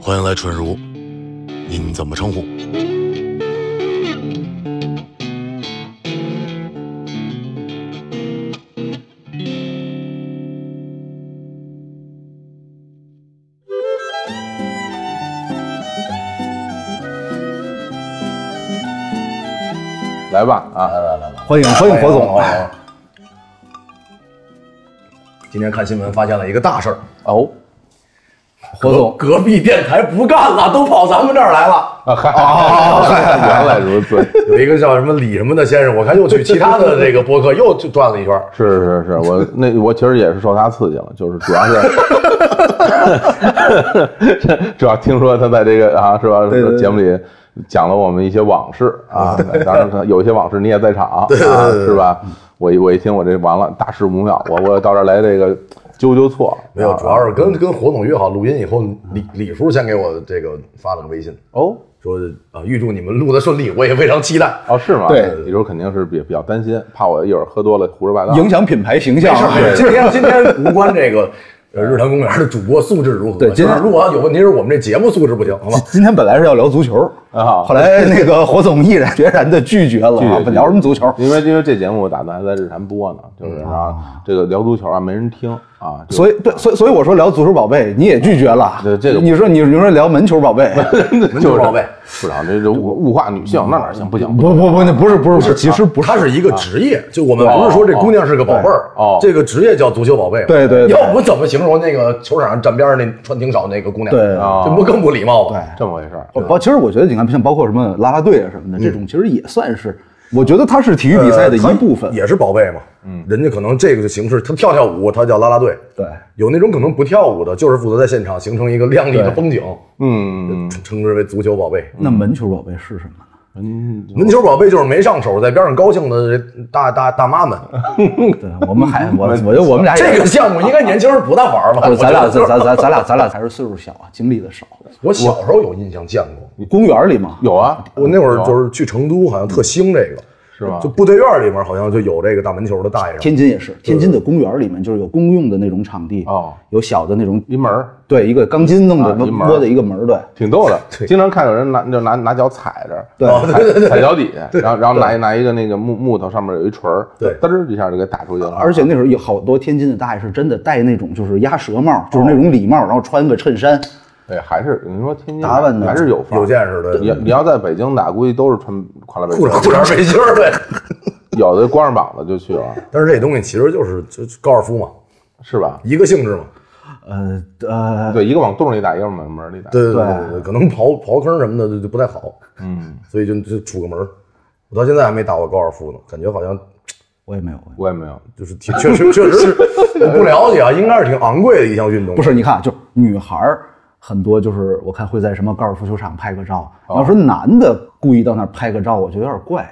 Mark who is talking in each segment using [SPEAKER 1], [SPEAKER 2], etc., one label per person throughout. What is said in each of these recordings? [SPEAKER 1] 欢迎来春如，您怎么称呼？
[SPEAKER 2] 来吧啊，
[SPEAKER 3] 欢迎欢迎火总
[SPEAKER 1] 欢迎欢迎今天看新闻发现了一个大事儿，
[SPEAKER 2] 哦，
[SPEAKER 3] 火总，
[SPEAKER 1] 隔壁电台不干了，都跑咱们这儿来了。
[SPEAKER 2] 啊嗨，原来如此，
[SPEAKER 1] 有一个叫什么李什么的先生，我看又去其他的这个播客又去转了一圈儿。
[SPEAKER 2] 是是是，我那我其实也是受他刺激了，就是主要是，主要听说他在这个啊是吧
[SPEAKER 3] 对对对
[SPEAKER 2] 节目里讲了我们一些往事啊，当然他有一些往事你也在场啊，
[SPEAKER 1] 对对对对
[SPEAKER 2] 是吧？我一我一听我这完了，大事不妙，我我到这儿来这个纠纠错，
[SPEAKER 1] 没有，
[SPEAKER 2] 啊
[SPEAKER 1] 主要是跟跟火总约好录音以后，李李叔先给我这个发了个微信，
[SPEAKER 2] 哦
[SPEAKER 1] 说啊预祝你们录的顺利，我也非常期待。
[SPEAKER 2] 哦是吗？
[SPEAKER 3] 对
[SPEAKER 2] 有时候肯定是比比较担心，怕我一会儿喝多了胡说八道，
[SPEAKER 3] 影响品牌形象
[SPEAKER 1] 没事，
[SPEAKER 3] 啊。
[SPEAKER 1] 没事今天今天无关这个呃日坛公园的主播素质如何。
[SPEAKER 3] 对今天
[SPEAKER 1] 就是如果有问题是我们这节目素质不行，好吗？
[SPEAKER 3] 今天本来是要聊足球
[SPEAKER 2] 啊
[SPEAKER 3] 后来那个火总毅然决然的拒绝了
[SPEAKER 2] 拒绝
[SPEAKER 3] 啊，
[SPEAKER 2] 拒绝
[SPEAKER 3] 不聊什么足球。
[SPEAKER 2] 因为因为这节目我打算还在日坛播呢，就是啊，这个聊足球啊没人听啊，
[SPEAKER 3] 嗯所
[SPEAKER 2] 以
[SPEAKER 3] 以对，所以所以我说聊足球宝贝，你也拒绝了。
[SPEAKER 2] 对这个
[SPEAKER 3] 你说你你说聊门球宝贝，
[SPEAKER 2] 就是
[SPEAKER 1] 球宝贝
[SPEAKER 2] 市场这这物物化女
[SPEAKER 3] 嗯
[SPEAKER 2] 性那哪行不行？
[SPEAKER 3] 不不不，那不是不是，其实不是。
[SPEAKER 1] 它是啊哦一个职业，就我们不是说这姑娘是个宝贝儿
[SPEAKER 2] 哦哦
[SPEAKER 1] 这个职业叫足球宝贝。
[SPEAKER 3] 对对对
[SPEAKER 1] 要不怎么形容那个球场上站边上那穿挺少那个姑娘？
[SPEAKER 3] 对
[SPEAKER 2] 哦
[SPEAKER 1] 这不更不礼貌啊吗？
[SPEAKER 2] 这么回事儿，
[SPEAKER 3] 包其实我觉得你看，像包括什么啦啦队啊什么的，这种其实也算是，我觉得它是体育比赛的
[SPEAKER 1] 呃
[SPEAKER 3] 一部分
[SPEAKER 1] 它。也是宝贝嘛。嗯，人家可能这个形式，他跳跳舞，他叫啦啦队。
[SPEAKER 3] 对，
[SPEAKER 1] 有那种可能不跳舞的，就是负责在现场形成一个亮丽的风景，
[SPEAKER 2] 嗯
[SPEAKER 1] 称之为足球宝贝。
[SPEAKER 3] 那门球宝贝是什么呢？
[SPEAKER 2] 嗯，
[SPEAKER 1] 门球宝贝就是没上手，在边上高兴的这大大大妈们。
[SPEAKER 3] 对，我们还我我觉得我们俩也
[SPEAKER 1] 这个项目应该年轻人不大玩吧？
[SPEAKER 3] 不是，咱俩
[SPEAKER 1] 我觉得
[SPEAKER 3] 咱咱咱咱俩咱俩才是岁数小啊，经历的少。
[SPEAKER 1] 我小时候有印象见过，
[SPEAKER 3] 公园里嘛，
[SPEAKER 2] 有啊，
[SPEAKER 1] 我那会儿就是去成都，好像特兴这个，
[SPEAKER 2] 是吧
[SPEAKER 1] 就部队院里面好像就有这个打门球的大爷。
[SPEAKER 3] 天津也是，天津的公园里面就是有公用的那种场地，
[SPEAKER 2] 哦，
[SPEAKER 3] 有小的那种，
[SPEAKER 2] 一门儿
[SPEAKER 3] 对，一个钢筋弄的
[SPEAKER 2] 啊一门儿
[SPEAKER 3] 窝的一个门儿， 对，
[SPEAKER 2] 挺逗的，经常看有人拿就拿拿脚踩着，
[SPEAKER 3] 对
[SPEAKER 2] 踩踩脚底下，然后然后拿一拿一个那个木木头上面有一锤儿，
[SPEAKER 1] 对
[SPEAKER 2] 嘚儿一下就给打出去了，
[SPEAKER 3] 啊而且那时候有好多天津的大爷是真的戴那种就是鸭舌帽，就是那种礼帽，然后穿个衬衫，
[SPEAKER 2] 哎还是你说天津
[SPEAKER 3] 打扮的
[SPEAKER 2] 还是有范儿
[SPEAKER 1] 有见识的
[SPEAKER 2] 你要你要在北京打，估计都是穿垮了背
[SPEAKER 1] 裤
[SPEAKER 2] 心
[SPEAKER 1] 衩裤衩背心儿对。
[SPEAKER 2] 有的光着膀子就去了，
[SPEAKER 1] 但是这东西其实就是就就高尔夫嘛，
[SPEAKER 2] 是吧？
[SPEAKER 1] 一个性质嘛。
[SPEAKER 3] 呃呃，
[SPEAKER 2] 对，一个往洞里打，一个往门门里打。，
[SPEAKER 1] 对对对对，可能刨刨坑什么的就就不太好，
[SPEAKER 2] 嗯，
[SPEAKER 1] 所以就就杵个门儿。我到现在还没打过高尔夫呢，感觉好像
[SPEAKER 3] 我也没有。我也
[SPEAKER 2] 我也没
[SPEAKER 3] 没有
[SPEAKER 2] 有。
[SPEAKER 1] 就是挺确实确实是我不了解啊，应该是挺昂贵的一项运动。
[SPEAKER 3] 不是，你看，啊就是女孩儿很多，就是我看会在什么高尔夫球场拍个照。
[SPEAKER 2] 哦
[SPEAKER 3] 要说男的故意到那儿拍个照，我觉得有点怪。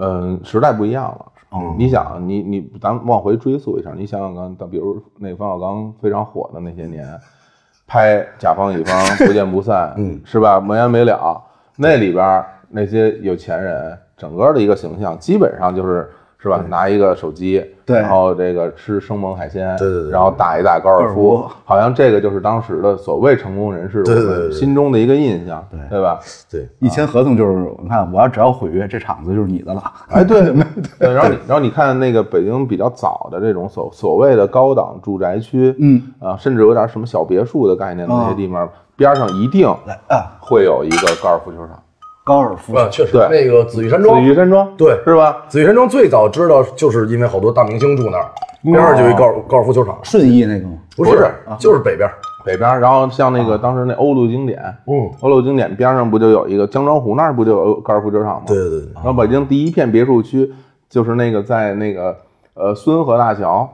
[SPEAKER 2] 嗯，时代不一样了。
[SPEAKER 1] 嗯
[SPEAKER 2] 你想，你你，咱们往回追溯一下，你想想刚，比如那个冯小刚非常火的那些年，拍《甲方乙方》不见不 散，嗯，是吧？没完没了。那里边儿那些有钱人，整个的一个形象，基本上就是是吧？拿一个手机，
[SPEAKER 3] 对
[SPEAKER 2] 然后这个吃生猛海鲜，
[SPEAKER 1] 对对对
[SPEAKER 2] 然后打一打高尔
[SPEAKER 3] 高
[SPEAKER 2] 夫
[SPEAKER 3] 尔夫，
[SPEAKER 2] 好像这个就是当时的所谓成功人士我
[SPEAKER 1] 对对对
[SPEAKER 2] 们
[SPEAKER 1] 对
[SPEAKER 2] 心中的一个印象，对吧？
[SPEAKER 1] 对，
[SPEAKER 3] 一签合同就是，你看，我要只要毁约，这场子就是你的了。
[SPEAKER 2] 哎， 对，对，然后你，然后你看那个北京比较早的这种所所谓的高档住宅区，
[SPEAKER 3] 嗯，
[SPEAKER 2] 啊，甚至有点什么小别墅的概念的那些地方，边上一定
[SPEAKER 3] 来啊，
[SPEAKER 2] 会有一个高尔夫球场，
[SPEAKER 3] 高尔夫，
[SPEAKER 1] 啊，确实
[SPEAKER 2] 对
[SPEAKER 1] 那个紫玉山
[SPEAKER 2] 紫
[SPEAKER 1] 庄，
[SPEAKER 2] 玉山庄，
[SPEAKER 1] 对
[SPEAKER 2] 是吧？
[SPEAKER 1] 紫玉山庄最早知道就是因为好多大明星住那儿，边上就有一高尔高尔夫球场，
[SPEAKER 3] 顺义那个吗？
[SPEAKER 1] 不
[SPEAKER 2] 不是
[SPEAKER 1] 是，
[SPEAKER 3] 啊
[SPEAKER 1] 就是北边儿。
[SPEAKER 2] 北边儿，然后像那个当时那欧陆经典，
[SPEAKER 3] 哦
[SPEAKER 1] 嗯，
[SPEAKER 2] 欧陆经典边上不就有一个江庄湖那儿不就有高尔夫球场吗？
[SPEAKER 1] 对对对对，
[SPEAKER 2] 然后北京第一片别墅区就是那个在那个呃孙河大桥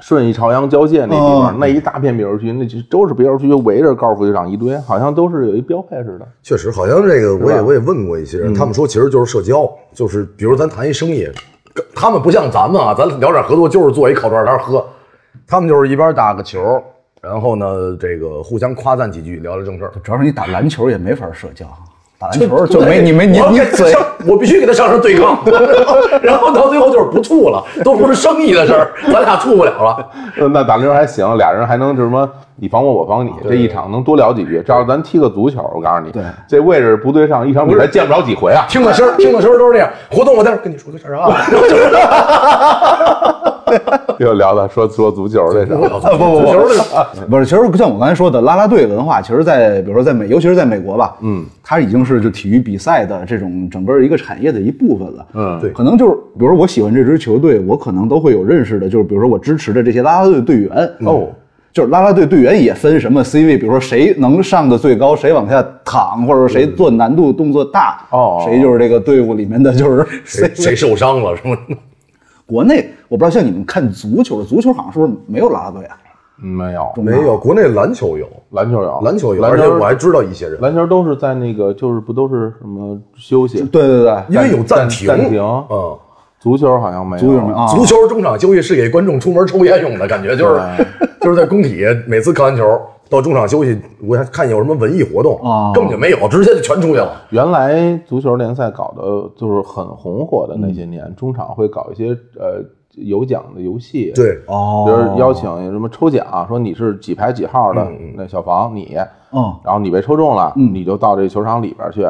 [SPEAKER 2] 顺义朝阳交界那地方，
[SPEAKER 3] 哦
[SPEAKER 2] 那一大片别墅区，那就都是别墅区，围着高尔夫球场一堆，好像都是有一标配似的。
[SPEAKER 1] 确实好像这个我也我也问过一些
[SPEAKER 3] 嗯
[SPEAKER 1] 人，他们说其实就是社交，就是比如咱谈一生意，跟他们不像咱们啊，咱聊点合作就是坐一烤串摊喝，他们就是一边打个球，然后呢这个互相夸赞几句，聊聊正事儿。
[SPEAKER 3] 主要是你打篮球也没法社交，打篮球就没你没你
[SPEAKER 1] 我要
[SPEAKER 3] 你
[SPEAKER 1] 跟
[SPEAKER 3] 嘴
[SPEAKER 1] 上我必须给他上身对 抗，然后然后到最后就是不处了，都不是生意的事儿，咱俩处不了了。
[SPEAKER 2] 呃那打溜还行，俩人还能就是什么你防我，我防你，这一场能多聊几句。这要是咱踢个足球，我告诉你，这位置不对上，一场比赛见不着几回啊。
[SPEAKER 1] 听个声儿，听个声儿都是这样。活动我在这儿跟你说个事儿啊，
[SPEAKER 2] 又聊到说说足球这事儿，
[SPEAKER 1] 不不 不，球的
[SPEAKER 3] 不是，其实像我刚才说的啦啦队文化，其实在，比如说在美，尤其是在美国吧，嗯，它已经是就体育比赛的这种整个一个产业的一部分了。
[SPEAKER 2] 嗯
[SPEAKER 1] 对
[SPEAKER 3] 可能就是比如说我喜欢这支球队，我可能都会有认识的，就是比如说我支持的这些啦啦队队员哦。就是啦啦队队员也分什么 C 位，比如说谁能上的最高，谁往下躺，或者说谁做难度动作大，
[SPEAKER 2] 哦
[SPEAKER 3] 谁就是这个队伍里面的就是 C
[SPEAKER 1] 谁
[SPEAKER 3] 位。
[SPEAKER 1] 谁受伤了是吗？
[SPEAKER 3] 国内我不知道，像你们看足球，足球好像是不是没有啦啦队啊？
[SPEAKER 2] 嗯没有
[SPEAKER 1] 没有，国内篮球有，
[SPEAKER 2] 篮球有，
[SPEAKER 1] 篮球有，
[SPEAKER 2] 篮
[SPEAKER 1] 而且
[SPEAKER 2] 球
[SPEAKER 1] 我还知道一些人，
[SPEAKER 2] 篮球都是在那个就是不都是什么休息，
[SPEAKER 3] 对对对，
[SPEAKER 1] 因为有暂
[SPEAKER 2] 暂
[SPEAKER 1] 停，
[SPEAKER 2] 暂停
[SPEAKER 1] 嗯。
[SPEAKER 2] 足球好像没有，
[SPEAKER 3] 足球没有啊，
[SPEAKER 1] 足球中场休息是给观众出门抽烟用的，感觉就是就是在工体每次看完球到中场休息，我还看有什么文艺活动
[SPEAKER 3] 哦
[SPEAKER 1] 根本就没有，直接就全出去了。
[SPEAKER 2] 原来足球联赛搞的就是很红火的那些
[SPEAKER 3] 嗯
[SPEAKER 2] 年，中场会搞一些呃有奖的游戏，，
[SPEAKER 1] 对，
[SPEAKER 3] 哦，
[SPEAKER 2] 就是邀请什么抽奖，说你是几排几号的那小房你，
[SPEAKER 3] 嗯，
[SPEAKER 2] 然后你被抽中了，你就到这球场里边去，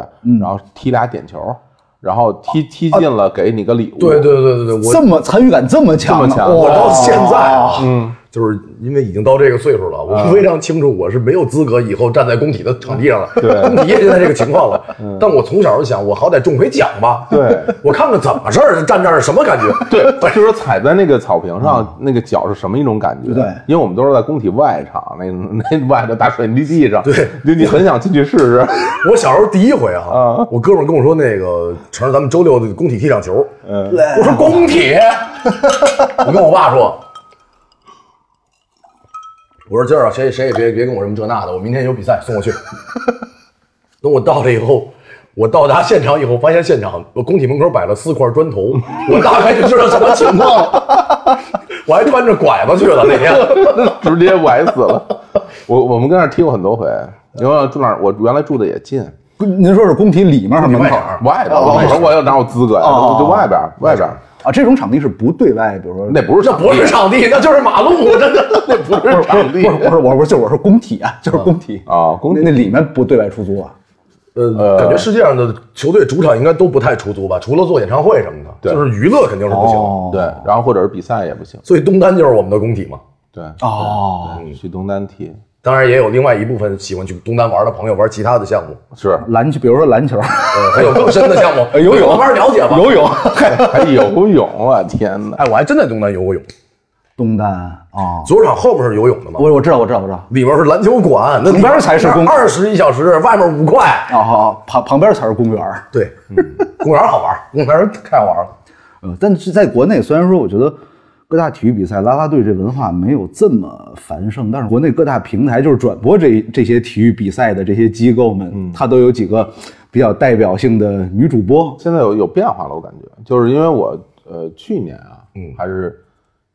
[SPEAKER 2] 然后踢俩点球，然后
[SPEAKER 3] 啊
[SPEAKER 2] 踢踢进了给你个礼物，
[SPEAKER 1] 对对对对对，我
[SPEAKER 3] 这么参与感这么强吗，
[SPEAKER 2] 这么强
[SPEAKER 1] 我到现在啊，
[SPEAKER 3] 哦
[SPEAKER 1] 嗯，就是因为已经到这个岁数了，我非常清楚我是没有资格以后站在工体的场地上了。
[SPEAKER 2] 对
[SPEAKER 1] 工体也现在这个情况了，但我从小就想，我好歹中回奖吧。
[SPEAKER 2] 对，
[SPEAKER 1] 我看看怎么事儿，站这儿什么感觉？
[SPEAKER 2] 对， 就是踩在那个草坪上，那个脚是什么一种感觉？
[SPEAKER 3] 啊对
[SPEAKER 2] 因为我们都是在工体外场，那那外头大水泥地上，
[SPEAKER 1] 对，
[SPEAKER 2] 就你很想进去试试。
[SPEAKER 1] 我小时候第一回啊，我哥们儿跟我说，那个成儿咱们周六工体踢场球，
[SPEAKER 2] 嗯，
[SPEAKER 1] 我说工体，我跟我爸说，我说今儿啊，谁谁也别别跟我什么这那的，我明天有比赛，送我去。等我到了以后，我到达现场以后，发现现场我工体门口摆了四块砖头，我大概就知道什么情况了。 我还端着拐子去了那天，
[SPEAKER 2] 直接崴死了。我我们跟那儿踢过很多回，因为住那儿我原来住的也近，
[SPEAKER 3] 您说是工体里面还是门
[SPEAKER 1] 外
[SPEAKER 3] 口
[SPEAKER 1] 场
[SPEAKER 2] 外边
[SPEAKER 3] 哦
[SPEAKER 2] 我说我有哪有资格呀？
[SPEAKER 3] 哦
[SPEAKER 2] 就外边外边，
[SPEAKER 3] 啊？这种场地是不对外，比如说
[SPEAKER 2] 那不是
[SPEAKER 1] 那
[SPEAKER 2] 场地
[SPEAKER 1] 不是场地，那就是马路，真的 那不
[SPEAKER 2] 不是场地
[SPEAKER 3] 不是不是我我就是我说工体啊，就是工体
[SPEAKER 2] 啊，工
[SPEAKER 3] 那那里面不对外出租啊。
[SPEAKER 1] 呃，感觉世界上的球队主场应该都不太出租吧，除了做演唱会什么的，
[SPEAKER 2] 对
[SPEAKER 1] 就是娱乐肯定是不行。
[SPEAKER 3] 哦
[SPEAKER 2] 对，然后或者是比赛也不行，
[SPEAKER 1] 所以东单就是我们的工体嘛。
[SPEAKER 2] 对，
[SPEAKER 3] 哦，
[SPEAKER 2] 对去东单踢
[SPEAKER 1] 当然也有另外一部分喜欢去东单玩的朋友玩其他的项目，
[SPEAKER 3] 哦
[SPEAKER 2] 是
[SPEAKER 3] 篮球，比如说篮球，，
[SPEAKER 1] 呃，还 有更深的项目
[SPEAKER 3] 游泳
[SPEAKER 1] 慢慢了解吧。
[SPEAKER 3] 游 泳，
[SPEAKER 2] 还游泳，我天哪！
[SPEAKER 1] 哎，我还真在东单游过泳，
[SPEAKER 3] 东单啊，哦
[SPEAKER 1] 足球场后面是游泳的嘛，
[SPEAKER 3] 我我知道我知道我知道，
[SPEAKER 1] 里面是篮球馆，那
[SPEAKER 3] 里边才是公
[SPEAKER 1] 二十一小时，外面五块。
[SPEAKER 3] 哦好，好旁旁边才是公园儿。
[SPEAKER 1] 对，公园好玩，公园太好玩了。
[SPEAKER 3] 呃，但是在国内，虽然说我觉得各大体育比赛啦啦队这文化没有这么繁盛，但是国内各大平台就是转播这这些体育比赛的这些机构们，它都有几个比较代表性的女主播。
[SPEAKER 2] 现在有有变化了，我感觉，就是因为我呃去年啊，嗯，还是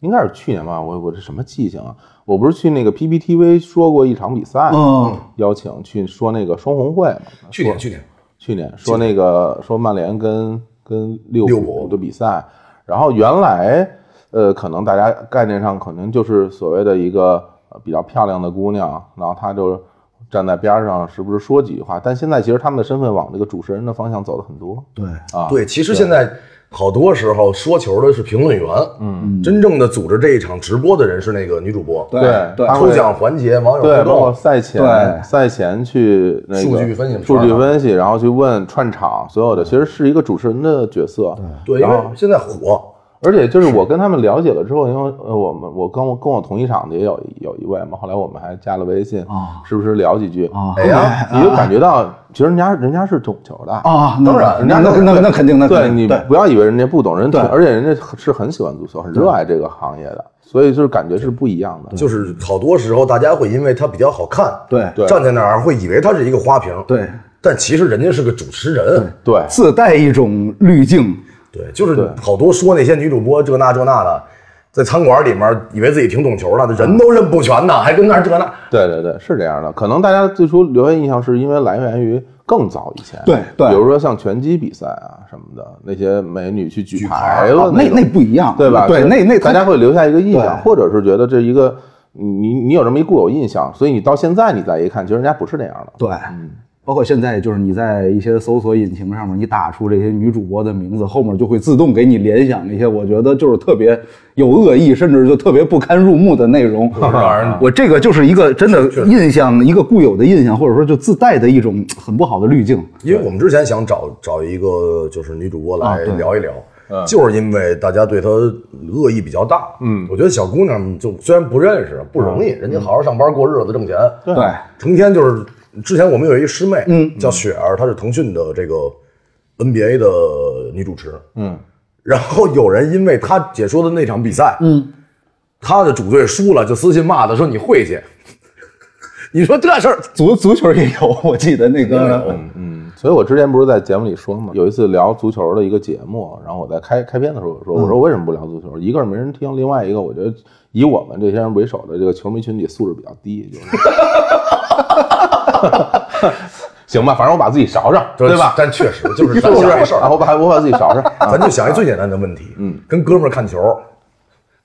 [SPEAKER 2] 应该是去年吧，我我这什么记性啊？我不是去那个 PPTV 说过一场比赛，
[SPEAKER 3] 嗯，
[SPEAKER 2] 邀请去说那个双红会嘛，
[SPEAKER 1] 去年去年
[SPEAKER 2] 去年说那个说曼联跟跟利
[SPEAKER 1] 利
[SPEAKER 2] 物
[SPEAKER 1] 物
[SPEAKER 2] 浦
[SPEAKER 1] 浦
[SPEAKER 2] 的比赛，然后原来呃可能大家概念上可能就是所谓的一个呃比较漂亮的姑娘，然后她就站在边上，时不时说几句话？但现在其实他们的身份往这个主持人的方向走了很多
[SPEAKER 3] 对，
[SPEAKER 2] 啊。
[SPEAKER 1] 对，其实现在好多时候说球的是评论员，嗯，真正的组织这一场直播的人是那个女主播，
[SPEAKER 3] 对
[SPEAKER 2] 对，
[SPEAKER 3] 对
[SPEAKER 2] 他
[SPEAKER 1] 抽
[SPEAKER 2] 会
[SPEAKER 1] 奖环节网友
[SPEAKER 2] 对，
[SPEAKER 1] 互
[SPEAKER 2] 包括
[SPEAKER 1] 动，
[SPEAKER 2] 赛前
[SPEAKER 3] 对
[SPEAKER 2] 赛前去那个
[SPEAKER 1] 数据分析
[SPEAKER 2] 数据分析，然后去问串场所有的，其实是一个主持人的角色。
[SPEAKER 1] 对，因
[SPEAKER 2] 然
[SPEAKER 1] 为
[SPEAKER 2] 后
[SPEAKER 1] 现在火，
[SPEAKER 2] 而且就是我跟他们了解了之后，因为呃，我们我跟我跟我同一场的也有有一位嘛，后来我们还加了微信，
[SPEAKER 3] 啊
[SPEAKER 2] 是不是聊几句？
[SPEAKER 3] 啊
[SPEAKER 1] 哎呀，
[SPEAKER 2] 你就感觉到，其实人家人家是懂球的，
[SPEAKER 3] 啊，
[SPEAKER 1] 当然
[SPEAKER 3] 那那那那那肯定，那肯
[SPEAKER 2] 对
[SPEAKER 3] 定
[SPEAKER 2] 你
[SPEAKER 3] 对
[SPEAKER 2] 不要以为人家不懂，人家
[SPEAKER 3] 对
[SPEAKER 2] 而且人家是很喜欢足球，很热爱这个行业的，所以就是感觉是不一样的。
[SPEAKER 1] 就是好多时候大家会因为它比较好看，
[SPEAKER 3] 对
[SPEAKER 2] 对
[SPEAKER 1] 站在那儿会以为它是一个花瓶，，
[SPEAKER 3] 对，
[SPEAKER 1] 但其实人家是个主持人，
[SPEAKER 2] 对，
[SPEAKER 3] 自带一种滤镜。
[SPEAKER 1] 对，就是好多说那些女主播这那这那的，在餐馆里面以为自己挺懂球的，人都认不全呢，还跟那儿这那，
[SPEAKER 2] 对对对，是这样的。可能大家最初留下印象是因为来源于更早以前，
[SPEAKER 3] 对对
[SPEAKER 2] 比如说像拳击比赛啊什么的，那些美女去举牌
[SPEAKER 3] 啊
[SPEAKER 2] 了，
[SPEAKER 3] 那
[SPEAKER 2] 那
[SPEAKER 3] 那不一样，
[SPEAKER 2] 对吧？
[SPEAKER 3] 对，
[SPEAKER 2] 就
[SPEAKER 3] 那那
[SPEAKER 2] 大家会留下一个印象，
[SPEAKER 3] 对
[SPEAKER 2] 或者是觉得这一个你你有这么一固有印象，所以你到现在你再一看，其实人家不是那样的。
[SPEAKER 3] 对，包括现在就是你在一些搜索引擎上面，你打出这些女主播的名字，后面就会自动给你联想一些我觉得就是特别有恶意，甚至就特别不堪入目的内 容。
[SPEAKER 1] 让人
[SPEAKER 3] 我这个就是一个真的印象，一个固有的印象，或者说就自带的一种很不好的滤镜。
[SPEAKER 1] 因为我们之前想找找一个就是女主播
[SPEAKER 3] 啊
[SPEAKER 1] 来
[SPEAKER 3] 对
[SPEAKER 1] 聊一聊，
[SPEAKER 2] 嗯
[SPEAKER 1] 就是因为大家对她恶意比较大。嗯，我觉得小姑娘就虽然不认识，不容易，
[SPEAKER 2] 嗯
[SPEAKER 1] 人家好好上班过日子挣钱，
[SPEAKER 3] 对，
[SPEAKER 1] 成天就是之前我们有一师妹，嗯，叫雪儿，她是腾讯的这个 NBA 的女主持，
[SPEAKER 2] 嗯，
[SPEAKER 1] 然后有人因为她解说的那场比赛，嗯，她的主队输了，就私信骂她说你晦气。你说这事儿
[SPEAKER 3] 足足球也有，我记得那个
[SPEAKER 2] 嗯，所以我之前不是在节目里说嘛，有一次聊足球的一个节目，然后我在开开篇的时候我
[SPEAKER 3] 嗯
[SPEAKER 2] 说，我说为什么不聊足球？一个是没人听，另外一个我觉得以我们这些人为首的这个球迷群体素质比较低， 就是。行吧，反正我把自己勺上，对吧？
[SPEAKER 1] 但确实 就是
[SPEAKER 2] 是不 是？
[SPEAKER 1] 这事儿
[SPEAKER 2] 啊，我把我把自己勺上，啊
[SPEAKER 1] 咱就想一最简单的问题，嗯，跟哥们儿看球，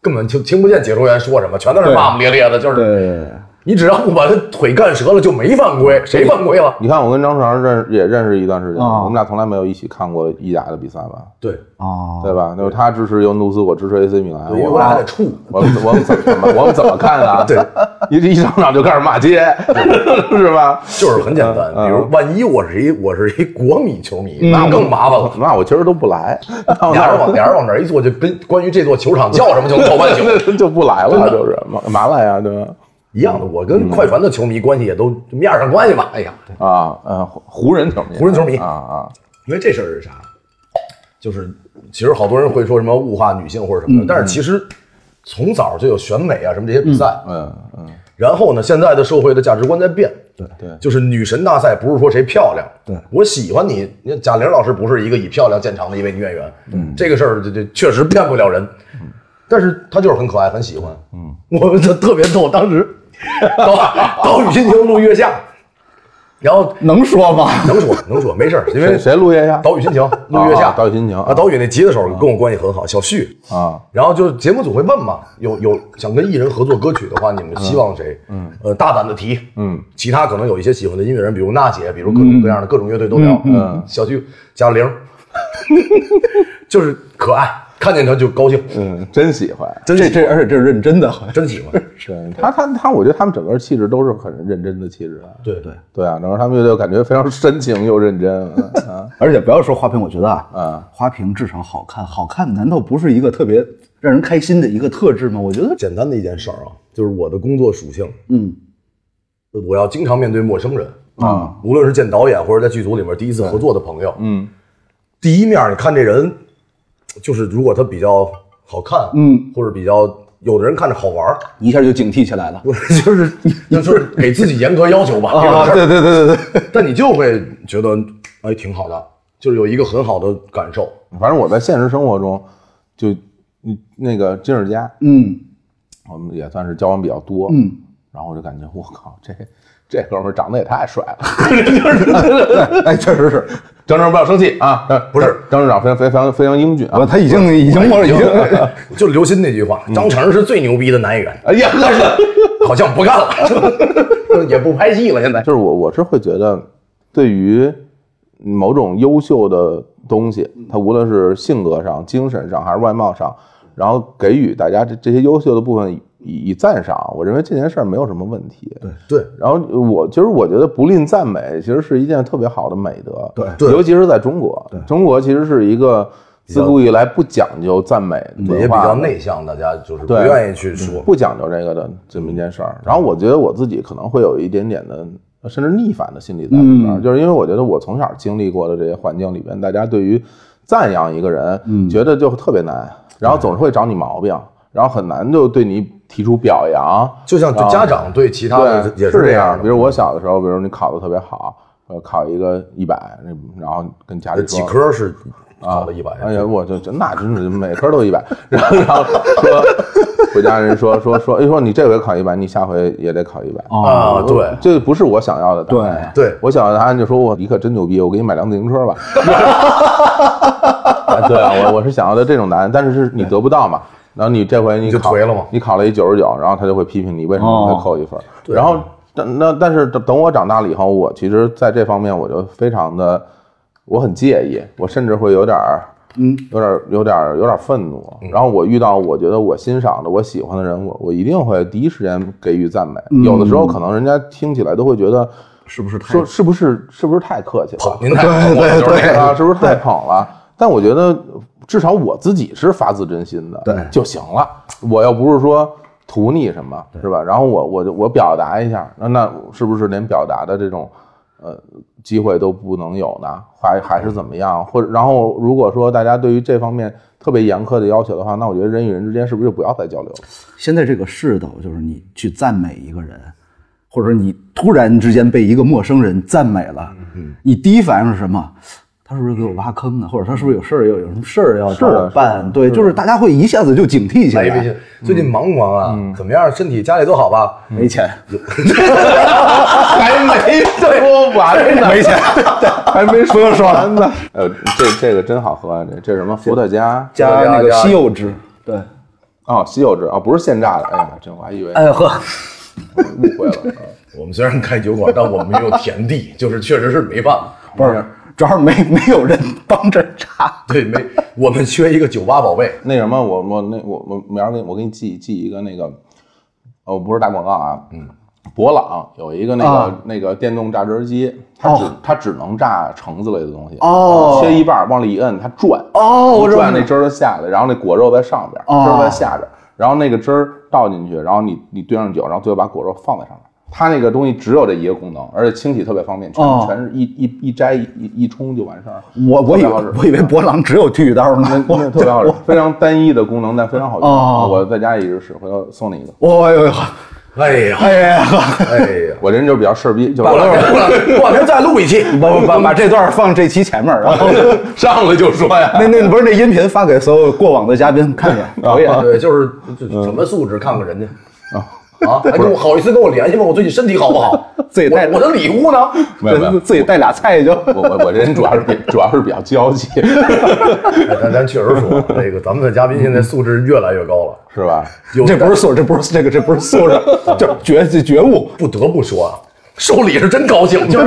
[SPEAKER 1] 根本就听不见解说员说什么，全在那儿骂骂咧咧的，就是
[SPEAKER 3] 对
[SPEAKER 1] 你只要不把他腿干折了，就没犯规，谁犯规了？
[SPEAKER 2] 你看，我跟张成认也认识一段时间，
[SPEAKER 3] 啊
[SPEAKER 2] 我们俩从来没有一起看过意甲的比赛吧？
[SPEAKER 1] 对，
[SPEAKER 3] 啊，
[SPEAKER 2] 对吧？就是他支持尤文图斯，我支持 AC 米兰，
[SPEAKER 1] 因为我
[SPEAKER 2] 们
[SPEAKER 1] 俩还得处，
[SPEAKER 2] 我们我们怎么我们怎么看啊？
[SPEAKER 1] 对，
[SPEAKER 2] 一一上场就开始骂街， 是吧？
[SPEAKER 1] 就是很简单。
[SPEAKER 2] 啊
[SPEAKER 1] 比如，万一我是一我是一国米球迷，那更麻烦了。
[SPEAKER 2] 那我其实都不 来，嗯到那
[SPEAKER 1] 俩人
[SPEAKER 2] 儿
[SPEAKER 1] 往俩人往那儿一坐，就跟关于这座球场叫什么就能叫半 宿
[SPEAKER 2] 就不来了，就是嘛嘛来呀，对吧？
[SPEAKER 1] 一样的。我
[SPEAKER 2] 嗯
[SPEAKER 1] 跟快船的球迷关系也都面上关系吧。哎呀，
[SPEAKER 2] 啊，呃，湖湖人球迷，
[SPEAKER 1] 湖人球迷
[SPEAKER 2] 啊啊，
[SPEAKER 1] 因为这事儿是啥？就是其实好多人会说什么物化女性或者什么的，但是其实从早就有选美啊什么这些比赛，
[SPEAKER 2] 嗯嗯，
[SPEAKER 1] 然后呢，现在的社会的价值观在变，对
[SPEAKER 2] 对
[SPEAKER 1] 就是女神大赛不是说谁漂亮，
[SPEAKER 3] 对
[SPEAKER 1] 我喜欢你。你看贾玲老师不是一个以漂亮见长的一位女演员，嗯，这个事儿就就确实骗不了人，但是她就是很可爱，很喜欢，嗯，我们就特别逗，当时到到雨欣亭录月下，然后
[SPEAKER 3] 能说吗？
[SPEAKER 1] 能说能说没事儿，因为
[SPEAKER 2] 谁谁录一下？
[SPEAKER 1] 岛屿心情录月下，
[SPEAKER 2] 啊岛屿心情
[SPEAKER 1] 啊，岛屿那吉他手跟我关系很好，小旭
[SPEAKER 2] 啊，
[SPEAKER 1] 然后就节目组会问嘛，有有想跟艺人合作歌曲的话，你们希望谁？嗯，呃，大胆的提，嗯，其他可能有一些喜欢的音乐人，比如娜姐，比如各种各样的各种乐队都聊，嗯，小旭贾玲， 就是可爱，看见他就高兴，
[SPEAKER 2] 嗯，真喜欢，
[SPEAKER 3] 这这而且这是认真的，好像
[SPEAKER 1] 真喜 欢，
[SPEAKER 2] 对他他他，我觉得他们整个气质都是很认真的气质啊。
[SPEAKER 1] 对对，
[SPEAKER 2] 对啊，然后他们就感觉非常深情又认真啊
[SPEAKER 3] 而且不要说花瓶，我觉得啊，
[SPEAKER 2] 啊，
[SPEAKER 3] 花瓶至少好看，好看难道不是一个特别让人开心的一个特质吗？我觉得
[SPEAKER 1] 简单的一件事儿啊，就是我的工作属性，
[SPEAKER 3] 嗯
[SPEAKER 1] 我要经常面对陌生人，
[SPEAKER 3] 啊，
[SPEAKER 1] 无论是见导演或者在剧组里面第一次合作的朋友，
[SPEAKER 2] 嗯
[SPEAKER 1] 第一面你看这人，就是如果他比较好看，
[SPEAKER 3] 嗯，
[SPEAKER 1] 或者比较有的人看着好 玩儿，
[SPEAKER 3] 一下就警惕起来了。
[SPEAKER 1] 不是 就是就是给自己严格要求吧，这
[SPEAKER 2] 啊
[SPEAKER 1] 种事儿
[SPEAKER 3] 对对对对对，
[SPEAKER 1] 但你就会觉得哎挺好的，就是有一个很好的感受。
[SPEAKER 2] 反正我在现实生活中，就嗯那个金世佳，
[SPEAKER 3] 嗯
[SPEAKER 2] 我们也算是交往比较多，
[SPEAKER 3] 嗯，
[SPEAKER 2] 然后我就感觉我靠，这这哥们儿长得也太帅 了。
[SPEAKER 3] 哎，确实是，
[SPEAKER 2] 张成不要生气啊，呃
[SPEAKER 1] 不是
[SPEAKER 2] 张成长得非常非常非常英俊
[SPEAKER 3] 我
[SPEAKER 2] 啊。
[SPEAKER 3] 他已经已经摸已经，
[SPEAKER 1] 就刘鑫那句话，张成是最牛逼的男演员，
[SPEAKER 2] 嗯哎呀，
[SPEAKER 1] 好像不干了，也不拍戏了，现在
[SPEAKER 2] 就是我我是会觉得，对于某种优秀的东西，
[SPEAKER 1] 嗯
[SPEAKER 2] 它无论是性格上、精神上还是外貌上，然后给予大家这这些优秀的部分以以赞赏，我认为这件事儿没有什么问题。对。
[SPEAKER 1] 对。
[SPEAKER 2] 然后我其实我觉得不吝赞美，其实是一件特别好的美德。
[SPEAKER 3] 对
[SPEAKER 1] 对
[SPEAKER 2] 尤其是在中国，中国其实是一个自古以来不讲究赞美
[SPEAKER 1] 也
[SPEAKER 2] 文
[SPEAKER 1] 比
[SPEAKER 2] 化
[SPEAKER 1] 较
[SPEAKER 2] 的，
[SPEAKER 1] 内向，大家就是不
[SPEAKER 2] 对嗯
[SPEAKER 1] 愿意去说。
[SPEAKER 2] 不讲究这个的这么一件事儿。
[SPEAKER 1] 嗯
[SPEAKER 2] 然后我觉得我自己可能会有一点点的。甚至逆反的心理在里边儿，
[SPEAKER 1] 嗯
[SPEAKER 2] 就是因为我觉得我从小经历过的这些环境里边，大家对于赞扬一个人，
[SPEAKER 1] 嗯
[SPEAKER 2] 觉得就特别难，然后总是会找你毛病，然后很难就对你提出表扬，
[SPEAKER 1] 就像就家长对其他的
[SPEAKER 2] 对，
[SPEAKER 1] 也
[SPEAKER 2] 是
[SPEAKER 1] 这
[SPEAKER 2] 样。
[SPEAKER 1] 的，
[SPEAKER 2] 比如我小的时候，比如你考的特别好，呃，考一个一百，然后跟家
[SPEAKER 1] 有
[SPEAKER 2] 里
[SPEAKER 1] 几
[SPEAKER 2] 说，
[SPEAKER 1] 科是考了一百。
[SPEAKER 2] 哎呀，我就就那真是每科都一百，然后然后说回家人说说说，哎说你这回考一百，你下回也得考一百。
[SPEAKER 1] 啊，对
[SPEAKER 2] 这不是我想要的答案啊。
[SPEAKER 1] 对对
[SPEAKER 2] 我想要的答案就说我你可真牛逼，我给你买辆自行 车吧。啊对啊，我我是想要的这种答案，但是是你得不到嘛。然后你这回你
[SPEAKER 1] 你就
[SPEAKER 2] 考
[SPEAKER 1] 颓了嘛
[SPEAKER 2] 你考了一九十九，然后他就会批评你为什么会扣一分。然后但那但是等等我长大了以后，我其实在这方面我就非常的，我很介意，我甚至会有点儿。
[SPEAKER 3] 嗯，
[SPEAKER 2] 有点儿有点儿有点儿愤怒。
[SPEAKER 1] 嗯
[SPEAKER 2] 然后我遇到我觉得我欣赏的、我喜欢的人，我我一定会第一时间给予赞美。有的时候可能人家听起来都会觉得
[SPEAKER 3] 是不是太
[SPEAKER 2] 说是不是是不是太客气了
[SPEAKER 1] 捧，您太捧我了，
[SPEAKER 2] 对啊，是不是太捧了？但我觉得至少我自己是发自真心的，
[SPEAKER 3] 对
[SPEAKER 2] 就行了。我又不是说图你什么，是吧？然后我我就我表达一下，那那是不是连表达的这种呃机会都不能有呢？还还是怎么样？或者然后如果说大家对于这方面特别严苛的要求的话，那我觉得人与人之间是不是就不要再交流了？
[SPEAKER 3] 现在这个世道，就是你去赞美一个人，或者你突然之间被一个陌生人赞美了，你第一反应是什么？他是不是给我挖坑呢？或者他是不是有事儿，有有什么事儿要找
[SPEAKER 2] 是的
[SPEAKER 3] 我办？对，就是啊大家会一下子就警惕起
[SPEAKER 1] 来一微
[SPEAKER 3] 来。
[SPEAKER 1] 信，最近忙不忙啊？怎么样？身体家里都好吧？
[SPEAKER 3] 没钱，
[SPEAKER 1] 还没
[SPEAKER 2] 说完呢，
[SPEAKER 3] 没钱，
[SPEAKER 2] 还没说完呢。呃，这这个真好喝啊！这这是什么伏特加
[SPEAKER 3] 加那个西柚汁。对，
[SPEAKER 2] 哦，稀有汁啊、哦，不是现榨的。哎呀，这我还以为
[SPEAKER 3] 哎呵，
[SPEAKER 2] 误会了。
[SPEAKER 1] 我们虽然开酒馆，但我们没有田地，就是确实是没办法。
[SPEAKER 3] 不是，主要是没没有人帮着查。
[SPEAKER 1] 对，没，我们缺一个酒吧宝贝。
[SPEAKER 2] 那什么，我我那我我明儿给我给你寄寄一个那个，哦，不是打广告啊，嗯，博朗有一个那个、
[SPEAKER 3] 啊
[SPEAKER 2] 那个电动榨汁机，它只、
[SPEAKER 3] 哦
[SPEAKER 2] 它只能榨橙子类的东西，
[SPEAKER 3] 哦
[SPEAKER 2] 切一半儿往里一摁，它转，
[SPEAKER 3] 哦我
[SPEAKER 2] 一
[SPEAKER 3] 知道
[SPEAKER 2] 转那汁儿就下来，然后那果肉在上边儿，
[SPEAKER 3] 哦
[SPEAKER 2] 汁儿在下边儿，然后那个汁儿倒进去，然后你你兑上酒，然后最后把果肉放在上面。它那个东西只有这一个功能，而且清洗特别方便，全、
[SPEAKER 3] 哦
[SPEAKER 2] 全是一一一摘一一一冲就完事儿。
[SPEAKER 3] 我我以
[SPEAKER 2] 特别
[SPEAKER 3] 为
[SPEAKER 2] 好吃
[SPEAKER 3] 我以为博朗只有剃须刀
[SPEAKER 2] 那
[SPEAKER 3] 呢。
[SPEAKER 2] 那特别好吃，非常单一的功能，但非常好用。
[SPEAKER 3] 哦
[SPEAKER 2] 我在家一直使，回头送你一个。
[SPEAKER 3] 我哎呦呦，
[SPEAKER 1] 哎呀，
[SPEAKER 3] 哎呀，
[SPEAKER 1] 哎呀，
[SPEAKER 2] 我这人就比较事儿逼，就
[SPEAKER 1] 过两天，过两天，过两天再录一期，
[SPEAKER 3] 把把把这段放这期前面，然后。
[SPEAKER 2] 上来就说呀。
[SPEAKER 3] 那那不是那音频发给所有过往的嘉宾看一 眼，导演
[SPEAKER 1] 对，就是就什么素质，看看人家啊啊！哎，你好意思跟我联系吗？我最近身体好不好？
[SPEAKER 3] 自己带
[SPEAKER 1] 我我的礼物呢？
[SPEAKER 2] 没有没有
[SPEAKER 3] 自己带俩菜就。
[SPEAKER 2] 我我我这人主要是比主要是比较娇气，
[SPEAKER 1] 哎咱咱确实说，这个咱们的嘉宾现在素质越来越高了，
[SPEAKER 2] 是吧？
[SPEAKER 1] 有
[SPEAKER 3] 这不是素质，这不是这个，这不是素 质，这觉这觉悟。
[SPEAKER 1] 不得不说啊，收礼是真高兴，就是。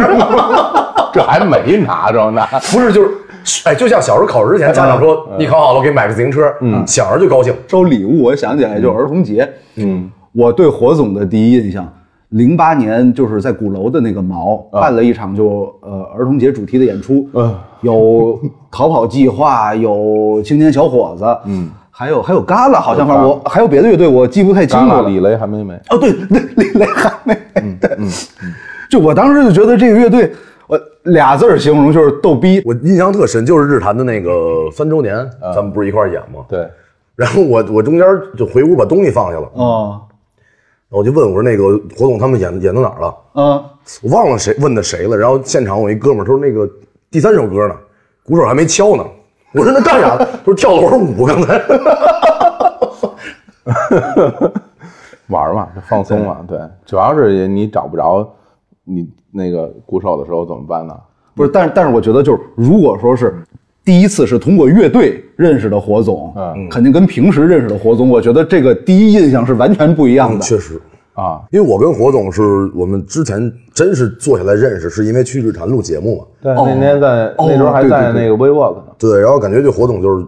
[SPEAKER 2] 这还没拿着 呢。
[SPEAKER 1] 不是，就是，哎，就像小时候考试之前，家长说你考好了，我给你买个自行车，嗯，想着就高兴。
[SPEAKER 3] 收礼物，我想起来就是儿童节。嗯，我对火总的第一印象，零八年就是在鼓楼的那个毛办了一场就呃儿童节主题的演出，
[SPEAKER 2] 嗯
[SPEAKER 3] 有逃跑计划，有青年小伙子，嗯，还有还有旮旯，好像反正我还有别的乐队，我记不太清
[SPEAKER 2] 戛
[SPEAKER 3] 楚
[SPEAKER 2] 纳
[SPEAKER 3] 了。
[SPEAKER 2] 李雷还没没，
[SPEAKER 3] 哦，对，那李雷还没。对， 就我当时就觉得这个乐队，我俩字儿形容就是逗逼。
[SPEAKER 1] 我印象特深，就是日坛的那个三周年，咱们不是一块儿演吗？
[SPEAKER 2] 对，
[SPEAKER 1] 然后我我中间就回屋把东西放下了，
[SPEAKER 3] 哦，
[SPEAKER 1] 我就问我说那个火总他们演演到哪儿了？
[SPEAKER 3] 嗯，
[SPEAKER 1] 我忘了谁问的谁了。然后现场我一哥们儿说那个第三首歌呢，鼓手还没敲呢。我说那干啥呢？他说跳了会儿舞刚才。
[SPEAKER 2] 玩儿嘛，就放松嘛。对，主要是你找不着你那个鼓手的时候怎么办呢？
[SPEAKER 3] 不是，但是但是我觉得就是，如果说是第一次是通过乐队认识的火总，
[SPEAKER 2] 嗯
[SPEAKER 3] 肯定跟平时认识的火总，我觉得这个第一印象是完全不一 样的。
[SPEAKER 1] 嗯确实，
[SPEAKER 2] 啊，
[SPEAKER 1] 因为我跟火总是我们之前真是坐下来认识，是因为去日坛录节目嘛。
[SPEAKER 2] 对，那天在那时候还
[SPEAKER 3] 对对
[SPEAKER 2] 在
[SPEAKER 3] 对
[SPEAKER 2] 那个 WeWork 呢。
[SPEAKER 1] 对，然后感觉这火总就是，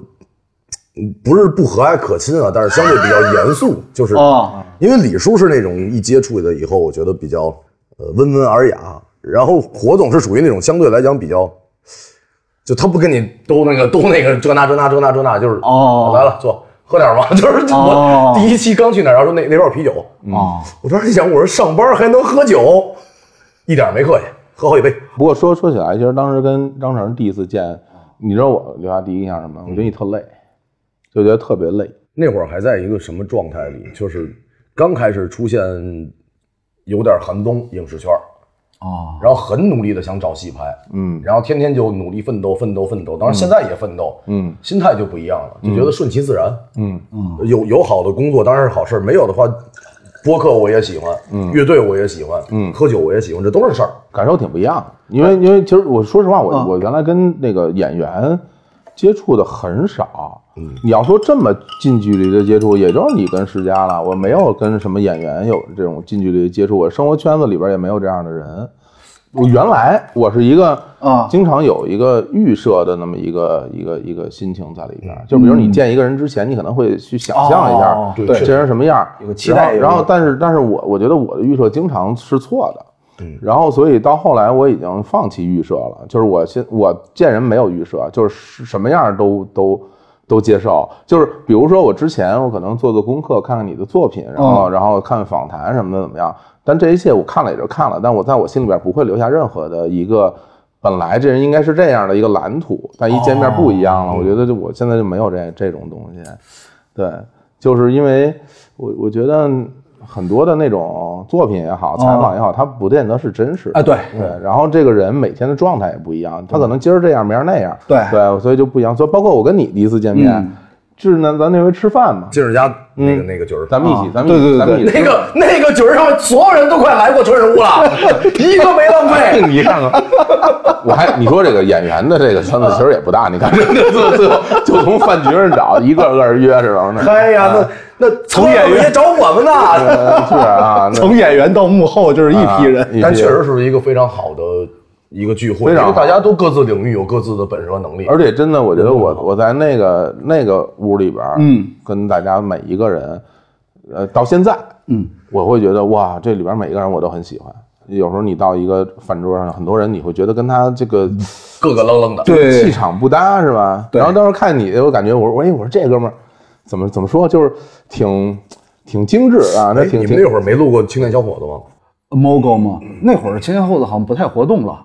[SPEAKER 1] 嗯不是不和蔼可亲啊，但是相对比较严肃，就是
[SPEAKER 3] 啊
[SPEAKER 1] 因为李叔是那种一接触了以后，我觉得比较呃温文尔雅，然后火总是属于那种相对来讲比较，就他不跟你兜那个兜那个这那这那这那这那，就是
[SPEAKER 3] 哦
[SPEAKER 1] 来了坐喝点吧， 就是
[SPEAKER 3] 哦
[SPEAKER 1] 我第一期刚去哪儿，然后说那那边有啤酒，
[SPEAKER 3] 啊，
[SPEAKER 1] 我当时想我说上班还能喝酒，一点没客气，喝好几杯，
[SPEAKER 2] 不过说说起来，其实当时跟张成第一次见，你知道我留下第一印象是什么？我觉得你特累，就觉得特别累。
[SPEAKER 1] 那会儿还在一个什么状态里？就是刚开始出现有点寒冬影视圈儿，
[SPEAKER 3] 哦，
[SPEAKER 1] 然后很努力的想找戏拍，
[SPEAKER 2] 嗯
[SPEAKER 1] 然后天天就努力奋斗，奋斗，奋斗。当然现在也奋斗，
[SPEAKER 2] 嗯，
[SPEAKER 1] 心态就不一样了，就觉得顺其自然。
[SPEAKER 2] 嗯
[SPEAKER 1] 有有好的工作当然是好事儿，没有的话，播客我也喜欢，嗯，乐队我也喜欢，嗯，喝酒我也喜欢，这都是事儿。
[SPEAKER 2] 感受挺不一样的。因为因为其实我说实话，我、
[SPEAKER 3] 嗯
[SPEAKER 2] 我原来跟那个演员接触的很少。嗯，你要说这么近距离的接触，也就是你跟世家了。我没有跟什么演员有这种近距离的接触，我生活圈子里边也没有这样的人。
[SPEAKER 3] 嗯
[SPEAKER 2] 我原来我是一个
[SPEAKER 3] 啊
[SPEAKER 2] 经常有一个预设的那么一个一个一个心情在里边儿，就比如你见一个人之前，你可能会去想象一下，
[SPEAKER 3] 嗯哦
[SPEAKER 1] 对
[SPEAKER 2] 这
[SPEAKER 1] 确
[SPEAKER 2] 人什么样儿，
[SPEAKER 3] 有个期待有
[SPEAKER 2] 然后然
[SPEAKER 3] 一
[SPEAKER 2] 后
[SPEAKER 3] 个
[SPEAKER 2] 但是但是我我觉得我的预设经常是错的，然后所以到后来我已经放弃预设了，就是我现我见人没有预设，就是什么样儿都都都接受，就是比如说我之前我可能做做功课，看看你的作品，然后、然后看访谈什么的怎么样，但这一切我看了也就看了，但我在我心里边不会留下任何的一个。本来这人应该是这样的一个蓝图，但一见面不一样了。我觉得就我现在就没有这这种东西，对，就是因为我我觉得很多的那种作品也好，采访也好，它不见得是真实的
[SPEAKER 3] 哎对
[SPEAKER 2] 对，然后这个人每天的状态也不一样，他可能今儿这样，明儿那样，
[SPEAKER 3] 对
[SPEAKER 2] 对，所以就不一样。所以包括我跟你第一次见面
[SPEAKER 3] 嗯，
[SPEAKER 2] 就是呢，咱那回吃饭嘛，
[SPEAKER 1] 进着家那个那个局儿，
[SPEAKER 2] 咱们一起，
[SPEAKER 3] 啊
[SPEAKER 2] 咱们一
[SPEAKER 3] 对
[SPEAKER 2] 起
[SPEAKER 3] 对
[SPEAKER 2] 咱们一
[SPEAKER 3] 对
[SPEAKER 2] 起
[SPEAKER 1] 那个那个局儿上面所有人都快来过成人屋了，一个没浪费。
[SPEAKER 2] 你看看，我还你说这个演员的这个圈子其实也不大，你看这这最最后就从饭局上找，一个个约着了，那
[SPEAKER 1] 哎呀，那那从演员也找我 们呢。
[SPEAKER 2] 是啊，那
[SPEAKER 3] 从演员到幕后就是一批人，
[SPEAKER 2] 一
[SPEAKER 1] 但
[SPEAKER 2] 批
[SPEAKER 1] 确实是一个非常好的一个聚会，
[SPEAKER 2] 非
[SPEAKER 1] 因
[SPEAKER 2] 常好
[SPEAKER 1] 为大家都各自领域有各自的本事和能力。
[SPEAKER 2] 而且真的，我觉得我我在那个那个屋里边，嗯，跟大家每一个人，呃，到现在，
[SPEAKER 3] 嗯，
[SPEAKER 2] 我会觉得哇，这里边每一个人我都很喜欢。有时候你到一个饭桌上，很多人你会觉得跟他这个
[SPEAKER 1] 各个愣愣的，
[SPEAKER 2] 气场不搭，是吧？
[SPEAKER 3] 对
[SPEAKER 2] 然后当时看你，我感觉我说，哎，我说这哥们儿怎么怎么说，就是挺挺精致啊，那
[SPEAKER 1] 哎，
[SPEAKER 2] 挺
[SPEAKER 1] 你们
[SPEAKER 2] 挺
[SPEAKER 1] 那会儿没录过青年小伙子吗？
[SPEAKER 3] ，Mogo 嘛，那会儿前前后后好像不太活动了，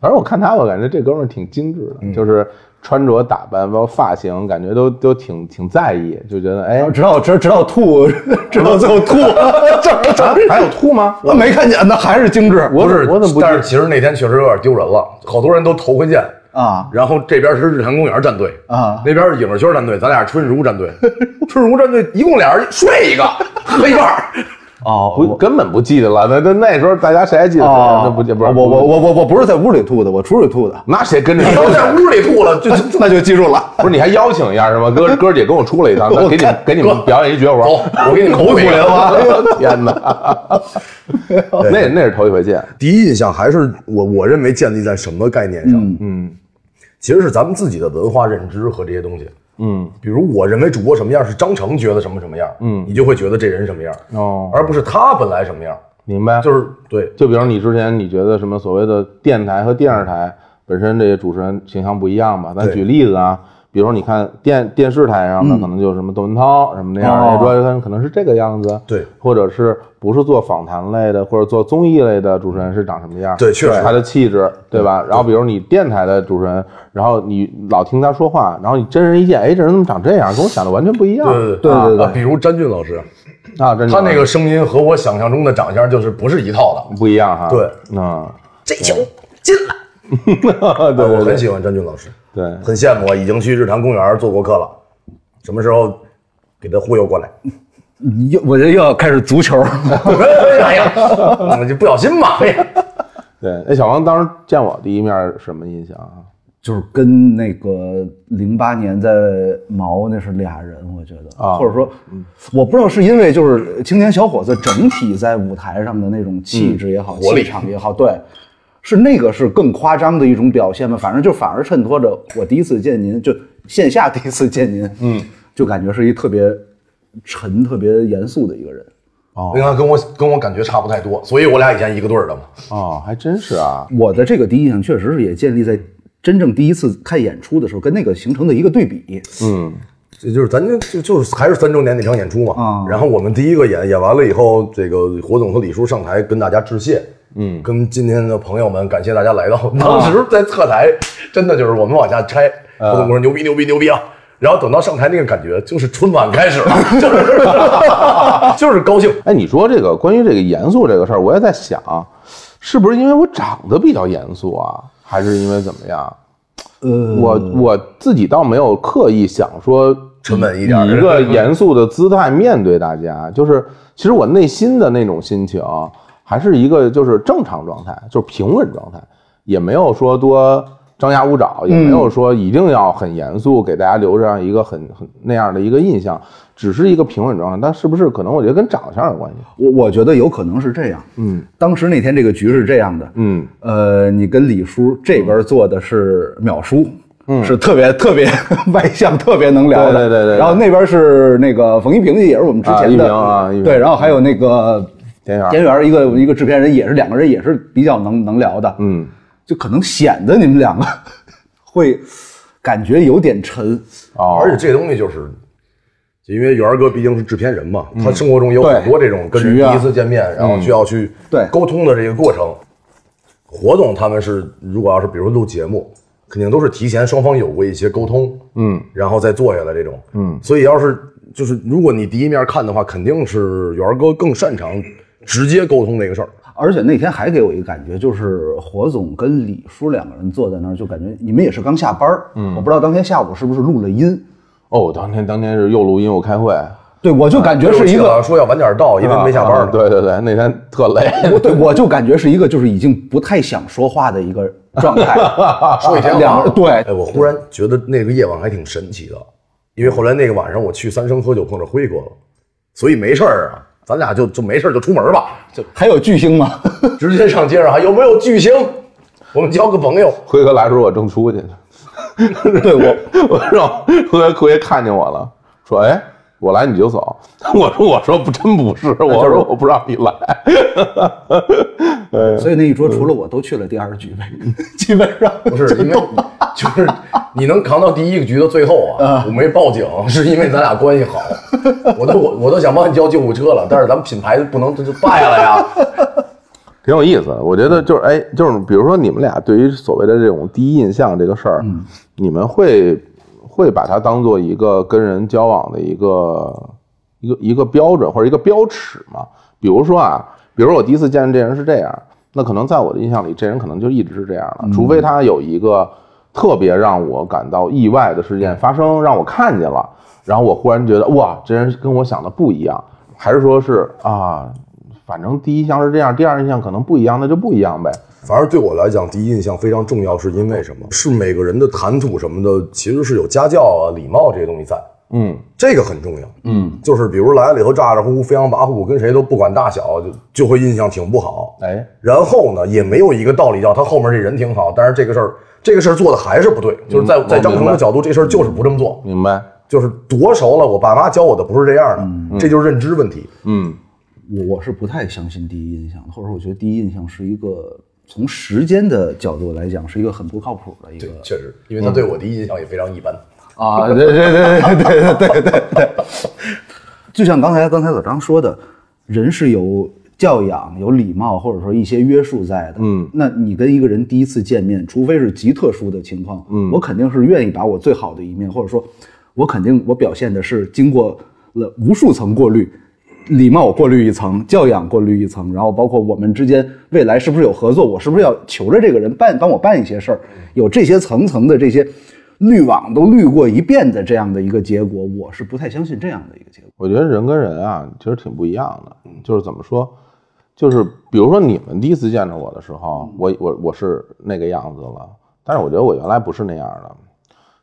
[SPEAKER 2] 反正我看他，我感觉这哥们儿挺精致的，
[SPEAKER 1] 嗯
[SPEAKER 2] 就是穿着打扮，包括发型，感觉都都挺挺在意，就觉得哎，
[SPEAKER 3] 直到直直到 吐，直到最后吐，这这
[SPEAKER 2] 还有吐吗？
[SPEAKER 3] 我没看 见，那还是精致
[SPEAKER 2] 我
[SPEAKER 1] 不是，
[SPEAKER 2] 怎我怎么不
[SPEAKER 1] 但
[SPEAKER 2] 知
[SPEAKER 1] 是其实那天确实有点丢人了，好多人都头婚见，
[SPEAKER 3] 啊
[SPEAKER 1] 然后这边是日坛公园战队
[SPEAKER 3] 啊
[SPEAKER 1] 那边是影视圈战队，咱俩是春日屋战队。春日屋战队一共俩人睡一个， 喝一半儿。
[SPEAKER 3] 哦
[SPEAKER 2] 不根本不记得了？那那那时候大家谁还记得谁？
[SPEAKER 3] 哦，
[SPEAKER 2] 那不记不
[SPEAKER 3] 我
[SPEAKER 2] 是
[SPEAKER 3] 我我我我我不是在屋里吐的，我出去吐的，
[SPEAKER 2] 那谁跟着
[SPEAKER 1] 你
[SPEAKER 2] 你？
[SPEAKER 1] 要在屋里吐了，就就
[SPEAKER 3] 那就记住了。
[SPEAKER 2] 不是你还邀请一下是吗？哥哥姐跟我出来一趟，咱给你给你们表演一绝活。
[SPEAKER 1] 走，我给你口水了
[SPEAKER 2] 哎呦天哪！那那是头一回见，
[SPEAKER 1] 第一印象还是我我认为建立在什么概念上？
[SPEAKER 2] 嗯
[SPEAKER 1] 其实是咱们自己的文化认知和这些东西。
[SPEAKER 2] 嗯
[SPEAKER 1] 比如我认为主播什么样，是张成觉得什么什么样，嗯，你就会觉得这人什么样，
[SPEAKER 2] 哦，
[SPEAKER 1] 而不是他本来什么样。
[SPEAKER 2] 明白。
[SPEAKER 1] 就是对，
[SPEAKER 2] 就比如你之前你觉得什么所谓的电台和电视台本身这些主持人形象不一样吧？咱
[SPEAKER 1] 对嗯
[SPEAKER 2] 举例子啊，比如说你看电电视台上的可能就是什么窦文涛什么那样
[SPEAKER 3] 哦
[SPEAKER 2] 的，主要人可能是这个样子，
[SPEAKER 1] 对，
[SPEAKER 2] 或者是不是做访谈类的或者做综艺类的主持人是长什么样？
[SPEAKER 1] 对确实
[SPEAKER 2] 他的气质，对吧？然后比如你电台的主持人，然后你老听他说话，然后你真人一见，哎，这人怎么长这样？跟我想的完全不一样。
[SPEAKER 1] 对
[SPEAKER 3] 对对对
[SPEAKER 1] 啊比如詹俊老师，
[SPEAKER 2] 啊，真的
[SPEAKER 1] 他那个声音和我想象中的长相就是不是一套的。
[SPEAKER 2] 不一样哈。
[SPEAKER 1] 对，
[SPEAKER 2] 嗯，
[SPEAKER 1] 这球进了，
[SPEAKER 2] 对
[SPEAKER 1] 我
[SPEAKER 2] 对
[SPEAKER 1] 很
[SPEAKER 2] 对
[SPEAKER 1] 喜欢詹俊老师，
[SPEAKER 2] 对。
[SPEAKER 1] 很羡慕啊，已经去日坛公园做过客了，什么时候给他忽悠过来？
[SPEAKER 3] 又我这又要开始足球了，
[SPEAKER 1] 哎呀，我就不小心嘛。哎呀
[SPEAKER 2] 对，哎那小王当时见我第一面是什么印象啊？
[SPEAKER 3] 就是跟那个零八年在毛那是俩人，我觉得，
[SPEAKER 2] 啊
[SPEAKER 3] 或者说，我不知道是因为就是青年小伙子整体在舞台上的那种气质也好，
[SPEAKER 1] 活力
[SPEAKER 3] 气场也好，对，是那个是更夸张的一种表现吧，反正就反而衬托着我第一次见您，就线下第一次见您，嗯，就感觉是一特别沉、特别严肃的一个人。
[SPEAKER 1] 你看，跟我跟我感觉差不太多，所以我俩以前一个队儿的嘛。
[SPEAKER 2] 哦，还真是啊。
[SPEAKER 3] 我的这个第一印象确实是也建立在真正第一次看演出的时候跟那个形成的一个对比。
[SPEAKER 2] 嗯，
[SPEAKER 1] 这就是咱就就就是还是三周年那场演出嘛，
[SPEAKER 3] 啊
[SPEAKER 1] 然后我们第一个演演完了以后，这个火总和李叔上台跟大家致谢，嗯，跟今天的朋友们感谢大家来到，当时在侧台真的就是我们往下拆，火总说牛逼牛逼牛逼啊，然后等到上台那个感觉就是春晚开始了，就是就是高兴，
[SPEAKER 2] 哎，你说这个关于这个严肃这个事儿，我也在想，是不是因为我长得比较严肃啊，还是因为怎么样？
[SPEAKER 3] 呃，
[SPEAKER 2] 我我自己倒没有刻意想说
[SPEAKER 1] 沉稳一点儿
[SPEAKER 2] 以一个严肃的姿态面对大家，就是其实我内心的那种心情还是一个就是正常状态，就是平稳状态，也没有说多张牙舞爪，也没有
[SPEAKER 1] 嗯
[SPEAKER 2] 说一定要很严肃，给大家留着一个很很那样的一个印象，只是一个平稳状态。但是不是可能我觉得跟长相有关系？
[SPEAKER 3] 我我觉得有可能是这样。
[SPEAKER 2] 嗯
[SPEAKER 3] 当时那天这个局是这样的，
[SPEAKER 2] 嗯
[SPEAKER 3] 呃，你跟李叔这边坐的是淼叔，嗯，是特别特别 外向、特别能聊的，
[SPEAKER 2] 对对对对对
[SPEAKER 3] 然后那边是那个冯一平，也是我们之前的
[SPEAKER 2] 啊一平啊一平
[SPEAKER 3] 对，然后还有那个
[SPEAKER 2] 田园儿
[SPEAKER 3] 田园，一个一个制片人，也是两个人也是比较能能聊的，
[SPEAKER 2] 嗯，
[SPEAKER 3] 就可能显得你们两个会感觉有点沉，
[SPEAKER 2] 哦，
[SPEAKER 1] 而且这东西就是，就因为元儿哥毕竟是制片人嘛，
[SPEAKER 2] 嗯
[SPEAKER 1] 他生活中有
[SPEAKER 3] 对
[SPEAKER 1] 很多这种跟人
[SPEAKER 3] 局啊
[SPEAKER 1] 第一次见面，然后需要去
[SPEAKER 3] 对
[SPEAKER 1] 沟通的这个过程。活动他们是如果要是比如录节目，肯定都是提前双方有过一些沟通，
[SPEAKER 2] 嗯，
[SPEAKER 1] 然后再坐下来这种，
[SPEAKER 2] 嗯，
[SPEAKER 1] 所以要是就是如果你第一面看的话，肯定是元儿哥更擅长直接沟通这个事儿。
[SPEAKER 3] 而且那天还给我一个感觉，就是火总跟李叔两个人坐在那儿，就感觉你们也是刚下班儿。嗯，我不知道当天下午是不是录了音。
[SPEAKER 2] 哦，当天当天是又录音又开会，
[SPEAKER 3] 对，我就感觉是一
[SPEAKER 1] 好
[SPEAKER 3] 个，
[SPEAKER 1] 像说要晚点到，因为没下班
[SPEAKER 2] 啊
[SPEAKER 1] 儿。
[SPEAKER 2] 对对对，那天特累。
[SPEAKER 3] 我 对我就感觉是一个，就是已经不太想说话的一个状 态。
[SPEAKER 1] 说以前
[SPEAKER 3] 啊两个对
[SPEAKER 1] 哎，我忽然觉得那个夜晚还挺神奇的，因为后来那个晚上我去三生喝酒碰着辉哥了，所以没事儿啊，咱俩就就没事儿就出门吧，就
[SPEAKER 3] 还有巨星吗？
[SPEAKER 1] 直接上街上还有没有巨星，我们交个朋友。
[SPEAKER 2] 辉哥来的时候我正出去呢，
[SPEAKER 3] 对我，
[SPEAKER 2] 我说辉辉看见我了，说哎，我来你就走。 我说我说不真不是，我说我不让你来。
[SPEAKER 3] 所以那一桌除了我都去了第二局呗，基本上
[SPEAKER 1] 不是因为 就是你能扛到第一个局的最后啊，我没报警是因为咱俩关系好，我都我我都想帮你叫救护车了，但是咱们品牌不能就就败了呀。
[SPEAKER 2] 挺有意思的。我觉得就是哎，就是比如说你们俩对于所谓的这种第一印象这个事儿，你们会会把它当做一个跟人交往的一个一个一个标准或者一个标尺吗？比如说啊，比如说我第一次见这人是这样，那可能在我的印象里，这人可能就一直是这样了，除非他有一个特别让我感到意外的事件发生，让我看见了。然后我忽然觉得，哇，这人跟我想的不一样，还是说是啊，反正第一印象是这样，第二印象可能不一样，那就不一样呗。
[SPEAKER 1] 反而对我来讲，第一印象非常重要，是因为什么？是每个人的谈吐什么的，其实是有家教啊、礼貌这些东西在，
[SPEAKER 2] 嗯
[SPEAKER 1] 这个很重要。
[SPEAKER 2] 嗯，
[SPEAKER 1] 就是比如来了以后咋咋呼呼、飞扬跋扈，跟谁都不管大小，就就会印象挺不好。
[SPEAKER 2] 哎，
[SPEAKER 1] 然后呢，也没有一个道理叫他后面这人挺好，但是这个事儿，这个事儿做的还是不对。就是在
[SPEAKER 2] 嗯我
[SPEAKER 1] 在张
[SPEAKER 2] 明
[SPEAKER 1] 成
[SPEAKER 2] 白
[SPEAKER 1] 的角度，这事儿就是不这么做，
[SPEAKER 2] 明白。
[SPEAKER 1] 就是多熟了，我爸妈教我的不是这样的，这就是认知问题。
[SPEAKER 2] 嗯
[SPEAKER 3] 我我是不太相信第一印象的，或者我觉得第一印象是一个从时间的角度来讲是一个很不靠谱的一个
[SPEAKER 1] 对，确实，因为他对我第一印象也非常一般。
[SPEAKER 2] 嗯
[SPEAKER 3] 啊，对对对对对对对对对，就像刚才刚才老张说的，人是有教养、有礼貌，或者说一些约束在的。
[SPEAKER 2] 嗯，
[SPEAKER 3] 那你跟一个人第一次见面，除非是极特殊的情况，嗯，我肯定是愿意把我最好的一面，或者说，我肯定我表现的是经过了无数层过滤。礼貌我过滤一层，教养过滤一层，然后包括我们之间未来是不是有合作，我是不是要求着这个人办帮我办一些事儿，有这些层层的这些滤网都滤过一遍的这样的一个结果，我是不太相信这样的一个结果。
[SPEAKER 2] 我觉得人跟人啊，其实挺不一样的。就是怎么说，就是比如说你们第一次见着我的时候，我我我是那个样子了，但是我觉得我原来不是那样的。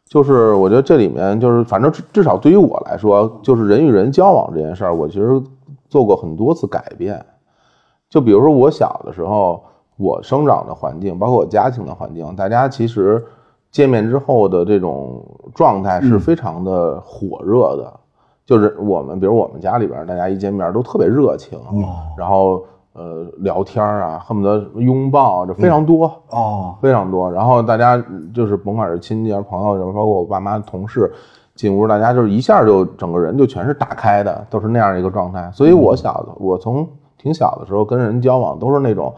[SPEAKER 2] 就是我觉得这里面就是，反正至至少对于我来说，就是人与人交往这件事儿，我其实做过很多次改变。就比如说我小的时候，我生长的环境，包括我家庭的环境，大家其实见面之后的这种状态是非常的火热的。就是我们，比如我们家里边儿，大家一见面都特别热情，
[SPEAKER 3] 嗯
[SPEAKER 2] 然后呃聊天儿啊，恨不得拥抱啊，这非常多。
[SPEAKER 3] 哦，
[SPEAKER 2] 非常多。然后大家嗯就是甭管是亲戚还是朋友，然后包括我爸妈、同事进屋，大家就是一下就整个人就全是打开的，都是那样一个状态。所以我小的，我从挺小的时候跟人交往都是那种，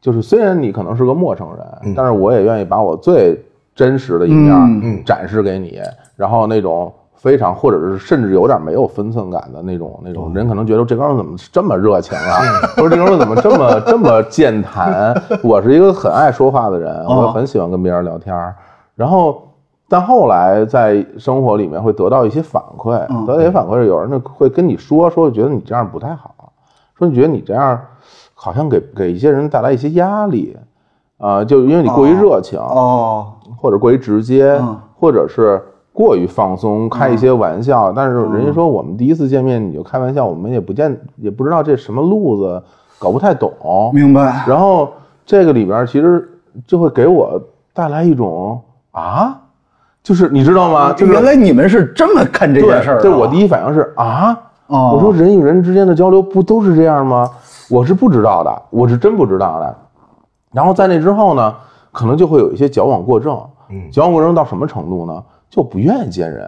[SPEAKER 2] 就是虽然你可能是个陌生人，但是我也愿意把我最真实的一面
[SPEAKER 3] 嗯
[SPEAKER 2] 儿展示给你，然后那种。非常，或者是甚至有点没有分寸感的那种那种人，可能觉得这哥们儿怎么这么热情啊，或者这哥们儿怎么这么 这么健 谈。我是一个很爱说话的人，
[SPEAKER 3] 哦
[SPEAKER 2] 我也很喜欢跟别人聊天儿。然后，但后来在生活里面会得到一些反馈，
[SPEAKER 3] 嗯
[SPEAKER 2] 得到一些反馈是有人呢会跟你说说，觉得你这样不太好，说你觉得你这样好像给给一些人带来一些压力。啊、就因为你过于热情，
[SPEAKER 3] 哦，
[SPEAKER 2] 或者过于直接
[SPEAKER 3] 嗯，
[SPEAKER 2] 或者是过于放松，开一些玩笑。但是人家
[SPEAKER 3] 嗯
[SPEAKER 2] 说我们第一次见面你就开玩笑，我们也不见也不知道这什么路子，搞不太懂。
[SPEAKER 3] 明白。
[SPEAKER 2] 然后这个里边其实就会给我带来一种啊，就是你知道吗？就是
[SPEAKER 3] 原来你们是这么看这件事儿、啊。
[SPEAKER 2] 对，对我第一反应是啊，
[SPEAKER 3] 哦
[SPEAKER 2] 我说人与人之间的交流不都是这样吗？我是不知道的，我是真不知道的。然后在那之后呢，可能就会有一些矫枉过正。
[SPEAKER 1] 嗯
[SPEAKER 2] 矫枉过正到什么程度呢？就不愿意见人，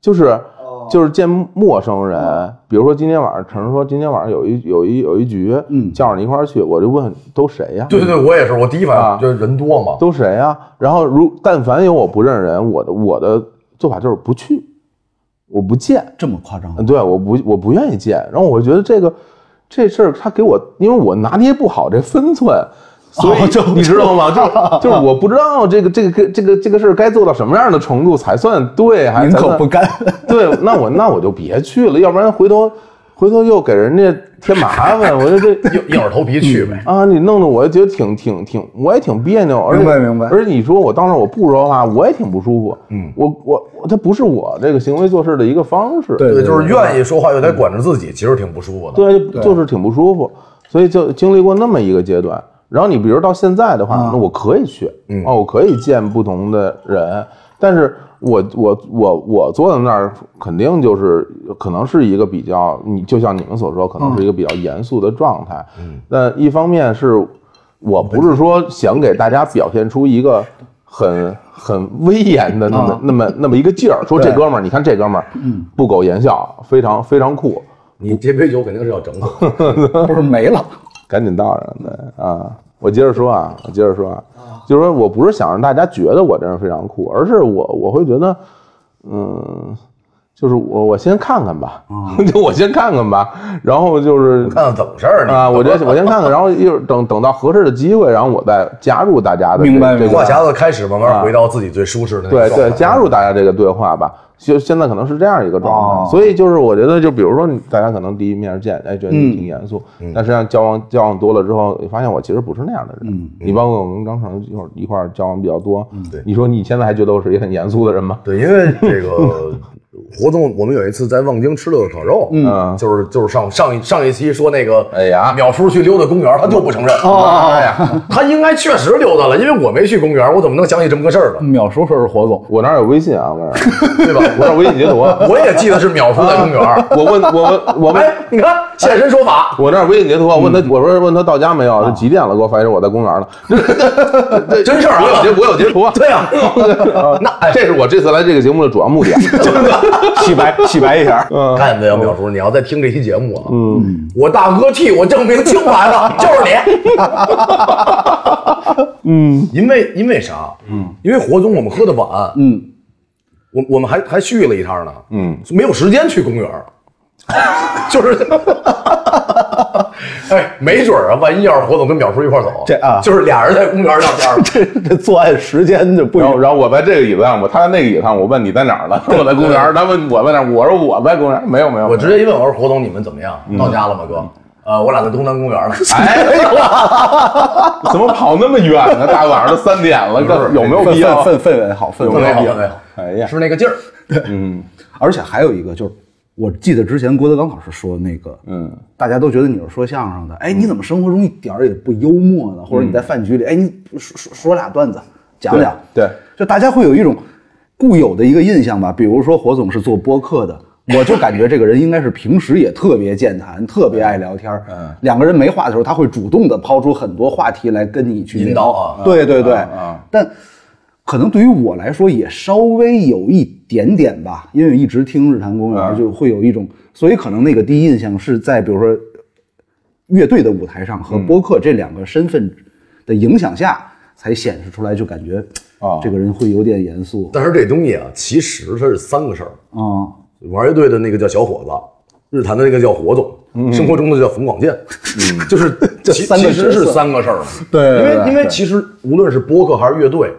[SPEAKER 2] 就是
[SPEAKER 1] 哦
[SPEAKER 2] 就是见陌生人。比如说今天晚上，陈说今天晚上有一有一有一局，
[SPEAKER 3] 嗯
[SPEAKER 2] 叫上你一块儿去，我就问都谁呀？
[SPEAKER 1] 对对对，我也是，我第一反
[SPEAKER 2] 啊
[SPEAKER 1] 应就是人多嘛，
[SPEAKER 2] 都谁呀、然后如但凡有我不认识人，我的我的做法就是不去，我不见。
[SPEAKER 3] 这么夸张啊
[SPEAKER 2] 嗯，对，我不我不愿意见。然后我觉得这个这事儿，他给我，因为我拿捏不好这分寸，所以、
[SPEAKER 3] 哦就
[SPEAKER 2] 你知道 吗？就是就是我不知道这个这个这个这个事儿该做到什么样的程度才算对，还
[SPEAKER 3] 您
[SPEAKER 2] 才
[SPEAKER 3] 可
[SPEAKER 2] 算
[SPEAKER 3] 不干。
[SPEAKER 2] 对，那我那我就别去了，要不然回头回头又给人家添麻烦。我觉得这
[SPEAKER 1] 硬硬着头皮去呗。
[SPEAKER 2] 啊，你弄得我觉得挺挺挺，我也挺别扭，而且
[SPEAKER 3] 明白明白
[SPEAKER 2] 而且你说我当时我不说话，我也挺不舒服。嗯，我我我这不是我这个行为做事的一个方式。
[SPEAKER 3] 对
[SPEAKER 1] 对，就是愿意说话又得管着自己，其实挺不舒服的。
[SPEAKER 2] 对，就就是挺不舒服，所以就经历过那么一个阶段。然后你比如到现在的话，那我可以去，
[SPEAKER 1] 嗯
[SPEAKER 2] 哦，我可以见不同的人，但是我我我我坐在那儿，肯定就是可能是一个比较，你就像你们所说，可能是一个比较严肃的状态。嗯，那一方面是我不是说想给大家表现出一个很很威严的那么、那么那么一个劲儿，说这
[SPEAKER 3] 对
[SPEAKER 2] 哥们儿，你看这哥们儿，嗯，不苟言笑，非常非常酷。
[SPEAKER 1] 你这杯酒肯定是要整我。
[SPEAKER 3] 不是没了。
[SPEAKER 2] 赶紧倒上，
[SPEAKER 3] 嗯
[SPEAKER 2] 对啊。我接着说啊，我接着说啊，就是说我不是想让大家觉得我这人非常酷，而是我我会觉得，嗯，就是我我先看看吧，
[SPEAKER 3] 嗯
[SPEAKER 2] 就我先看看吧，然后就是
[SPEAKER 1] 看看怎么事儿呢？
[SPEAKER 2] 啊， 我觉得我先看看，然后一会儿等等到合适的机会，然后我再加入大家的这
[SPEAKER 3] 明白
[SPEAKER 2] 这
[SPEAKER 3] 明
[SPEAKER 2] 个
[SPEAKER 3] 白
[SPEAKER 1] 话匣子开始慢慢回到自己最舒适的那个
[SPEAKER 2] 对
[SPEAKER 1] 状态
[SPEAKER 2] 对，加入大家这个对话吧。就现在可能是这样一个状态，
[SPEAKER 3] 哦
[SPEAKER 2] 所以就是我觉得，就比如说你大家可能第一面见，哎，觉得
[SPEAKER 1] 嗯
[SPEAKER 2] 你挺严肃，但实际上交往交往多了之后，你发现我其实不是那样的人。你包括我们刚成一会儿一块儿交往比较多，
[SPEAKER 1] 嗯对
[SPEAKER 2] 你说你现在还觉得我是一个很严肃的人吗？
[SPEAKER 1] 对，因为这个活动，我们有一次在望京吃了个烤肉，啊
[SPEAKER 2] 嗯
[SPEAKER 1] 就是就是上上一上一期说那个，
[SPEAKER 2] 哎呀
[SPEAKER 1] 淼叔去溜达公园，他就不承认，啊
[SPEAKER 2] 哎呀，
[SPEAKER 1] 他应该确实溜达了，因为我没去公园，我怎么能想起这么个事儿呢？
[SPEAKER 3] 秒叔说是 火总，
[SPEAKER 2] 我哪有微信啊？我这
[SPEAKER 1] 对吧？
[SPEAKER 2] 我有微信截图 啊，
[SPEAKER 1] 我也记得是淼叔在公园，
[SPEAKER 2] 我问我问 我问
[SPEAKER 1] 哎，嗯你看现身说法，
[SPEAKER 2] 我那儿微信截图啊，问他，我说问他到家没有？
[SPEAKER 1] 哦
[SPEAKER 2] 这几点了？给我发一声，我在公园呢。 这
[SPEAKER 1] 真事儿啊
[SPEAKER 2] 我有截，我有截图 啊。
[SPEAKER 1] 对呀，哦哎
[SPEAKER 2] 那这是我这次来这个节目的主要目的。啊
[SPEAKER 3] 洗白洗白一下。
[SPEAKER 1] 看见没有，淼叔，你要再听这期节目啊，嗯，我大哥替我证明清白了，就是你。嗯，因为因为啥？嗯，因为火总我们喝的晚，
[SPEAKER 3] 嗯，
[SPEAKER 1] 我我们还还续了一趟呢，
[SPEAKER 2] 嗯，
[SPEAKER 1] 没有时间去公园儿， 就是， 哎，没准儿啊，万一要是火总跟淼叔一块儿走，
[SPEAKER 3] 这啊
[SPEAKER 1] 就是俩人在公园儿聊天儿
[SPEAKER 3] 这 这作案时间就不
[SPEAKER 2] 然后，然后我在这个椅子上，我他在那个椅子上，我问你在哪儿了？我在公园儿。他问我在哪儿，我说我在公园儿。没有没有，
[SPEAKER 1] 我直接一问，我说火总你们怎么样？到家了吗，哥？呃，我俩在东南公园儿呢。
[SPEAKER 2] 哎，怎么跑那么远呢？大晚上都三点了，这有没有必要？
[SPEAKER 3] 氛氛氛围好，氛
[SPEAKER 1] 氛
[SPEAKER 3] 围
[SPEAKER 1] 围好，嗯
[SPEAKER 3] 好。
[SPEAKER 1] 氛围好，
[SPEAKER 2] 哎呀
[SPEAKER 1] 是那个劲儿。
[SPEAKER 3] 而且还有一个就是，我记得之前郭德纲老师说那个，
[SPEAKER 2] 嗯，
[SPEAKER 3] 大家都觉得你是说相声的，哎，你怎么生活中一点儿也不幽默呢？或者你在饭局里，哎，你说说说俩段子，讲讲，
[SPEAKER 2] 对对
[SPEAKER 3] 就大家会有一种固有的一个印象吧。比如说火总是做播客的。我就感觉这个人应该是平时也特别健谈，特别爱聊天儿。嗯，两个人没话的时候，他会主动的抛出很多话题来跟你去
[SPEAKER 1] 引
[SPEAKER 3] 聊
[SPEAKER 1] 导啊
[SPEAKER 3] 对对对，
[SPEAKER 2] 啊
[SPEAKER 3] 但可能对于我来说也稍微有一点点吧，因为一直听日坛公
[SPEAKER 2] 啊
[SPEAKER 3] 园就会有一种，所以可能那个第一印象是在比如说呃乐队的舞台上和播客这两个身份的影响下，才显示出来，就感觉
[SPEAKER 2] 啊
[SPEAKER 3] 这个人会有点严肃
[SPEAKER 1] 但是这东西啊，其实它是三个事儿。
[SPEAKER 3] 啊。
[SPEAKER 1] 玩乐队的那个叫小伙子，日坛的那个叫火总，生活中的叫冯广建， 就是嗯这
[SPEAKER 3] 三个
[SPEAKER 1] 其实
[SPEAKER 3] 角
[SPEAKER 1] 是
[SPEAKER 3] 色
[SPEAKER 1] 三个事儿嘛。
[SPEAKER 3] 对
[SPEAKER 1] 因
[SPEAKER 3] 对对
[SPEAKER 1] 为因为其实无论是播客还是乐队，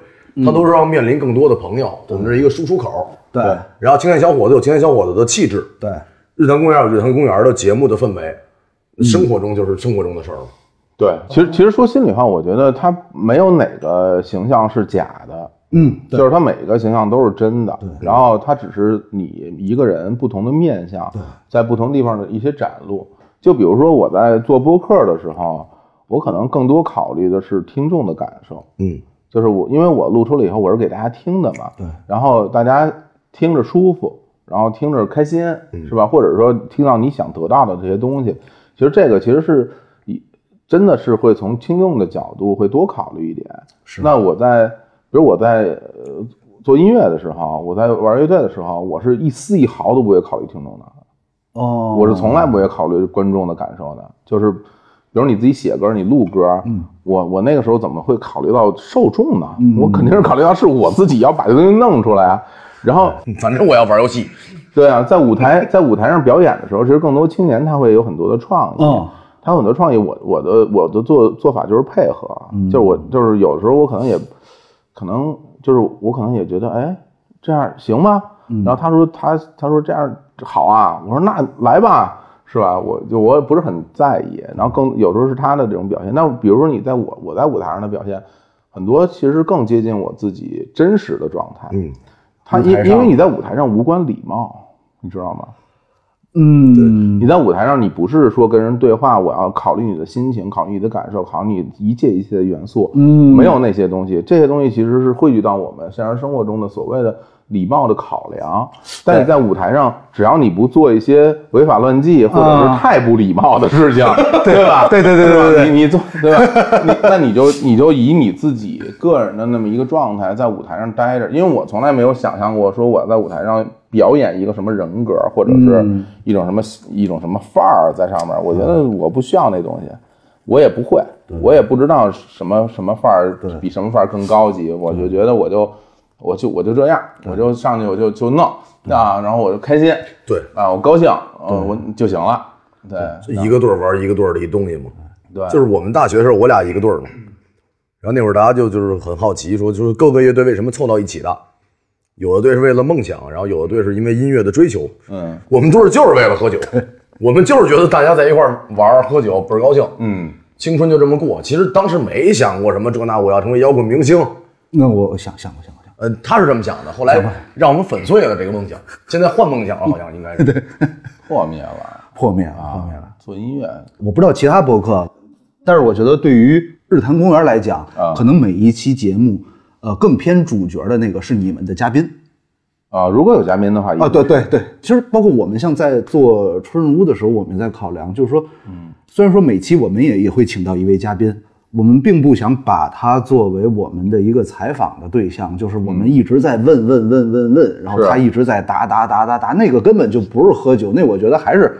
[SPEAKER 1] 他都是要面临更多的朋友，我们是一个输出口。
[SPEAKER 3] 对
[SPEAKER 1] 然后青年小伙子有青年小伙子的气质，
[SPEAKER 3] 对，
[SPEAKER 1] 日坛公园有日坛公园的节目的氛围，生活中就是生活中的事儿嘛。
[SPEAKER 2] 对，其实其实说心里话，我觉得他没有哪个形象是假的，
[SPEAKER 3] 嗯，对
[SPEAKER 2] 就是他每个形象都是真的，然后他只是你一个人不同的面相，在不同地方的一些展露。就比如说我在做播客的时候，我可能更多考虑的是听众的感受，
[SPEAKER 1] 嗯，
[SPEAKER 2] 就是我因为我录出来以后我是给大家听的嘛，对，然后大家听着舒服，然后听着开心，是吧？或者说听到你想得到的这些东西，其实这个其实是一真的是会从听众的角度会多考虑一点。是，那我在比如我在呃做音乐的时候，我在玩乐队的时候，我是一丝一毫都不会考虑听众的。
[SPEAKER 3] 哦，
[SPEAKER 2] 我是从来不会考虑观众的感受的，就是比如你自己写歌，你录歌，
[SPEAKER 3] 嗯
[SPEAKER 2] 我我那个时候怎么会考虑到受众呢？我肯定是考虑到是我自己要把这东西弄出来啊。然后，
[SPEAKER 1] 反正我要玩游戏，
[SPEAKER 2] 对啊，在舞台在舞台上表演的时候，其实更多青年他会有很多的创意，
[SPEAKER 3] 嗯
[SPEAKER 2] 他有很多创意。我我的我的做做法就是配合，
[SPEAKER 3] 嗯
[SPEAKER 2] 就是我就是有时候我可能也可能就是我可能也觉得，哎，这样行吗？然后他说他他说这样好啊，我说那来吧，是吧？我就我也不是很在意，然后更有时候是他的这种表现。那比如说你在我我在舞台上的表现，很多其实更接近我自己真实的状态。
[SPEAKER 1] 嗯，
[SPEAKER 2] 他因
[SPEAKER 3] 舞台上
[SPEAKER 2] 因为你在舞台上无关礼貌，你知道吗？
[SPEAKER 3] 嗯，
[SPEAKER 2] 你在舞台上，你不是说跟人对话，我要考虑你的心情，考虑你的感受，考虑你一切一切的元素，
[SPEAKER 3] 嗯
[SPEAKER 2] 没有那些东西，这些东西其实是汇聚到我们现实生活中的所谓的礼貌的考量。但你在舞台上，只要你不做一些违法乱纪或者
[SPEAKER 3] 啊
[SPEAKER 2] 是太不礼貌的事情，对吧？
[SPEAKER 3] 对对对对
[SPEAKER 2] 吧
[SPEAKER 3] 对对
[SPEAKER 2] 你你做对 吧？你那你就你就以你自己个人的那么一个状态在舞台上待着，因为我从来没有想象过说我在舞台上表演一个什么人格，或者是
[SPEAKER 3] 嗯
[SPEAKER 2] 一种什么、一种什么范儿在上面。我觉得我不需要那东西，我也不会，我也不知道什么什么范儿比什么范儿更高级。我就觉得我就我就我就这样，我就上去我就就弄啊，然后我就开心
[SPEAKER 1] 对，
[SPEAKER 2] 啊，我高兴，呃我就行了。对，
[SPEAKER 1] 一个队儿玩一个队儿的一东西嘛。
[SPEAKER 2] 嗯对，嗯
[SPEAKER 1] 就是我们大学时候，我俩一个队儿嘛。然后那会儿大家就就是很好奇，说就是各个乐队为什么凑到一起的？有的队是为了梦想，然后有的队是因为音乐的追求。
[SPEAKER 2] 嗯
[SPEAKER 1] 我们队儿就是为了喝酒，我们就是觉得大家在一块儿玩儿喝酒倍儿高兴，
[SPEAKER 2] 嗯。
[SPEAKER 1] 青春就这么过。其实当时没想过什么这那，我要成为摇滚明星。
[SPEAKER 3] 那我想想过想过想
[SPEAKER 1] 呃，他是这么想的，后来让我们粉碎了这个梦想。现在换梦想了，好像 应该是。对，
[SPEAKER 2] 破灭了，
[SPEAKER 3] 过，破灭了，
[SPEAKER 2] 啊
[SPEAKER 3] 破灭了。
[SPEAKER 2] 做音乐，
[SPEAKER 3] 我不知道其他播客，但是我觉得对于日坛公园来讲，
[SPEAKER 2] 啊
[SPEAKER 3] 可能每一期节目，呃，更偏主角的那个是你们的嘉宾
[SPEAKER 2] 啊，如果有嘉宾的话，
[SPEAKER 3] 啊，对对对。其实包括我们像在做春日屋的时候，我们也在考量，就是说，嗯，虽然说每期我们也也会请到一位嘉宾。我们并不想把它作为我们的一个采访的对象，就是我们一直在问问问问问，然后
[SPEAKER 2] 是
[SPEAKER 3] 他一直在答答答答答，那个根本就不是喝酒，那我觉得还是，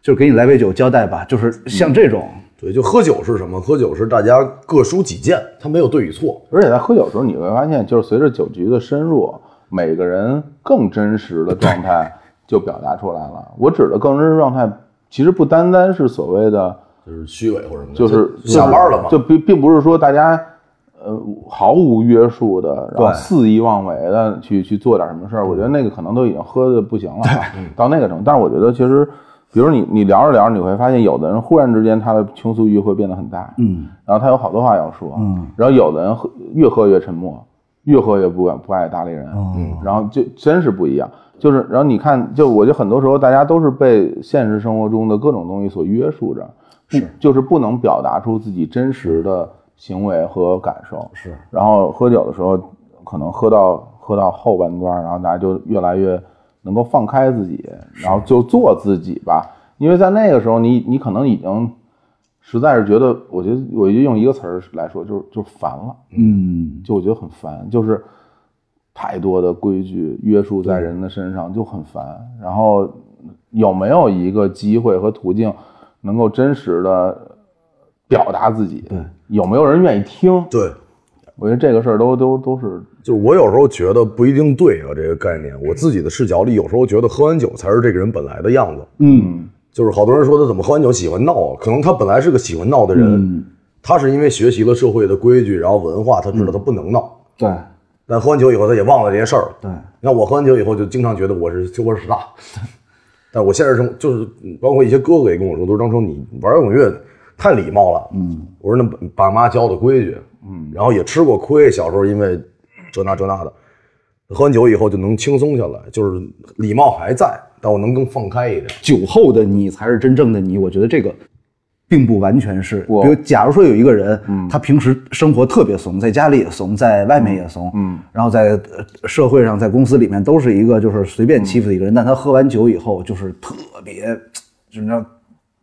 [SPEAKER 3] 就是给你来杯酒交代吧，就是像这种，
[SPEAKER 1] 就喝酒是什么？喝酒是大家各抒己见，他没有对与错。
[SPEAKER 2] 而且在喝酒的时候，你会发现，就是随着酒局的深入，每个人更真实的状态就表达出来了。我指的更真实状态，其实不单单是所谓的，
[SPEAKER 1] 就是虚伪或者什么的，
[SPEAKER 2] 就是
[SPEAKER 1] 下班了嘛，
[SPEAKER 2] 就并并不是说大家。呃，毫无约束的，然后
[SPEAKER 3] 对
[SPEAKER 2] 肆意妄为的去去做点什么事儿，我觉得那个可能都已经喝的不行了，啊
[SPEAKER 1] 嗯
[SPEAKER 2] 到那个程度。但是我觉得其实，比如你你聊着聊着，你会发现有的人忽然之间他的倾诉欲会变得很大，
[SPEAKER 3] 嗯，
[SPEAKER 2] 然后他有好多话要说，
[SPEAKER 3] 嗯，
[SPEAKER 2] 然后有的人喝越喝越沉默，越喝越不敢不爱搭理人，
[SPEAKER 3] 嗯，
[SPEAKER 2] 然后就真是不一样，就是然后你看，就我觉得很多时候大家都是被现实生活中的各种东西所约束着，是，就是不能表达出自己真实的行为和感受，是，然后喝酒的时候可能喝到喝到后半段，然后大家就越来越能够放开自己，然后就做自己吧，因为在那个时候你你可能已经。实在是觉得，我觉得我就用一个词儿来说，就是就是烦了，
[SPEAKER 3] 嗯，
[SPEAKER 2] 就我觉得很烦，就是太多的规矩约束在人的身上就很烦。然后有没有一个机会和途径能够真实的表达自己？
[SPEAKER 3] 对，
[SPEAKER 2] 有没有人愿意听？
[SPEAKER 1] 对，
[SPEAKER 2] 我觉得这个事儿都都都是
[SPEAKER 1] 就是我有时候觉得不一定对啊，这个概念，我自己的视角里，有时候觉得喝完酒才是这个人本来的样子。
[SPEAKER 3] 嗯，
[SPEAKER 1] 就是好多人说他怎么喝完酒喜欢闹啊，可能他本来是个喜欢闹的人，
[SPEAKER 2] 嗯
[SPEAKER 1] 他是因为学习了社会的规矩，然后文化，他知道他不能闹，
[SPEAKER 2] 嗯
[SPEAKER 3] 对
[SPEAKER 1] 但喝完酒以后他也忘了这些事儿了。
[SPEAKER 3] 对，
[SPEAKER 1] 你看我喝完酒以后就经常觉得我是酒窝屎大， 但我现实中就是嗯包括一些哥哥也跟我说，都是张成你玩摇滚乐太礼貌了。嗯，我说那爸妈教的规矩，嗯，然后也吃过亏，小时候因为这那这那的，喝完酒以后就能轻松下来，就是礼貌还在，但我能更放开一点。
[SPEAKER 3] 酒后的你才是真正的你，我觉得这个。并不完全是，
[SPEAKER 2] 我
[SPEAKER 3] 比如假如说有一个人，他平时生活特别怂，在家里也怂，在外面也怂，嗯，然后在呃社会上、在公司里面都是一个就是随便欺负的一个人，但他喝完酒以后就是特别，就是你知道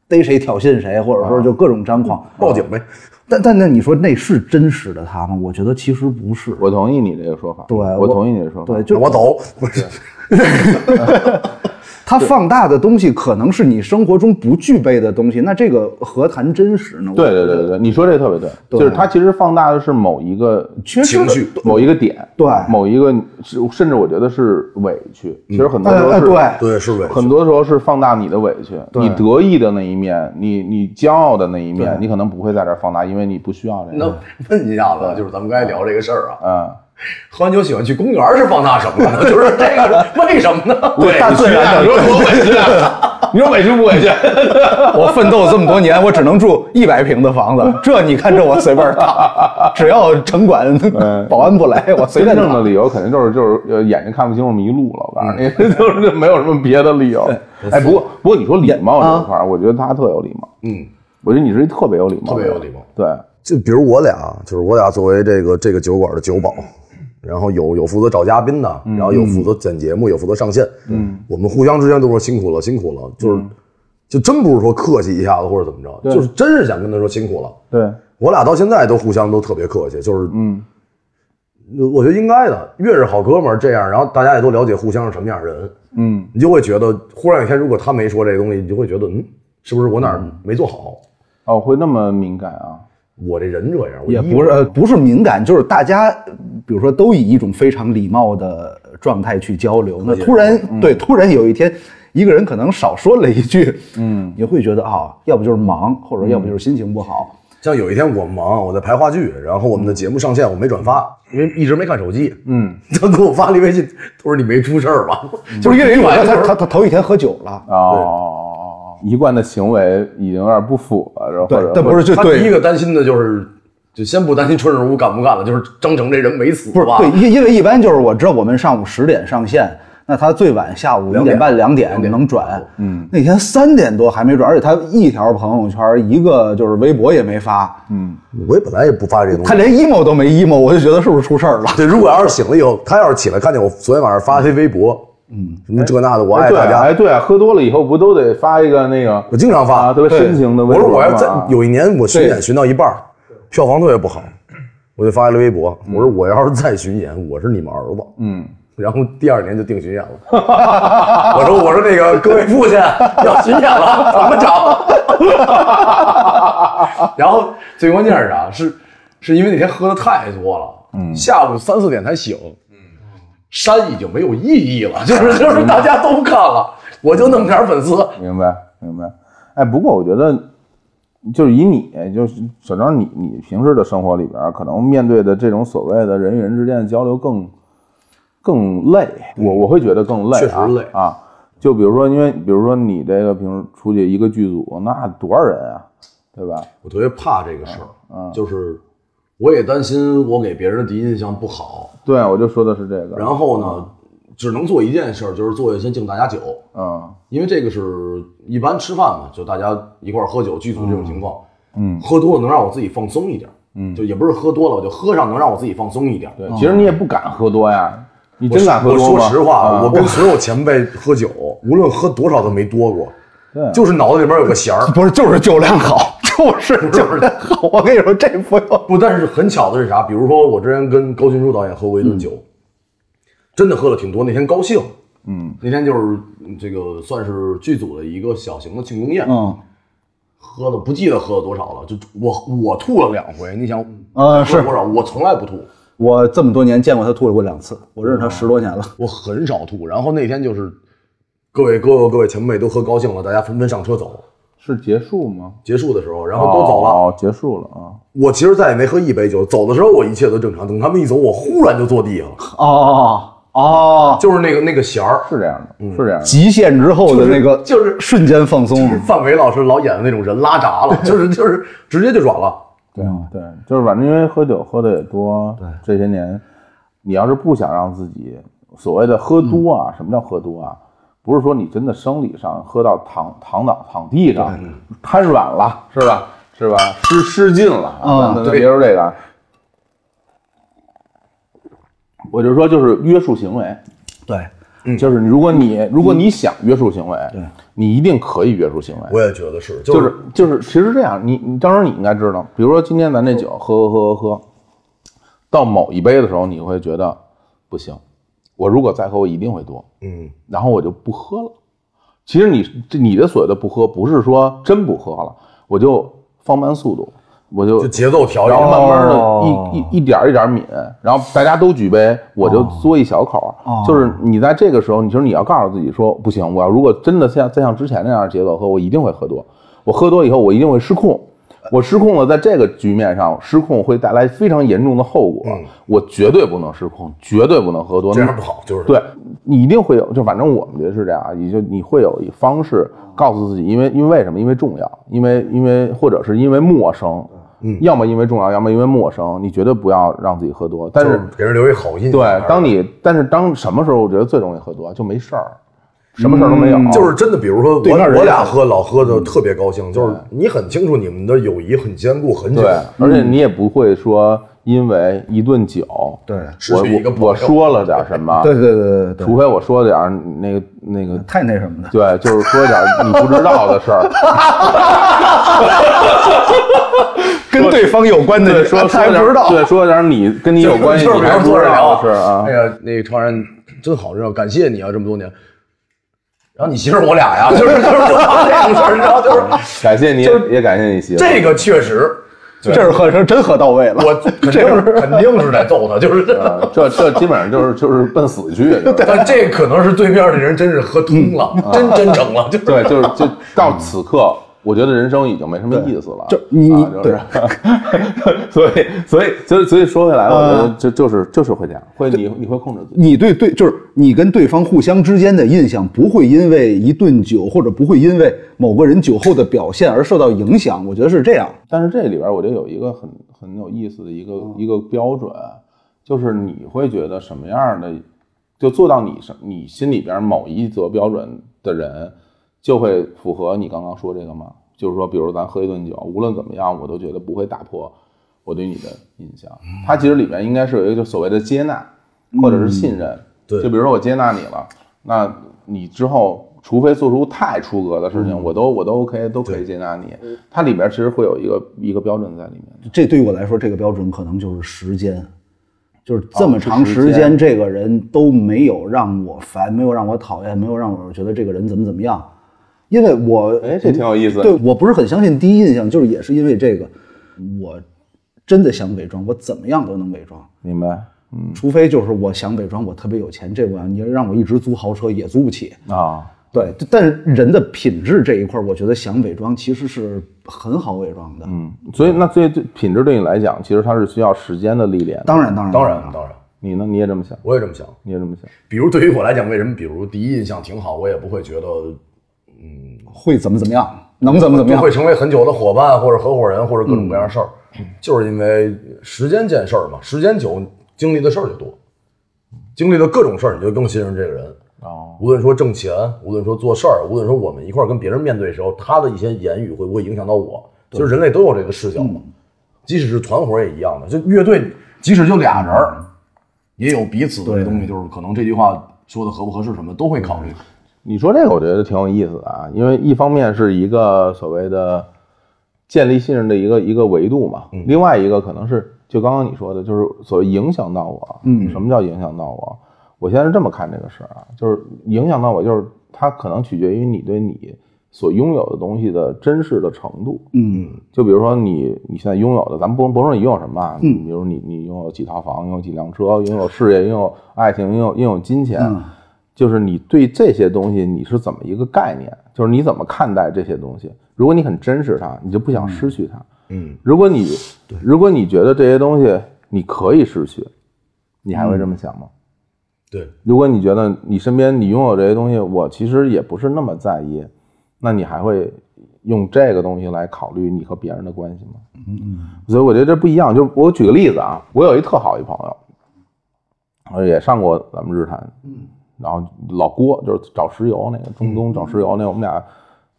[SPEAKER 3] 逮谁挑衅谁，或者说就各种张狂，
[SPEAKER 1] 报警呗，
[SPEAKER 3] 但但那你说那是真实的他吗？我觉得其实不是。
[SPEAKER 2] 我同意你这个说法，
[SPEAKER 3] 对
[SPEAKER 2] 我
[SPEAKER 3] 我
[SPEAKER 2] 同意你的说法，
[SPEAKER 3] 对，就
[SPEAKER 1] 我走。不是，
[SPEAKER 3] 他放大的东西可能是你生活中不具备的东西，那这个何谈真实呢？我
[SPEAKER 2] 对对对对对，你说这特别对，就是它其实放大的是某一个
[SPEAKER 3] 缺失
[SPEAKER 1] 情
[SPEAKER 3] 的
[SPEAKER 1] 绪
[SPEAKER 2] 某一个点，
[SPEAKER 3] 对
[SPEAKER 2] 某一个是甚至我觉得是委屈，其实很多时候
[SPEAKER 3] 哎哎
[SPEAKER 2] 是
[SPEAKER 3] 对
[SPEAKER 1] 对， 是委屈。
[SPEAKER 2] 很多时候是放大你的委屈，你得意的那一面，你你骄傲的那一面，你可能不会在这儿放大，因为你不需要这
[SPEAKER 1] 那
[SPEAKER 2] 个。
[SPEAKER 1] 问一下子，就是咱们刚才聊这个事儿啊，
[SPEAKER 2] 嗯，
[SPEAKER 1] 喝完酒喜欢去公园是放大什么呢？ 就是这个为什么呢？
[SPEAKER 2] 对大自然的
[SPEAKER 1] 你说多委屈啊，
[SPEAKER 2] 你说委屈不委屈？
[SPEAKER 3] 我奋斗这么多年，我只能住一百平的 房子，这你看这我随便躺，只要城管
[SPEAKER 2] 嗯
[SPEAKER 3] 保安不来，我随
[SPEAKER 2] 真
[SPEAKER 3] 便
[SPEAKER 2] 正
[SPEAKER 3] 躺。
[SPEAKER 2] 的理由肯定就是就是呃眼睛看不清楚迷路了，我告
[SPEAKER 3] 嗯
[SPEAKER 2] 诉你，就是 没有什么别的理由。哎，不过不过你说礼貌
[SPEAKER 3] 啊
[SPEAKER 2] 这一块儿，我觉得他特有礼貌。
[SPEAKER 1] 嗯，
[SPEAKER 2] 我觉得你是一特别有礼貌，
[SPEAKER 1] 特别有礼貌。
[SPEAKER 2] 对，
[SPEAKER 1] 就比如我俩，就是我俩作为这个这个酒馆的酒保，然后有有负责找嘉宾的，然后有负责剪节目，有负责上线。嗯，我们互相之间都说辛苦了，辛苦了，就是、就真不是说客气一下子或者怎么着，就是真是想跟他说辛苦了。
[SPEAKER 2] 对，
[SPEAKER 1] 我俩到现在都互相都特别客气，就是
[SPEAKER 2] 嗯，
[SPEAKER 1] 我觉得应该的，越是好哥们儿这样，然后大家也都了解互相是什么样的人，
[SPEAKER 2] 嗯，
[SPEAKER 1] 你就会觉得，忽然有一天如果他没说这个东西，你就会觉得，嗯，是不是我哪儿没做好？
[SPEAKER 2] 哦，会那么敏感啊？
[SPEAKER 1] 我这人这样，我
[SPEAKER 3] 也
[SPEAKER 1] 一
[SPEAKER 3] 不是呃不是敏感，就是大家，呃比如说都以一种非常礼貌的状态去交流，那突然、对突然有一天，一个人可能少说了一句，嗯，你会觉得啊，要不就是忙，或者要不就是心情不好，
[SPEAKER 1] 像有一天我忙，我在排话剧，然后我们的节目上线，我没转发，因为一直没看手机。
[SPEAKER 2] 嗯，
[SPEAKER 1] 他给我发了一微信，他说你没出事儿 吧？
[SPEAKER 3] 就是因为我他他他头一天喝酒了，
[SPEAKER 2] 哦，一贯的行为已经有点不符了，然后或
[SPEAKER 3] 对
[SPEAKER 2] 者，
[SPEAKER 3] 但不是就
[SPEAKER 1] 他
[SPEAKER 3] 对
[SPEAKER 1] 第一个担心的就是，就先不担心春日屋干不干了，就是张成这人没死
[SPEAKER 3] 不是
[SPEAKER 1] 吧？
[SPEAKER 3] 对，，因因为一般就是我知道我们上午十点上线，那他最晚下午一点半两点能转，嗯，那天三点多还没转，而且他一条朋友圈一个就是微博也没发，
[SPEAKER 1] 我也本来也不发这东
[SPEAKER 3] 他
[SPEAKER 1] 西。
[SPEAKER 3] 连 emo 都没 emo，我就觉得是不是出事儿了？
[SPEAKER 1] 对，如果要是醒了以后，他要是起来看见我昨天晚上发一微博，嗯，什么这那的，我
[SPEAKER 2] 哎
[SPEAKER 1] 爱
[SPEAKER 2] 对
[SPEAKER 1] 大
[SPEAKER 2] 啊，
[SPEAKER 1] 家，
[SPEAKER 2] 哎对啊，喝多了以后不都得发一个那个
[SPEAKER 1] 我经常发
[SPEAKER 2] 啊，特别
[SPEAKER 3] 对
[SPEAKER 2] 深情的微
[SPEAKER 1] 我说
[SPEAKER 2] 博吗啊
[SPEAKER 1] 我要再有一年我巡演巡到一半儿，票房特别不好，我就发了微博，
[SPEAKER 2] 嗯
[SPEAKER 1] 我说我要是再巡演，我是你们儿子。嗯。然后第二年就定 巡演了，我说我说那个各位父亲要巡演了，怎么 整？然后最关键是啥？是是因为那天喝的太多了，嗯，下午三四点才醒，
[SPEAKER 2] 嗯
[SPEAKER 1] 删已经没有意义了，就是就是大家都看了，我就弄点粉丝，
[SPEAKER 2] 明白明白。哎，不过我觉得，就是以你，就是小张你，你平时的生活里边儿，可能面对的这种所谓的人与人之间的交流更更累，我我会觉得更累、啊，
[SPEAKER 1] 嗯确实累
[SPEAKER 2] 啊。就比如说，因为比如说你这个平时出去一个剧组，那多少人啊，对吧？
[SPEAKER 1] 我特别怕这个事儿，
[SPEAKER 2] 嗯
[SPEAKER 1] 就是我也担心我给别人的第一印象不好，
[SPEAKER 2] 对，啊我就说的是这个。
[SPEAKER 1] 然后呢，只能做一件事儿，就是做一些敬大家酒，
[SPEAKER 2] 嗯，
[SPEAKER 1] 因为这个是一般吃饭嘛，就大家一块儿喝酒剧组这种情况，嗯，喝多了能让我自己放松一点，嗯，就也不是喝多了，我就喝上能让我自己放松一点。
[SPEAKER 2] 对，其实你也不敢喝多呀，你真敢喝
[SPEAKER 1] 嗯我
[SPEAKER 2] 多吗？
[SPEAKER 1] 说实话，
[SPEAKER 2] 啊
[SPEAKER 1] 我跟所有前辈喝酒，无论喝多少都没多过
[SPEAKER 2] 对，
[SPEAKER 1] 就是脑子里边有个弦儿。
[SPEAKER 3] 不是，就是酒量好， 就是酒量好。我跟你说，这不用
[SPEAKER 1] 不，但是很巧的是啥？比如说我之前跟高群书导演喝过一顿酒，真的喝了挺多。那天高兴，嗯，那天就是嗯这个算是剧组的一个小型的庆功宴，
[SPEAKER 3] 嗯，
[SPEAKER 1] 喝了不记得喝了多少了，就我我吐了两回，你想
[SPEAKER 3] 呃
[SPEAKER 1] 喝
[SPEAKER 3] 是
[SPEAKER 1] 了多少？我从来不吐，
[SPEAKER 3] 我这么多年见过他吐了过两次，我认识他十多年了。
[SPEAKER 1] 我很少吐。然后那天就是各位哥哥各位前辈都喝高兴了，大家纷纷上车走。
[SPEAKER 2] 是结束吗？
[SPEAKER 1] 结束的时候，然后都走了。
[SPEAKER 2] 哦，结束了啊！
[SPEAKER 1] 我其实再也没喝一杯酒。走的时候我一切都正常，等他们一走，我忽然就坐地上了，
[SPEAKER 3] 哦哦，
[SPEAKER 1] 就是那个那个弦儿。
[SPEAKER 2] 是这样的，
[SPEAKER 1] 嗯
[SPEAKER 2] 是这样的。
[SPEAKER 3] 极限之后的那个
[SPEAKER 1] 就是就是
[SPEAKER 3] 瞬间放松。
[SPEAKER 1] 范伟老师老演的那种人拉闸 了，就是就是直接就软了。
[SPEAKER 2] 对对，嗯就是反正因为喝酒喝的也多，对这些年，你要是不想让自己所谓的喝多啊，什么叫喝多啊？不是说你真的生理上喝到躺躺倒躺地上，瘫软了是吧？是吧？失失禁了
[SPEAKER 3] 啊
[SPEAKER 2] 咱咱
[SPEAKER 1] 对
[SPEAKER 2] 别说这个啊，我就说就是约束行为，
[SPEAKER 3] 对，
[SPEAKER 2] 就是你如果你如果你想约束行为，你一定可以约束行为。
[SPEAKER 1] 我也觉得是，就
[SPEAKER 2] 就是就是，其实这样，你你当时你应该知道，比如说今天咱这酒喝喝喝喝喝，到某一杯的时候，你会觉得不行，我如果再喝，我一定会多，
[SPEAKER 1] 嗯，
[SPEAKER 2] 然后我就不喝了。其实你这你的所谓的不喝，不是说真不喝了，我就放慢速度，我就
[SPEAKER 1] 就节奏调
[SPEAKER 2] 然后
[SPEAKER 1] 整。
[SPEAKER 2] 慢慢
[SPEAKER 3] 哦
[SPEAKER 2] 的一一一点儿一点儿抿，然后大家都举杯，我就嘬一小口儿。就是你在这个时候，你就是你要告诉自己说，不行，我要如果真的像再像之前那样节奏喝，我一定会喝多。我喝多以后，我一定会失控。我失控了，在这个局面上失控会带来非常严重的后果。我绝对不能失控，绝对不能喝多。
[SPEAKER 1] 这样不好，就是
[SPEAKER 2] 对你一定会有，就反正我们觉得是这样啊，也就你会有一方式告诉自己，因为因为为什么？因为重要，因为因为或者是因为陌生，嗯，要么因为重要，要么因为陌生，你绝对不要让自己喝多。但
[SPEAKER 1] 就是是给人留一嗯好印象。
[SPEAKER 2] 对，当你但是当什么时候我觉得最容易喝多，就没事儿，什么事儿都没有，
[SPEAKER 1] 嗯就是真的，比如说
[SPEAKER 3] 对
[SPEAKER 1] 我
[SPEAKER 3] 面人
[SPEAKER 1] 我俩喝老喝的特别高兴，就是你很清楚你们的友谊很坚固很久
[SPEAKER 2] 对，，而
[SPEAKER 1] 嗯
[SPEAKER 2] 且你也不会说因为一顿酒，
[SPEAKER 3] 对
[SPEAKER 1] 失
[SPEAKER 2] 我
[SPEAKER 1] 去一个朋
[SPEAKER 2] 我
[SPEAKER 1] 友
[SPEAKER 2] 我说了点儿什么，
[SPEAKER 3] 对对对对
[SPEAKER 2] 除非我说了点儿那个那个
[SPEAKER 3] 对，太那什么了。
[SPEAKER 2] 对，就是说点儿你不知道的事 儿。
[SPEAKER 3] 跟对方有关
[SPEAKER 2] 对，说说
[SPEAKER 3] 还
[SPEAKER 2] 点
[SPEAKER 3] 不知道。
[SPEAKER 2] 对，说点儿你跟你有关系，
[SPEAKER 1] 就
[SPEAKER 2] 你
[SPEAKER 1] 是比
[SPEAKER 2] 还
[SPEAKER 1] 如
[SPEAKER 2] 不
[SPEAKER 1] 坐
[SPEAKER 2] 知
[SPEAKER 1] 着
[SPEAKER 2] 道
[SPEAKER 1] 聊
[SPEAKER 2] 的事儿啊
[SPEAKER 1] 哎。呀，那个超然真好，真好，感谢你啊，这么多年。然后你媳妇儿我俩呀，就是就是我这种事儿，你知道，就是
[SPEAKER 2] 感谢你，也感谢你媳妇。
[SPEAKER 1] 这个确实，
[SPEAKER 3] 这是喝成真喝到位了。
[SPEAKER 1] 我肯定肯定是在揍他，就是。
[SPEAKER 2] 啊这这基本上就是就是奔死去，就是
[SPEAKER 1] 但这可能是对面的人真是喝通了，真真诚了，就是
[SPEAKER 2] 嗯啊对，就是就到此刻，我觉得人生已经没什么意思了。
[SPEAKER 3] 就你
[SPEAKER 2] 啊就是， 所以所以所以所以说回来，我觉
[SPEAKER 1] 嗯
[SPEAKER 2] 得就就是就是会这样，会你你会控制自己。
[SPEAKER 3] 你对对，就是你跟对方互相之间的印象，不会因为一顿酒，或者不会因为某个人酒后的表现而受到影响。我觉得是这样。
[SPEAKER 2] 但是这里边儿我觉得有一个很很有意思的一个、一个标准，就是你会觉得什么样儿的，就做到你什你心里边儿某一则标准的人，就会符合你刚刚说这个吗？就是说，比如咱喝一顿酒，无论怎么样，我都觉得不会打破我对你的印象。它其实里边应该是有一个就所谓的接纳，或者是信任。
[SPEAKER 1] 对
[SPEAKER 2] 就比如说我接纳你了，那你之后除非做出太出格的事情，我都我都 OK，都可以接纳你。它里边其实会有一个一个标准在里面的。
[SPEAKER 3] 这对于我来说，这个标准可能就是时间，就是这
[SPEAKER 2] 哦
[SPEAKER 3] 么
[SPEAKER 2] 是
[SPEAKER 3] 长
[SPEAKER 2] 时
[SPEAKER 3] 时
[SPEAKER 2] 间
[SPEAKER 3] 间，这个人都没有让我烦，没有让我讨厌，没有让我觉得这个人怎么怎么样，因为我
[SPEAKER 2] 哎，这挺有意思。
[SPEAKER 3] 对，我不是很相信第一印象，就是也是因为这个，我真的想伪装，我怎么样都能伪装，
[SPEAKER 2] 明白。
[SPEAKER 3] 除非就是我想伪装我特别有钱，这我你让我一直租豪车也租不起。
[SPEAKER 2] 啊，
[SPEAKER 3] 对，但是人的品质这一块儿，我觉得想伪装其实是很好伪装的。
[SPEAKER 2] 嗯，所以那所以对品质对你来讲，其实它是需要时间的历练的。
[SPEAKER 3] 当然，当然，
[SPEAKER 1] 当
[SPEAKER 2] 啊
[SPEAKER 1] 然当然，
[SPEAKER 2] 你呢？你也这么想？
[SPEAKER 1] 我也这么想。
[SPEAKER 2] 你也这么想？
[SPEAKER 1] 比如对于我来讲，为什么比如第一印象挺好，我也不会觉得
[SPEAKER 3] 会怎么怎么样，能怎么怎么
[SPEAKER 1] 就
[SPEAKER 3] 样
[SPEAKER 1] 会。成为很久的伙伴或者合伙人或者各种各样的事儿，就是因为时间见事儿嘛，时间久经历的事儿就多，经历的各种事儿你就更信任这个人。
[SPEAKER 2] 哦，
[SPEAKER 1] 无论说挣钱，无论说做事儿，无论说我们一块儿跟别人面对的时候，他的一些言语会不会影响到我？就是人类都有这个视角嘛，即使是团伙也一样的。嗯嗯就乐队，即使就俩人儿，也有彼此的
[SPEAKER 3] 对
[SPEAKER 1] 东西，就是可能这句话说的合不合适，什么都会考虑。
[SPEAKER 2] 你说这个我觉得挺有意思的啊，因为一方面是一个所谓的建立信任的一个一个维度嘛，
[SPEAKER 3] 嗯
[SPEAKER 2] 另外一个可能是就刚刚你说的，就是所谓影响到我，嗯，什么叫影响到我？我现在是这么看这个事儿啊，就是影响到我，就是它可能取决于你对你所拥有的东西的真实的程度。
[SPEAKER 3] 嗯
[SPEAKER 2] 就比如说你你现在拥有的，咱们不不说你拥有什么啊，
[SPEAKER 3] 嗯
[SPEAKER 2] 比如你你拥有几套房，拥有几辆车，拥有事业，拥有爱情，拥有拥有金钱，
[SPEAKER 3] 嗯
[SPEAKER 2] 就是你对这些东西你是怎么一个概念？就是你怎么看待这些东西？如果你很珍视它，你就不想失去它；
[SPEAKER 1] 嗯，
[SPEAKER 2] 如果你如果你觉得这些东西你可以失去，你还会这么想吗？
[SPEAKER 1] 对，
[SPEAKER 2] 如果你觉得你身边你拥有这些东西，我其实也不是那么在意，那你还会用这个东西来考虑你和别人的关系吗？嗯嗯。所以我觉得这不一样。就我举个例子啊，我有一特好一朋友，呃，也上过咱们日坛，嗯，然后老郭就是找石油那个中东找石油那个，我们俩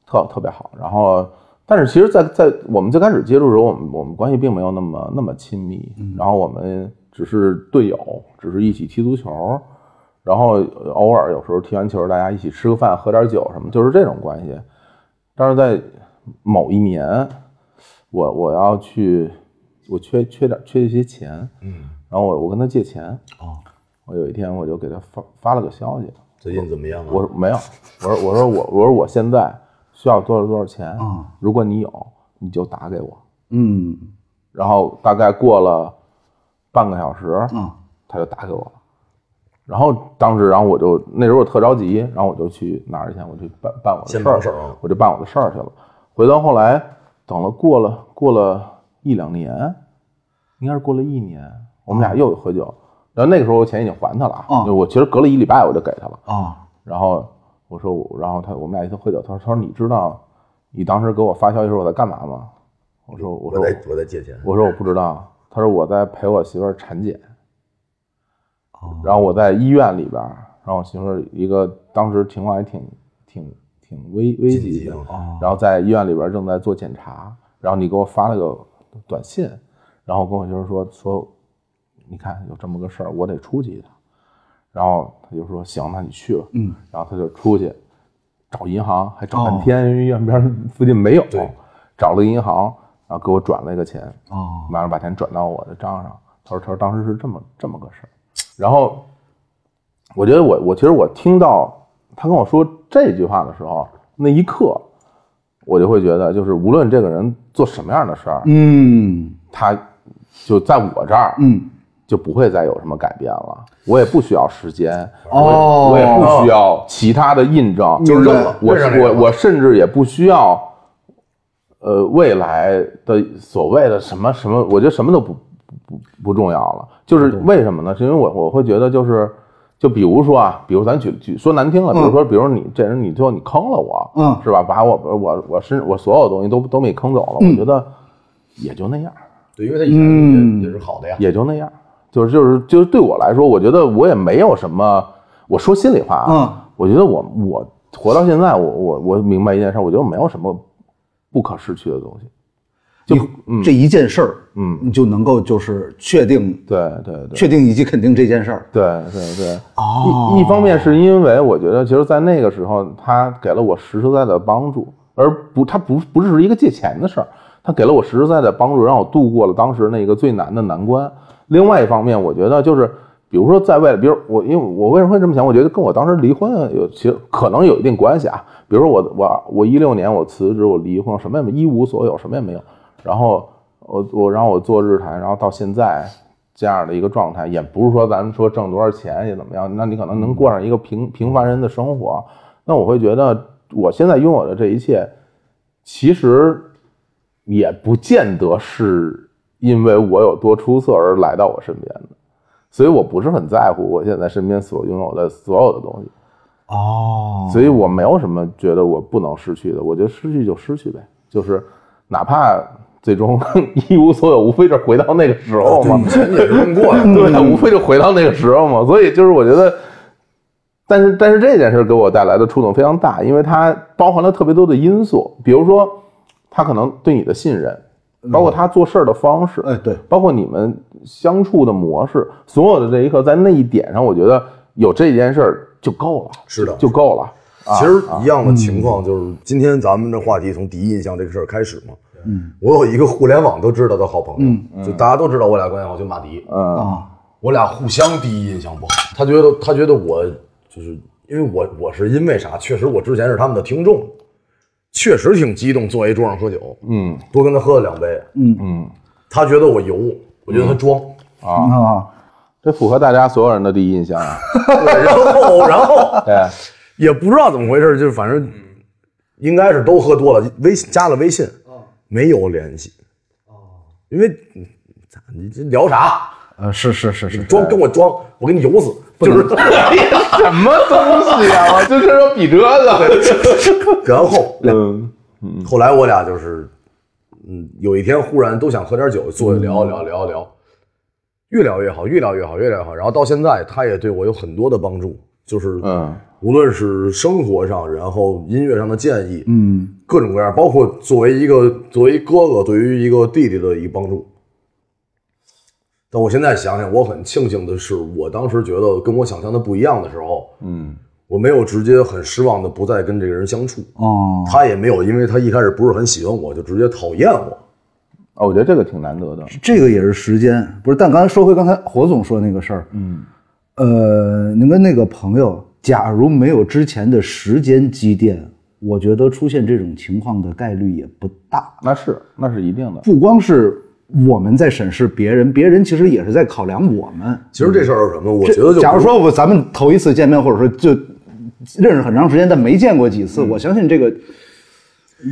[SPEAKER 2] 特特别好。然后，但是其实在，在我们最开始接触的时候，我们我们关系并没有那么那么亲密，然后我们只是队友，只是一起踢足球。然后偶尔有时候踢完球，大家一起吃个饭、喝点酒什么，就是这种关系。但是在某一年，我我要去，我缺缺点缺一些钱，
[SPEAKER 1] 嗯，
[SPEAKER 2] 然后我我跟他借钱，
[SPEAKER 1] 哦，
[SPEAKER 2] 我有一天我就给他发发了个消息，
[SPEAKER 1] 最近怎么样啊？
[SPEAKER 2] 我说没有，我说我说我我说我现在需要多少多少钱
[SPEAKER 1] 嗯
[SPEAKER 3] 啊，
[SPEAKER 2] 如果你有，你就打给我。
[SPEAKER 3] 嗯
[SPEAKER 2] 然后大概过了半个小时，
[SPEAKER 3] 啊
[SPEAKER 2] 他就打给我了。然后当时，然后我就那时候我特着急，然后我就去拿着钱，我去办办我的
[SPEAKER 1] 先
[SPEAKER 2] 事儿
[SPEAKER 1] 办事儿啊，
[SPEAKER 2] 我就办我的事儿去了。回到后来，等了过了过了一两年，应该是过了一年，我们俩又喝酒。然后那个时候我钱已经还他了
[SPEAKER 3] 啊
[SPEAKER 2] 就我其实隔了一礼拜我就给他了。
[SPEAKER 3] 啊
[SPEAKER 2] 然后我说我，然后他我们俩一起喝酒，他说他说你知道你当时给我发消息时候我在干嘛吗？我说我
[SPEAKER 1] 我
[SPEAKER 2] 说
[SPEAKER 1] 在我在借钱，
[SPEAKER 2] 我说我不知道，他说我在陪我媳妇儿产检，
[SPEAKER 3] 哦
[SPEAKER 2] 然后我在医院里边儿，然后我媳妇儿一个当时情况还挺挺挺危危
[SPEAKER 1] 紧急
[SPEAKER 2] 急的，
[SPEAKER 1] 啊
[SPEAKER 3] 哦
[SPEAKER 2] 然后在医院里边儿正在做检查，然后你给我发了个短信，然后跟我媳妇儿说说，你看有这么个事儿，我得出去一趟，然后他就说行，那你去吧，
[SPEAKER 3] 嗯，
[SPEAKER 2] 然后他就出去找银行，还找半
[SPEAKER 3] 哦
[SPEAKER 2] 天，因为医院边儿 附近没有
[SPEAKER 1] 对，
[SPEAKER 2] 找了银行，然后给我转了一个钱，
[SPEAKER 3] 哦
[SPEAKER 2] 完了把钱转到我的账上。他说他说当时是这么这么个事儿，然后我觉得我我其实我听到他跟我说这句话的时候，那一刻我就会觉得，就是无论这个人做什么样的事儿，
[SPEAKER 3] 嗯
[SPEAKER 2] 他就在我这儿
[SPEAKER 3] 嗯
[SPEAKER 2] 就不会再有什么改变了。我也不需要时间，
[SPEAKER 3] 哦
[SPEAKER 2] 我也不需要其他的印证，
[SPEAKER 1] 就扔了
[SPEAKER 2] 我
[SPEAKER 1] 扔上这个
[SPEAKER 2] 我我甚至也不需要，呃，未来的所谓的什么什么，我觉得什么都不不不不重要了。就是为什么呢？是因为我我会觉得就是，就比如说啊，比如咱举举说难听了，比如说，比如你这人你最后你坑了我，
[SPEAKER 3] 嗯
[SPEAKER 2] 是吧？把我我我身我所有东西都都给你坑走了，我觉得也就那样。
[SPEAKER 1] 对，因为他以前
[SPEAKER 3] 嗯
[SPEAKER 1] 也也是好的呀，
[SPEAKER 2] 也就那样。就是就是就是对我来说，我觉得我也没有什么。我说心里话
[SPEAKER 3] 嗯
[SPEAKER 2] 啊，我觉得我我活到现在，我我我明白一件事，我觉得我没有什么不可失去的东西。
[SPEAKER 3] 就这一件事儿，
[SPEAKER 2] 嗯，
[SPEAKER 3] 你就能够就是确定
[SPEAKER 2] 对对对，
[SPEAKER 3] 确哦定以及肯定这件事儿。
[SPEAKER 2] 对对对。一一方面是因为我觉得，其实，在那个时候，他给了我实实在在的帮助，而不，他不不是一个借钱的事儿，他给了我实实在在的帮助，让我度过了当时那个最难的难关。另外一方面，我觉得就是，比如说在外，比如我，因为我为什么会这么想？我觉得跟我当时离婚有其实可能有一定关系啊。比如说我我我一六年我辞职，我离婚，什么也没一无所有，什么也没有。然后我我然后我做日坛，然后到现在这样的一个状态，也不是说咱们说挣多少钱也怎么样，那你可能能过上一个平平凡人的生活。那我会觉得我现在拥有的这一切，其实也不见得是因为我有多出色而来到我身边的，所以我不是很在乎我现在身边所拥有的所有的东西，
[SPEAKER 3] 哦
[SPEAKER 2] 所以我没有什么觉得我不能失去的，我觉得失去就失去呗，就是哪怕最终 一无所有，无非就是回到那个时候嘛
[SPEAKER 1] 哦对，以前也是这么 过的，
[SPEAKER 2] 对，无非就啊回到那个时候嘛。所以就是我觉得，但是但是这件事给我带来的触动非常大，因为它包含了特别多的因素，比如说他可能对你的信任，包括他做事儿的方式，
[SPEAKER 3] 哎对，
[SPEAKER 2] 包括你们相处的模式，所有的这一刻，在那一点上，我觉得有这件事儿就够了，
[SPEAKER 1] 是的
[SPEAKER 2] 就够了。啊
[SPEAKER 1] 其实一样的情况就是，今天咱们的话题从第一印象这个事儿开始嘛。嗯，我有一个互联网都知道的好朋友，就大家都知道我俩关系好，就马迪。
[SPEAKER 2] 嗯
[SPEAKER 3] 啊
[SPEAKER 1] 我俩互相第一印象不好，他觉得他觉得我就是因为我我是因为啥？确实我之前是他们的听众，确实挺激动，坐一桌上喝酒，
[SPEAKER 2] 嗯
[SPEAKER 1] 多跟他喝了两杯，
[SPEAKER 2] 嗯
[SPEAKER 1] 他觉得我油，我觉得他装，
[SPEAKER 2] 啊，
[SPEAKER 3] 啊，
[SPEAKER 2] 这符合大家所有人的第一印象啊。
[SPEAKER 1] 对然后然后
[SPEAKER 2] 对，
[SPEAKER 1] 也不知道怎么回事，就是反正应该是都喝多了，微信加了微信，没有联系，因为嗯咋你这聊啥？
[SPEAKER 3] 呃，是是是是，
[SPEAKER 1] 装跟我装，我给你油死，就是。
[SPEAKER 2] 什么东西啊？我就是说比这个。
[SPEAKER 1] 然后
[SPEAKER 2] 嗯
[SPEAKER 1] 后来我俩就是，嗯，有一天忽然都想喝点酒，坐着
[SPEAKER 2] 嗯
[SPEAKER 1] 聊聊聊聊，越聊越好，越聊越好，越聊越好。然后到现在，他也对我有很多的帮助，就是
[SPEAKER 2] 嗯
[SPEAKER 1] 无论是生活上，然后音乐上的建议，
[SPEAKER 3] 嗯，
[SPEAKER 1] 各种各样，包括作为一个作为哥哥对于一个弟弟的一个帮助。但我现在想想，我很庆幸的是，我当时觉得跟我想象的不一样的时候，
[SPEAKER 2] 嗯
[SPEAKER 1] 我没有直接很失望的不再跟这个人相处。
[SPEAKER 3] 哦，
[SPEAKER 1] 他也没有，因为他一开始不是很喜欢我，就直接讨厌我。
[SPEAKER 2] 啊，我觉得这个挺难得的。
[SPEAKER 3] 这个也是时间，不是？但刚才说回刚才火总说那个事儿，
[SPEAKER 2] 嗯
[SPEAKER 3] 呃，您跟那个朋友，假如没有之前的时间积淀，我觉得出现这种情况的概率也不大。
[SPEAKER 2] 那是那是一定的。
[SPEAKER 3] 不光是我们在审视别人，别人其实也是在考量我们。
[SPEAKER 1] 其实这事儿是什么？我
[SPEAKER 3] 这
[SPEAKER 1] 觉得就
[SPEAKER 3] 假如
[SPEAKER 1] 不
[SPEAKER 3] 说我咱们头一次见面，或者说就认识很长时间，但没见过几次，我相信这个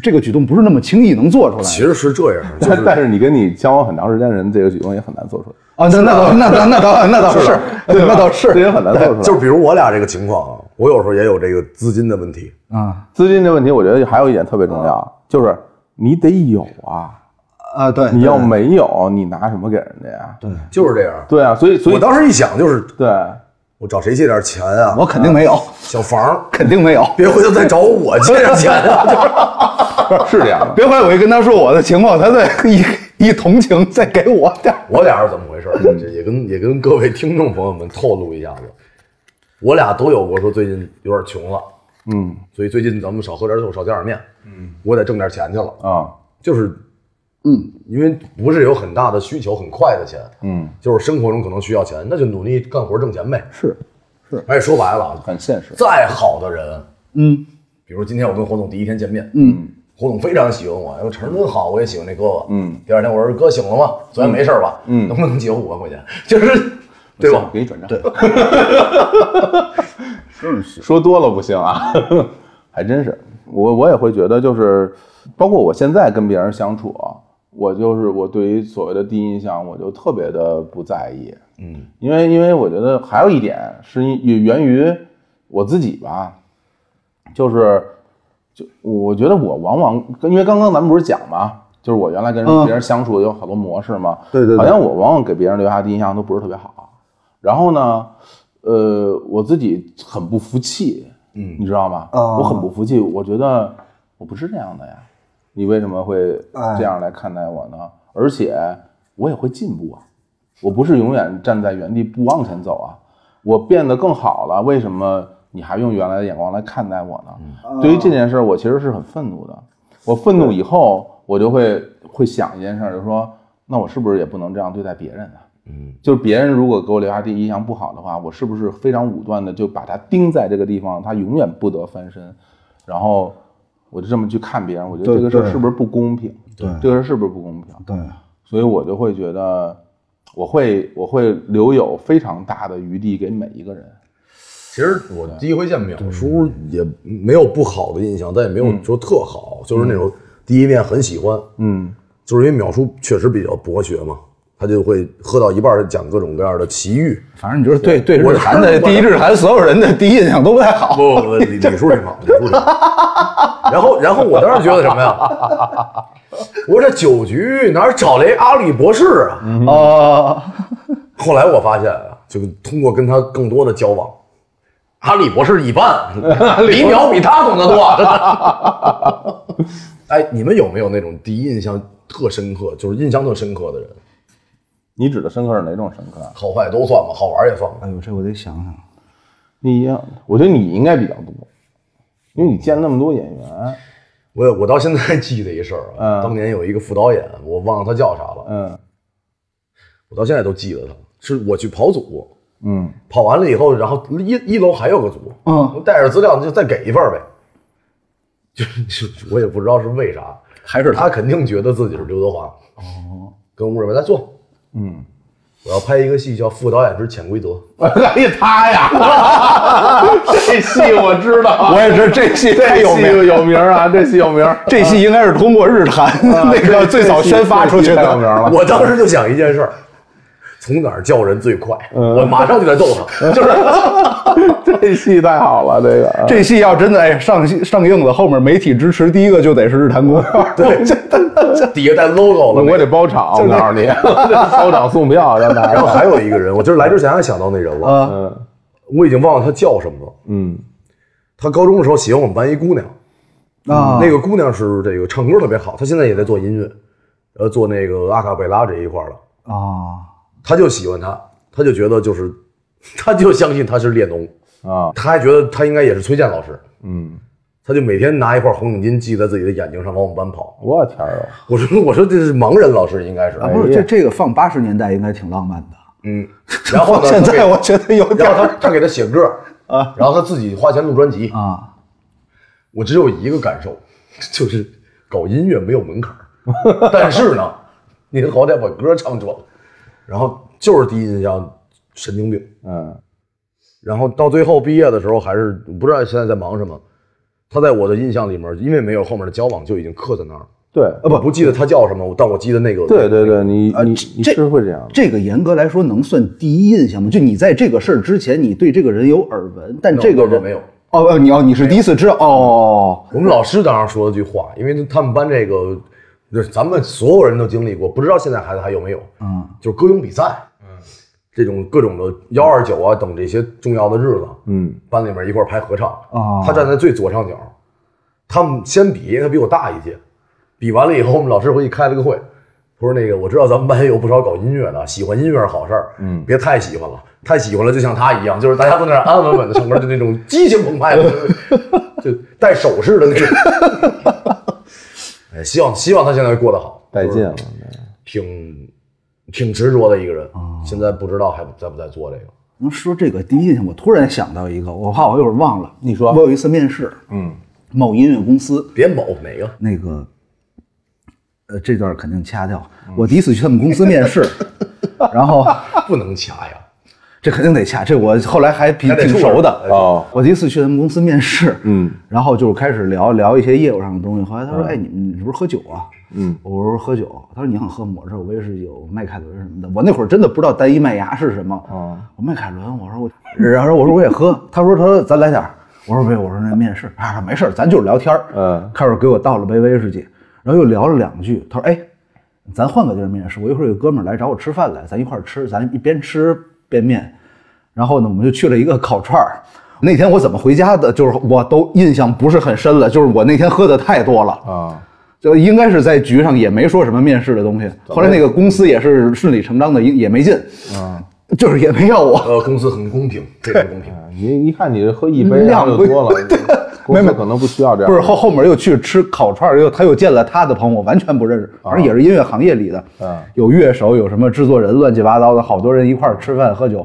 [SPEAKER 3] 这个举动不是那么轻易能做出来的。
[SPEAKER 1] 其实是这样，就
[SPEAKER 2] 但
[SPEAKER 1] 是
[SPEAKER 2] 但是你跟你交往很长时间的人，这个举动也很难做出来。
[SPEAKER 3] 啊，那那倒那倒那倒那倒 是，对，那倒
[SPEAKER 2] 这
[SPEAKER 3] 是
[SPEAKER 2] 也很难做出
[SPEAKER 1] 就
[SPEAKER 2] 来。
[SPEAKER 1] 是比如我俩这个情况啊，我有时候也有这个资金的问题。
[SPEAKER 3] 啊
[SPEAKER 2] 资金的问题，我觉得还有一点特别重要，就是你得有啊。
[SPEAKER 3] 啊，对，
[SPEAKER 2] 你要没有，你拿什么给人家呀？
[SPEAKER 3] 对，
[SPEAKER 1] 就是这样。
[SPEAKER 2] 对啊，所以所
[SPEAKER 1] 我
[SPEAKER 2] 以
[SPEAKER 1] 当时一想，就是
[SPEAKER 2] 对，
[SPEAKER 1] 我找谁借点钱啊？
[SPEAKER 3] 我肯定没有，
[SPEAKER 1] 小房，
[SPEAKER 3] 肯定没有。
[SPEAKER 1] 别回头再找我借点钱啊！
[SPEAKER 2] 是这样的。
[SPEAKER 3] 别怪我一跟他说我的情况，他再一一同情，再给我点儿
[SPEAKER 1] 我俩是怎么回事儿？这也跟也跟各位听众朋友们透露一下子，我俩都有过说最近有点穷了，
[SPEAKER 2] 嗯
[SPEAKER 1] 所以最近咱们少喝点酒，少见点面。嗯，我得挣点钱去了。
[SPEAKER 2] 啊
[SPEAKER 1] 就是，嗯，因为不是有很大的需求，很快的钱，
[SPEAKER 2] 嗯，
[SPEAKER 1] 就是生活中可能需要钱，那就努力干活挣钱呗。
[SPEAKER 2] 是嗯
[SPEAKER 1] 而且说白了，啊
[SPEAKER 2] 很现实。
[SPEAKER 1] 再好的人，
[SPEAKER 3] 嗯，
[SPEAKER 1] 比如今天我跟侯总第一天见面，
[SPEAKER 3] 嗯，
[SPEAKER 1] 侯总非常喜欢我，哎呦，晨儿真好，我也喜欢这哥哥，
[SPEAKER 2] 嗯。
[SPEAKER 1] 第二天我说哥醒了吗？昨天没事儿吧？
[SPEAKER 2] 嗯
[SPEAKER 1] 能不能借我五万块钱？ 就是，对吧？
[SPEAKER 2] 给你转账。对，说多了不行啊，还真是。我我也会觉得，就是包括我现在跟别人相处啊，我就是我对于所谓的第一印象，我就特别的不在意。
[SPEAKER 1] 嗯，
[SPEAKER 2] 因为因为我觉得还有一点是因源于我自己吧，就是就我觉得我往往因为刚刚咱们不是讲嘛，就是我原来跟
[SPEAKER 3] 嗯
[SPEAKER 2] 人别人相处有好多模式嘛，
[SPEAKER 3] 对对对
[SPEAKER 2] 好像我往往给别人留下的印象都不是特别好。然后呢，呃，我自己很不服气，
[SPEAKER 1] 嗯
[SPEAKER 2] 你知道吗？
[SPEAKER 3] 啊
[SPEAKER 2] 我很不服气，我觉得我不是这样的呀，你为什么会这样来看待我呢？而且我也会进步啊，我不是永远站在原地不往前走啊，我变得更好了，为什么你还用原来的眼光来看待我呢？对于这件事儿，我其实是很愤怒的。我愤怒以后，我就会会想一件事儿，就是说，那我是不是也不能这样对待别人呢、
[SPEAKER 1] 嗯，
[SPEAKER 2] 就是别人如果给我留下第一印象不好的话，我是不是非常武断的就把他钉在这个地方，他永远不得翻身？然后我就这么去看别人，我觉得
[SPEAKER 3] 对
[SPEAKER 2] 这个事儿
[SPEAKER 3] 对
[SPEAKER 2] 是不是不公平？
[SPEAKER 3] 对
[SPEAKER 2] 这个事儿是不是不公平？
[SPEAKER 3] 对，啊
[SPEAKER 2] 所以我就会觉得，我会我会留有非常大的余地给每一个人。
[SPEAKER 1] 其实我第一回见淼叔也没有不好的印象，但也没
[SPEAKER 3] 嗯
[SPEAKER 1] 有说特好，就是那种第一面很喜欢，
[SPEAKER 2] 嗯
[SPEAKER 1] 就是因为淼叔确实比较博学嘛，他就会喝到一半儿讲各种各样的奇遇。
[SPEAKER 3] 反正你就是对对
[SPEAKER 1] 我
[SPEAKER 3] 日韩的第一日韩所有人的第一印象都不太好。
[SPEAKER 1] 不不不，李李叔挺好，李叔挺好。然后然后我当时觉得什么呀？我说这酒局哪儿找来阿里博士啊？
[SPEAKER 3] 啊，
[SPEAKER 1] 后来我发现啊，就通过跟他更多的交往，阿里博士一般，李淼比他懂得多。真的 哎，你们有没有那种第一印象特深刻，就是印象特深刻的人？
[SPEAKER 2] 你指的深刻是哪种深刻？啊
[SPEAKER 1] 好坏都算吧，好玩也算吧。
[SPEAKER 3] 哎呦，这我得想想。
[SPEAKER 2] 你一样，我觉得你应该比较多，因为你见那么多演员。
[SPEAKER 1] 我我到现在记得一事儿啊，
[SPEAKER 2] 嗯
[SPEAKER 1] 当年有一个副导演，我忘了他叫啥了，
[SPEAKER 2] 嗯
[SPEAKER 1] 我到现在都记得他，是我去跑组，
[SPEAKER 2] 嗯
[SPEAKER 1] 跑完了以后，然后一一楼还有个组，
[SPEAKER 3] 嗯
[SPEAKER 1] 我带着资料就再给一份儿呗。就是我也不知道是为 啥，
[SPEAKER 3] 还是他
[SPEAKER 1] 他肯定觉得自己是刘德华。哦，跟吴志伟来坐，
[SPEAKER 2] 嗯，
[SPEAKER 1] 我要拍一个戏叫《副导演之潜规则》。
[SPEAKER 2] 哎呀，他呀，这戏我知道，
[SPEAKER 3] 我也是这戏
[SPEAKER 2] 这
[SPEAKER 3] 太有
[SPEAKER 2] 戏
[SPEAKER 3] 名了，
[SPEAKER 2] 有名啊，这戏有名，啊
[SPEAKER 3] 这戏应该是通过日坛 那个最早宣发出去
[SPEAKER 2] 这戏太有名
[SPEAKER 3] 的。
[SPEAKER 2] 了。
[SPEAKER 1] 我当时就想一件事儿，从哪儿叫人最快？
[SPEAKER 2] 嗯
[SPEAKER 1] 我马上就得揍他，就是
[SPEAKER 2] 这戏太好了，这个
[SPEAKER 3] 这戏要真的哎上戏上映了，后面媒体支持第一个就得是日坛公园。
[SPEAKER 1] 对，底下带 logo 了。
[SPEAKER 2] 嗯我得包场，我告诉你，包场送票让大
[SPEAKER 1] 然后
[SPEAKER 2] 家。
[SPEAKER 1] 还有一个人，我就是来之前还想到那人了，
[SPEAKER 3] 啊，
[SPEAKER 2] 嗯
[SPEAKER 1] 我已经忘了他叫什么了。
[SPEAKER 2] 嗯
[SPEAKER 1] 他高中的时候喜欢我们班一姑娘，
[SPEAKER 3] 啊
[SPEAKER 1] 那个姑娘是这个唱歌特别好，她现在也在做音乐，呃，做那个阿卡贝拉这一块儿了。
[SPEAKER 3] 啊，
[SPEAKER 1] 他就喜欢她，他就觉得就是，他就相信她是列侬，
[SPEAKER 2] 啊
[SPEAKER 1] 他还觉得他应该也是崔健老师，
[SPEAKER 2] 嗯，
[SPEAKER 1] 他就每天拿一块红领巾系在自己的眼睛上往我们班跑。
[SPEAKER 2] 我天儿啊！
[SPEAKER 1] 我说我说这是盲人老师应该是，
[SPEAKER 3] 啊，不是这这个放八十年代应该挺浪漫的。
[SPEAKER 1] 嗯，然后呢，
[SPEAKER 3] 现
[SPEAKER 1] 他给
[SPEAKER 3] 在我觉得有点
[SPEAKER 1] 然后
[SPEAKER 3] 儿
[SPEAKER 1] 他他给他写歌
[SPEAKER 3] 啊，
[SPEAKER 1] 然后他自己花钱录专辑。
[SPEAKER 3] 啊，
[SPEAKER 1] 我只有一个感受，就是搞音乐没有门槛儿，但是呢，你好歹把歌唱出来。然后就是第一印象神经病，
[SPEAKER 2] 嗯
[SPEAKER 1] 然后到最后毕业的时候，还是不知道现在在忙什么。他在我的印象里面，因为没有后面的交往，就已经刻在那儿了。，
[SPEAKER 2] 对
[SPEAKER 3] 啊
[SPEAKER 1] 呃，不，不记得他叫什么，但我记得那个
[SPEAKER 2] 对对对，你你你
[SPEAKER 3] 这
[SPEAKER 2] 是会这样的。
[SPEAKER 3] 这个严格来说能算第一印象吗？就你在这个事儿之前，你对这个人有耳闻，但这个
[SPEAKER 1] 我
[SPEAKER 3] 人
[SPEAKER 1] 没有。
[SPEAKER 3] 哦哦，你哦你是第一次知道哦，
[SPEAKER 1] 我们老师当时说了句话，因为他们班这个，就是咱们所有人都经历过，不知道现在孩子还有没有，
[SPEAKER 3] 嗯，
[SPEAKER 1] 就是歌咏比赛，嗯，这种各种的幺二九啊等这些重要的日子，
[SPEAKER 2] 嗯
[SPEAKER 1] 班里面一块儿排合唱，
[SPEAKER 3] 哦
[SPEAKER 1] 他站在最左上角，他们先比，因为他比我大一届，比完了以后，我们老师回去开了个会，他说那个我知道咱们班有不少搞音乐的，喜欢音乐是好事儿，嗯，别太喜欢了，太喜欢了就像他一样，就是大家都在那儿安安稳稳的唱歌，就那种激情澎湃的，就 带手势的那种。哎，希望希望他现在过得好，
[SPEAKER 2] 带劲了，
[SPEAKER 1] 挺挺执着的一个人，现在不知道还在不在做这个。
[SPEAKER 3] 能说这个第一印象，我突然想到一个，我怕我一会儿忘了。
[SPEAKER 2] 你说
[SPEAKER 3] 我有一次面试，
[SPEAKER 2] 嗯，
[SPEAKER 3] 某音乐公司，
[SPEAKER 1] 别某哪个，
[SPEAKER 3] 那个，呃，这段肯定掐掉。
[SPEAKER 2] 嗯
[SPEAKER 3] 我第一次去他们公司面 试，然后
[SPEAKER 1] 不能掐呀。
[SPEAKER 3] 这肯定得掐，这我后来还比
[SPEAKER 1] 还得
[SPEAKER 3] 挺
[SPEAKER 1] 处
[SPEAKER 3] 熟的。
[SPEAKER 1] 着
[SPEAKER 2] 哦，
[SPEAKER 3] 我第一次去他们公司面试，
[SPEAKER 2] 嗯，
[SPEAKER 3] 然后就是开始聊聊一些业务上的东西。后来他说：“哎，你你是不是喝酒啊？”
[SPEAKER 2] 嗯，
[SPEAKER 3] 我说喝酒。他说：“你想喝吗？”我说：“我威士忌，有麦凯伦什么的。”我那会儿真的不知道单一麦芽是什么。
[SPEAKER 2] 哦
[SPEAKER 3] 我麦凯伦，我说我，然后我说我也喝。他说：“他说咱来点儿。”我说：“没有。”我说：“那面试啊，没事儿，咱就是聊天儿。”
[SPEAKER 2] 嗯
[SPEAKER 3] 开始给我倒了杯威士忌，然后又聊了两句。他说：“哎，咱换个地儿面试，我一会儿有哥们儿来找我吃饭来，咱一块儿吃，咱一边吃边面。”然后呢，我们就去了一个烤串儿。那天我怎么回家的，就是我都印象不是很深了，就是我那天喝的太多了，
[SPEAKER 2] 啊，
[SPEAKER 3] 就应该是在局上也没说什么面试的东西。后来那个公司也是顺理成章的，也也没进，啊，就是也没要我。
[SPEAKER 1] 呃，公司很公平，这个公平。
[SPEAKER 2] 你一看你喝一杯
[SPEAKER 3] 量
[SPEAKER 2] 然后就多了，公
[SPEAKER 3] 没
[SPEAKER 2] 司
[SPEAKER 3] 没
[SPEAKER 2] 可能不需要这样。
[SPEAKER 3] 不是后后面又去吃烤串儿，又他又见了他的朋友，我完全不认识，反正也是音乐行业里的，
[SPEAKER 2] 嗯
[SPEAKER 3] 有乐手，有什么制作人，乱七八糟的，好多人一块儿吃饭喝酒，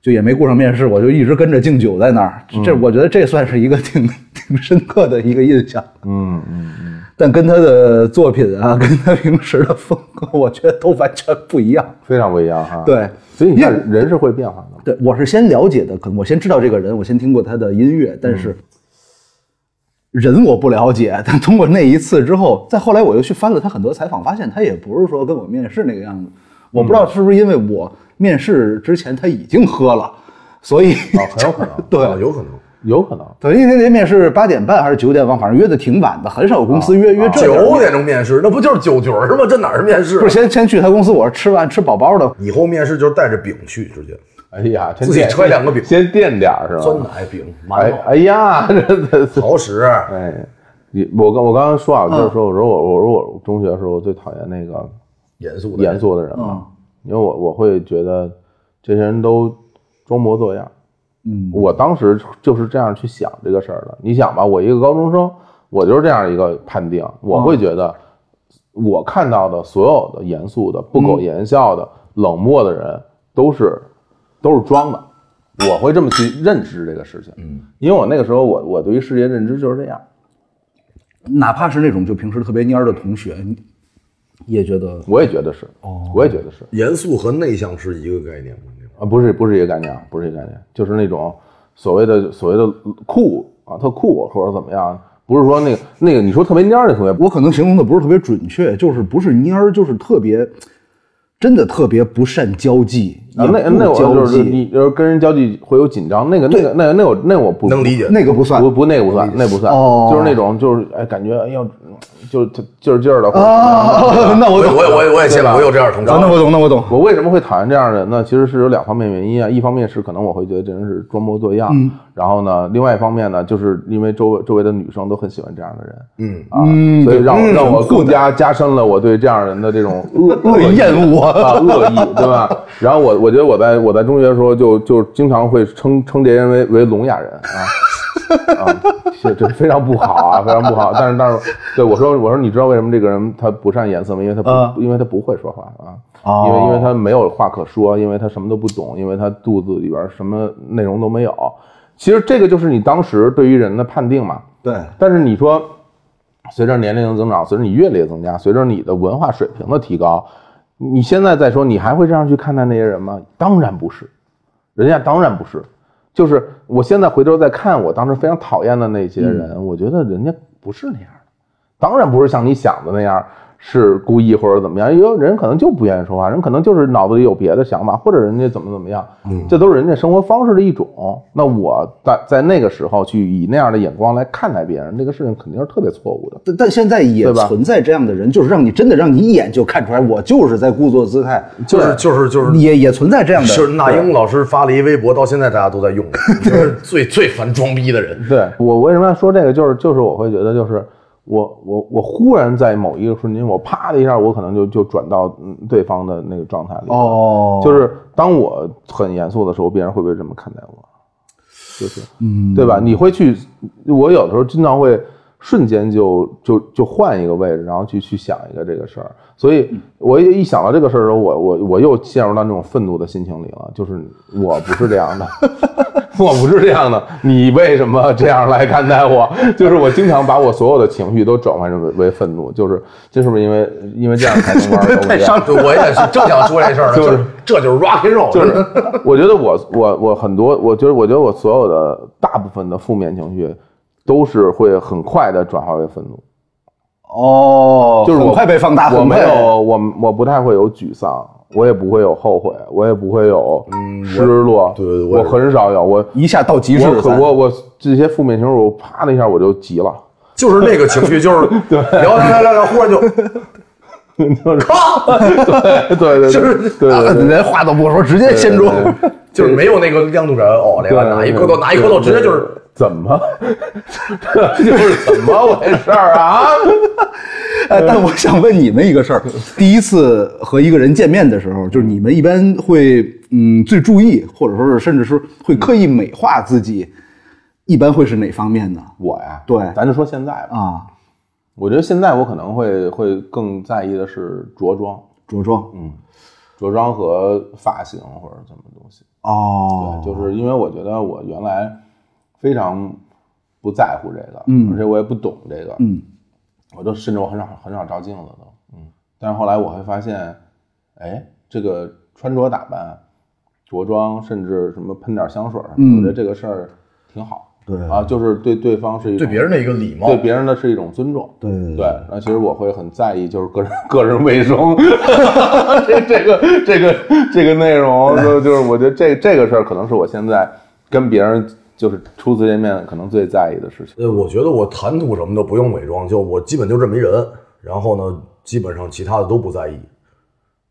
[SPEAKER 3] 就也没顾上面试，我就一直跟着敬酒在那儿，这我觉得这算是一个挺挺深刻的一个印象，
[SPEAKER 2] 嗯嗯嗯，
[SPEAKER 3] 但跟他的作品啊，跟他平时的风格，我觉得都完全不一样。
[SPEAKER 2] 非常不一样哈。
[SPEAKER 3] 对
[SPEAKER 2] 所以你看人是会变化的嘛。
[SPEAKER 3] 对，我是先了解的，可能我先知道这个人，我先听过他的音乐，但
[SPEAKER 2] 嗯
[SPEAKER 3] 是人我不了解。但通过那一次之后，再后来我又去翻了他很多采访，发现他也不是说跟我面试那个样子。我不知道
[SPEAKER 2] 嗯
[SPEAKER 3] 是不是因为我面试之前他已经喝了，所以、
[SPEAKER 2] 啊，很有可能，
[SPEAKER 1] 啊
[SPEAKER 3] 对。
[SPEAKER 1] 有可能。
[SPEAKER 2] 有可能。
[SPEAKER 3] 对，因为那天面试八点半还是九点忘，反正约的挺晚的，很少有公司
[SPEAKER 2] 哦
[SPEAKER 3] 约、约这点儿
[SPEAKER 1] 九点钟面试，那不就是酒局儿吗？这哪儿是面试啊？
[SPEAKER 3] 不是先先去他公司，我是吃完吃饱饱的，
[SPEAKER 1] 以后面试就是带着饼去，直接
[SPEAKER 2] 哎呀，先
[SPEAKER 1] 自己
[SPEAKER 2] 垫
[SPEAKER 1] 揣两个饼
[SPEAKER 2] 先垫点儿是吧？
[SPEAKER 1] 酸奶饼、
[SPEAKER 2] 哎
[SPEAKER 1] 馒头、
[SPEAKER 2] 哎呀，这这
[SPEAKER 1] 桃石，
[SPEAKER 2] 哎，你我刚我刚刚说
[SPEAKER 3] 嗯
[SPEAKER 2] 啊，就是说我说我我说我中学的时候我最讨厌那个
[SPEAKER 1] 严肃的
[SPEAKER 2] 严肃的人嘛，
[SPEAKER 3] 嗯
[SPEAKER 2] 因为我我会觉得这些人都装模作样。
[SPEAKER 3] 嗯，
[SPEAKER 2] 我当时就是这样去想这个事儿的。你想吧，我一个高中生，我就是这样一个判定，我
[SPEAKER 3] 嗯
[SPEAKER 2] 会觉得我看到的所有的严肃的、不
[SPEAKER 3] 嗯
[SPEAKER 2] 苟言笑的、冷漠的人，都是都是装的。我会这么去认知这个事情，嗯，因为我那个时候我我对于世界认知就是这样，
[SPEAKER 3] 哪怕是那种就平时特别蔫儿的同学，你也觉得
[SPEAKER 2] 我也觉得是，
[SPEAKER 3] 哦
[SPEAKER 2] 我也觉得是
[SPEAKER 1] 严肃和内向是一个概念吗？那种
[SPEAKER 2] 啊，不是不是一个概念啊，不是一个概念，就是那种所谓的所谓的酷啊，特酷或者怎么样，不是说那个那个你说特别蔫儿的同学，
[SPEAKER 3] 我可能形容的不是特别准确，就是不是蔫儿，就是特别，真的特别不善交际，
[SPEAKER 2] 啊
[SPEAKER 3] 也
[SPEAKER 2] 那
[SPEAKER 3] 不
[SPEAKER 2] 那我
[SPEAKER 3] 交
[SPEAKER 2] 就是
[SPEAKER 3] 际，
[SPEAKER 2] 你就是跟人交际会有紧张，那个那个那个那我那我不
[SPEAKER 1] 能理解
[SPEAKER 3] 那个不算
[SPEAKER 2] 不不那个不算那不算，
[SPEAKER 3] 哦
[SPEAKER 2] 就是那种就是哎感觉哎呦就就劲儿劲儿的或者怎么样。
[SPEAKER 3] 啊。那我
[SPEAKER 1] 我也
[SPEAKER 3] 懂，
[SPEAKER 1] 我也我也我也见过，我有这样的同
[SPEAKER 3] 啊那
[SPEAKER 1] 学。
[SPEAKER 3] 我懂，那我懂。
[SPEAKER 2] 我为什么会讨厌这样的人呢？其实是有两方面原因啊。一方面是可能我会觉得这人是装模作样，然后呢，另外一方面呢，就是因为周围周围的女生都很喜欢这样的人，
[SPEAKER 1] 嗯
[SPEAKER 2] 啊，所以让我、让我更加加深了我对这样人的这种恶恶意
[SPEAKER 3] 厌恶
[SPEAKER 2] 啊恶意，对吧？然后我我觉得我在我在中学的时候就就经常会称称这些人为为聋哑人啊。啊，这这非常不好啊， 非常不好。但是但是，对我说我说，你知道为什么这个人他不善言色吗？因为他不、
[SPEAKER 3] 嗯
[SPEAKER 2] 因为他不会说话啊，
[SPEAKER 3] 哦
[SPEAKER 2] 因为因为他没有话可说，因为他什么都不懂，因为他肚子里边什么内容都没有。其实这个就是你当时对于人的判定嘛。
[SPEAKER 3] 对，
[SPEAKER 2] 但是你说，随着年龄的增长，随着你阅历的增加，随着你的文化水平的提高，你现在再说，你还会这样去看待那些人吗？当然不是，人家当然不是。就是我现在回头再看我当时非常讨厌的那些人，我觉得人家不是那样的，当然不是像你想的那样是故意或者怎么样。也有人可能就不愿意说话，人可能就是脑子里有别的想法，或者人家怎么怎么样，这都是人家生活方式的一种。那我在在那个时候去以那样的眼光来看待别人，这个事情肯定是特别错误的。
[SPEAKER 3] 但但现在也
[SPEAKER 2] 对吧
[SPEAKER 3] 存在这样的人，就是让你真的让你一眼就看出来，我就是在故作姿态，
[SPEAKER 1] 就是就是就是
[SPEAKER 3] 也也存在这样的，
[SPEAKER 1] 就是那英老师发了一微博，到现在大家都在用，就是最最烦装逼的人。
[SPEAKER 2] 对我为什么要说这个，就是就是我会觉得就是。我我我忽然在某一个瞬间，我啪的一下，我可能就就转到嗯对方的那个状态里了。
[SPEAKER 3] 哦，
[SPEAKER 2] 就是当我很严肃的时候，别人会不会这么看待我？就是，嗯，对吧？你会去，我有的时候经常会瞬间就就就换一个位置，然后去去想一个这个事儿。所以，我一想到这个事儿的时候，我我我又陷入到那种愤怒的心情里了。就是我不是这样的， 我不是这样的，你为什么这样来看待我？就是我经常把我所有的情绪都转换成为为愤怒，就是这是不是因为因为这样才能玩儿游戏啊？
[SPEAKER 1] 对，我也是正想说这事儿呢，
[SPEAKER 2] 就是
[SPEAKER 1] 就是这就是 rock and roll，
[SPEAKER 2] 就是我觉得我我我很多，我觉得我觉得我所有的大部分的负面情绪，都是会很快的转化为愤怒，
[SPEAKER 3] 哦，
[SPEAKER 2] 就是我
[SPEAKER 3] 很快被放大，
[SPEAKER 2] 我
[SPEAKER 3] 很
[SPEAKER 2] 没
[SPEAKER 3] 快
[SPEAKER 2] 有我我不太会有沮丧，我也不会有后悔，我也不会有失落，
[SPEAKER 1] 对对对我
[SPEAKER 2] 我
[SPEAKER 1] 也是
[SPEAKER 2] 很少有我
[SPEAKER 3] 一下到极致，啊
[SPEAKER 2] 我
[SPEAKER 3] 咱
[SPEAKER 2] 很我我这些负面情绪，我啪的一下我就急了，
[SPEAKER 1] 就是那个情绪，就是 聊聊聊聊聊，忽然就
[SPEAKER 2] 就是
[SPEAKER 1] 咔，
[SPEAKER 2] 对对对，
[SPEAKER 1] 就是
[SPEAKER 2] 对对对。
[SPEAKER 3] 连话都不说，直接掀桌。
[SPEAKER 1] 就是没有那个亮度感。哦，
[SPEAKER 2] 对
[SPEAKER 1] 来吧，拿一刻头，拿一刻头，直接就是
[SPEAKER 2] 怎么，就是怎么回事儿啊？
[SPEAKER 3] 哎，但我想问你们一个事儿：第一次和一个人见面的时候，就是你们一般会嗯最注意，或者说是甚至是会刻意美化自己，一般会是哪方面呢？
[SPEAKER 2] 我呀，
[SPEAKER 3] 对
[SPEAKER 2] 咱就说现在吧，
[SPEAKER 3] 啊，
[SPEAKER 2] 我觉得现在我可能会会更在意的是着装，
[SPEAKER 3] 着装
[SPEAKER 2] 嗯，着装和发型或者什么东西。
[SPEAKER 3] 哦，
[SPEAKER 2] 对，就是因为我觉得我原来非常不在乎这个，
[SPEAKER 3] 嗯
[SPEAKER 2] 而且我也不懂这个，
[SPEAKER 3] 嗯，
[SPEAKER 2] 我都甚至我很少很少照镜子都，嗯。但是后来我会发现，哎，这个穿着打扮、着装，甚至什么喷点香水儿什么的，
[SPEAKER 3] 嗯
[SPEAKER 2] 我觉得这个事儿挺好。
[SPEAKER 3] 对
[SPEAKER 2] 啊，就是对对方是一种
[SPEAKER 1] 对别人的一个礼貌
[SPEAKER 2] 对。别人的是一种尊重。
[SPEAKER 3] 对对
[SPEAKER 2] 对，然后其实我会很在意，就是个人个人卫生， 这这个这个这个内容，就就是我觉得这这个事儿可能是我现在跟别人就是初次见面可能最在意的事情。
[SPEAKER 1] 呃，我觉得我谈吐什么的不用伪装，就我基本就这么一人，然后呢，基本上其他的都不在意，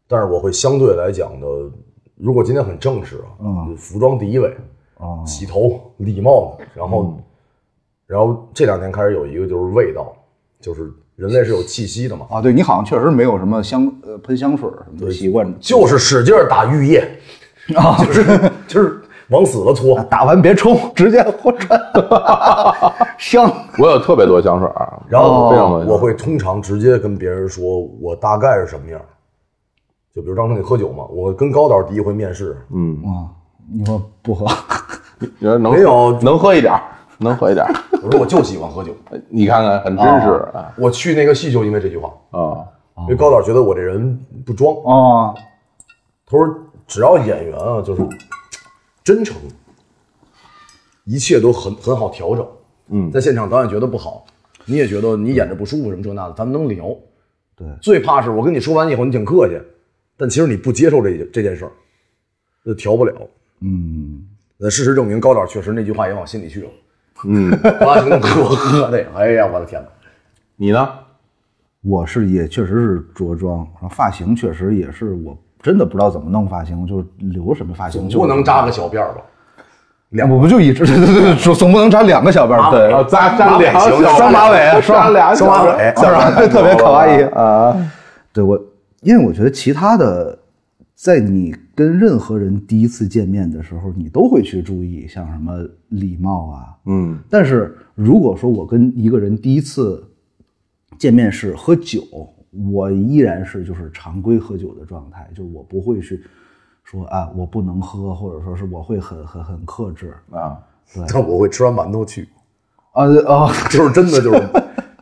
[SPEAKER 1] 但是我会相对来讲的，如果今天很正式啊，
[SPEAKER 3] 嗯
[SPEAKER 1] 服装第一位，
[SPEAKER 3] 哦
[SPEAKER 1] 洗头、礼貌，然后，
[SPEAKER 2] 嗯
[SPEAKER 1] 然后这两天开始有一个就是味道，就是人类是有气息的嘛，
[SPEAKER 3] 啊，对你好像确实没有什么香呃喷香水儿什么的习惯，
[SPEAKER 1] 就是使劲儿打浴液，
[SPEAKER 3] 啊，
[SPEAKER 1] 就是就是往死了 搓，
[SPEAKER 3] 打完别冲，直接 豁穿，香。
[SPEAKER 2] 我有特别多香水儿，
[SPEAKER 1] 然后
[SPEAKER 2] 非常多香水儿
[SPEAKER 1] 我会通常直接跟别人说我大概是什么样儿，就比如当时你喝酒嘛，我跟高导第一回面试，
[SPEAKER 2] 嗯，
[SPEAKER 3] 哇，你说不喝？
[SPEAKER 2] 你说能
[SPEAKER 1] 没有
[SPEAKER 2] 能喝一点儿，能喝一点儿。
[SPEAKER 1] 我说我就喜欢喝酒，
[SPEAKER 2] 你看看，很真实啊
[SPEAKER 1] 我去那个戏就因为这句话，
[SPEAKER 2] 啊！
[SPEAKER 1] 因为高导觉得我这人不装，
[SPEAKER 3] 哦，
[SPEAKER 1] 他说只要演员啊，就是真诚，一切都很很好调整。嗯，在现场导演觉得不好，你也觉得你演着不舒服什么这那的，咱们能聊。
[SPEAKER 3] 对
[SPEAKER 1] 最怕是我跟你说完以后你挺客气，但其实你不接受这这件事儿，那调不了。
[SPEAKER 3] 嗯，
[SPEAKER 1] 那事实证明，高导确实那句话也往心里去了。
[SPEAKER 2] 嗯，
[SPEAKER 1] 八成给我喝的，哎呀，我的天哪！
[SPEAKER 2] 你呢？
[SPEAKER 3] 我是也确实是着装，然后发型确实也是我真的不知道怎么弄发型，我就留什么发型，
[SPEAKER 1] 总
[SPEAKER 3] 就
[SPEAKER 1] 不能扎个小辫儿吧？
[SPEAKER 3] 两，我不就一直对对对，总总不能扎两个小辫儿，对，
[SPEAKER 2] 啊，扎扎俩
[SPEAKER 1] 行
[SPEAKER 2] 小
[SPEAKER 3] 双马尾啊
[SPEAKER 2] 扎俩
[SPEAKER 1] 双马尾
[SPEAKER 2] 小
[SPEAKER 3] 是 吧特别可 爱
[SPEAKER 2] 啊！
[SPEAKER 3] 对我，因为我觉得其他的，在你跟任何人第一次见面的时候，你都会去注意，像什么礼貌啊。
[SPEAKER 2] 嗯
[SPEAKER 3] 但是如果说我跟一个人第一次见面是喝酒，我依然是就是常规喝酒的状态，就是我不会去说啊我不能喝，或者说是我会很很很克制。
[SPEAKER 2] 啊，
[SPEAKER 1] 但我会吃完馒头去，
[SPEAKER 3] 啊啊，
[SPEAKER 1] 就是真的就是，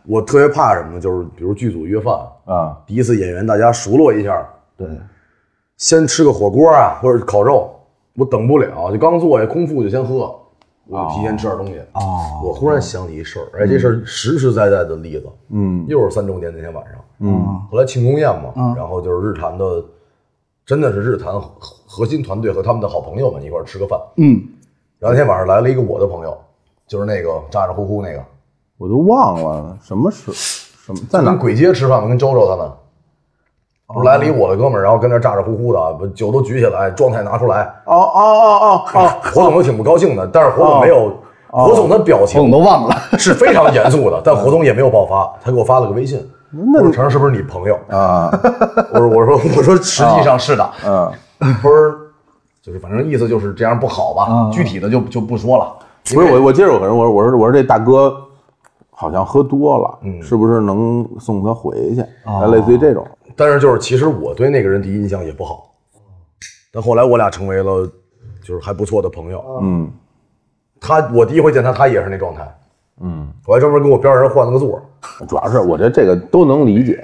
[SPEAKER 1] 我特别怕什么呢？就是比如剧组约饭，
[SPEAKER 2] 啊，
[SPEAKER 1] 第一次演员大家熟络一下，
[SPEAKER 3] 对，
[SPEAKER 1] 先吃个火锅啊，或者是烤肉，我等不了，就刚坐下空腹就先喝，我提前吃点东西。
[SPEAKER 3] 哦嗯
[SPEAKER 1] 我忽然想起一事儿，哎，这事儿实实在在的例子，
[SPEAKER 2] 嗯
[SPEAKER 1] 又是三周年那天晚上，
[SPEAKER 2] 嗯
[SPEAKER 1] 后来庆功宴嘛，
[SPEAKER 3] 嗯
[SPEAKER 1] 然后就是日坛的，真的是日坛核核心团队和他们的好朋友们一块儿吃个饭。
[SPEAKER 3] 嗯，
[SPEAKER 1] 然后那天晚上来了一个我的朋友，就是那个咋咋呼呼那个，
[SPEAKER 2] 我都忘了什么时什么在哪
[SPEAKER 1] 跟鬼街吃饭嘛，跟周周他们，
[SPEAKER 2] 哦
[SPEAKER 1] 不是来了一我的哥们儿，然后跟那咋咋呼呼的，啊把酒都举起来，状态拿出来，哎
[SPEAKER 2] 哦哦哦哦哦，
[SPEAKER 1] 火总都挺不高兴的，但是火总没有，火总的表
[SPEAKER 3] 我
[SPEAKER 1] 情
[SPEAKER 3] 们都忘了。
[SPEAKER 1] 是非常严肃 的，但火总也没有爆发，他给我发了个微信，我说成是不是你朋友？
[SPEAKER 2] 啊，
[SPEAKER 1] 我说我说我说实际上是的，
[SPEAKER 2] 嗯，嗯
[SPEAKER 1] 不是，就是反正意思就是这样不好吧，具体的就就不说了。
[SPEAKER 2] 不是我，我接着我跟人我说，我说我说这大哥好像喝多了，
[SPEAKER 1] 嗯
[SPEAKER 2] 是不是能送他回去？
[SPEAKER 1] 哦
[SPEAKER 2] 啊，类似于这种，
[SPEAKER 1] 但是就是其实我对那个人第一印象也不好，但后来我俩成为了就是还不错的朋友。
[SPEAKER 2] 嗯
[SPEAKER 1] 他我第一回见他，他也是那状态，
[SPEAKER 2] 嗯，
[SPEAKER 1] 我还专门跟我边上人换了个座儿。
[SPEAKER 2] 主要是我觉得这个都能理解。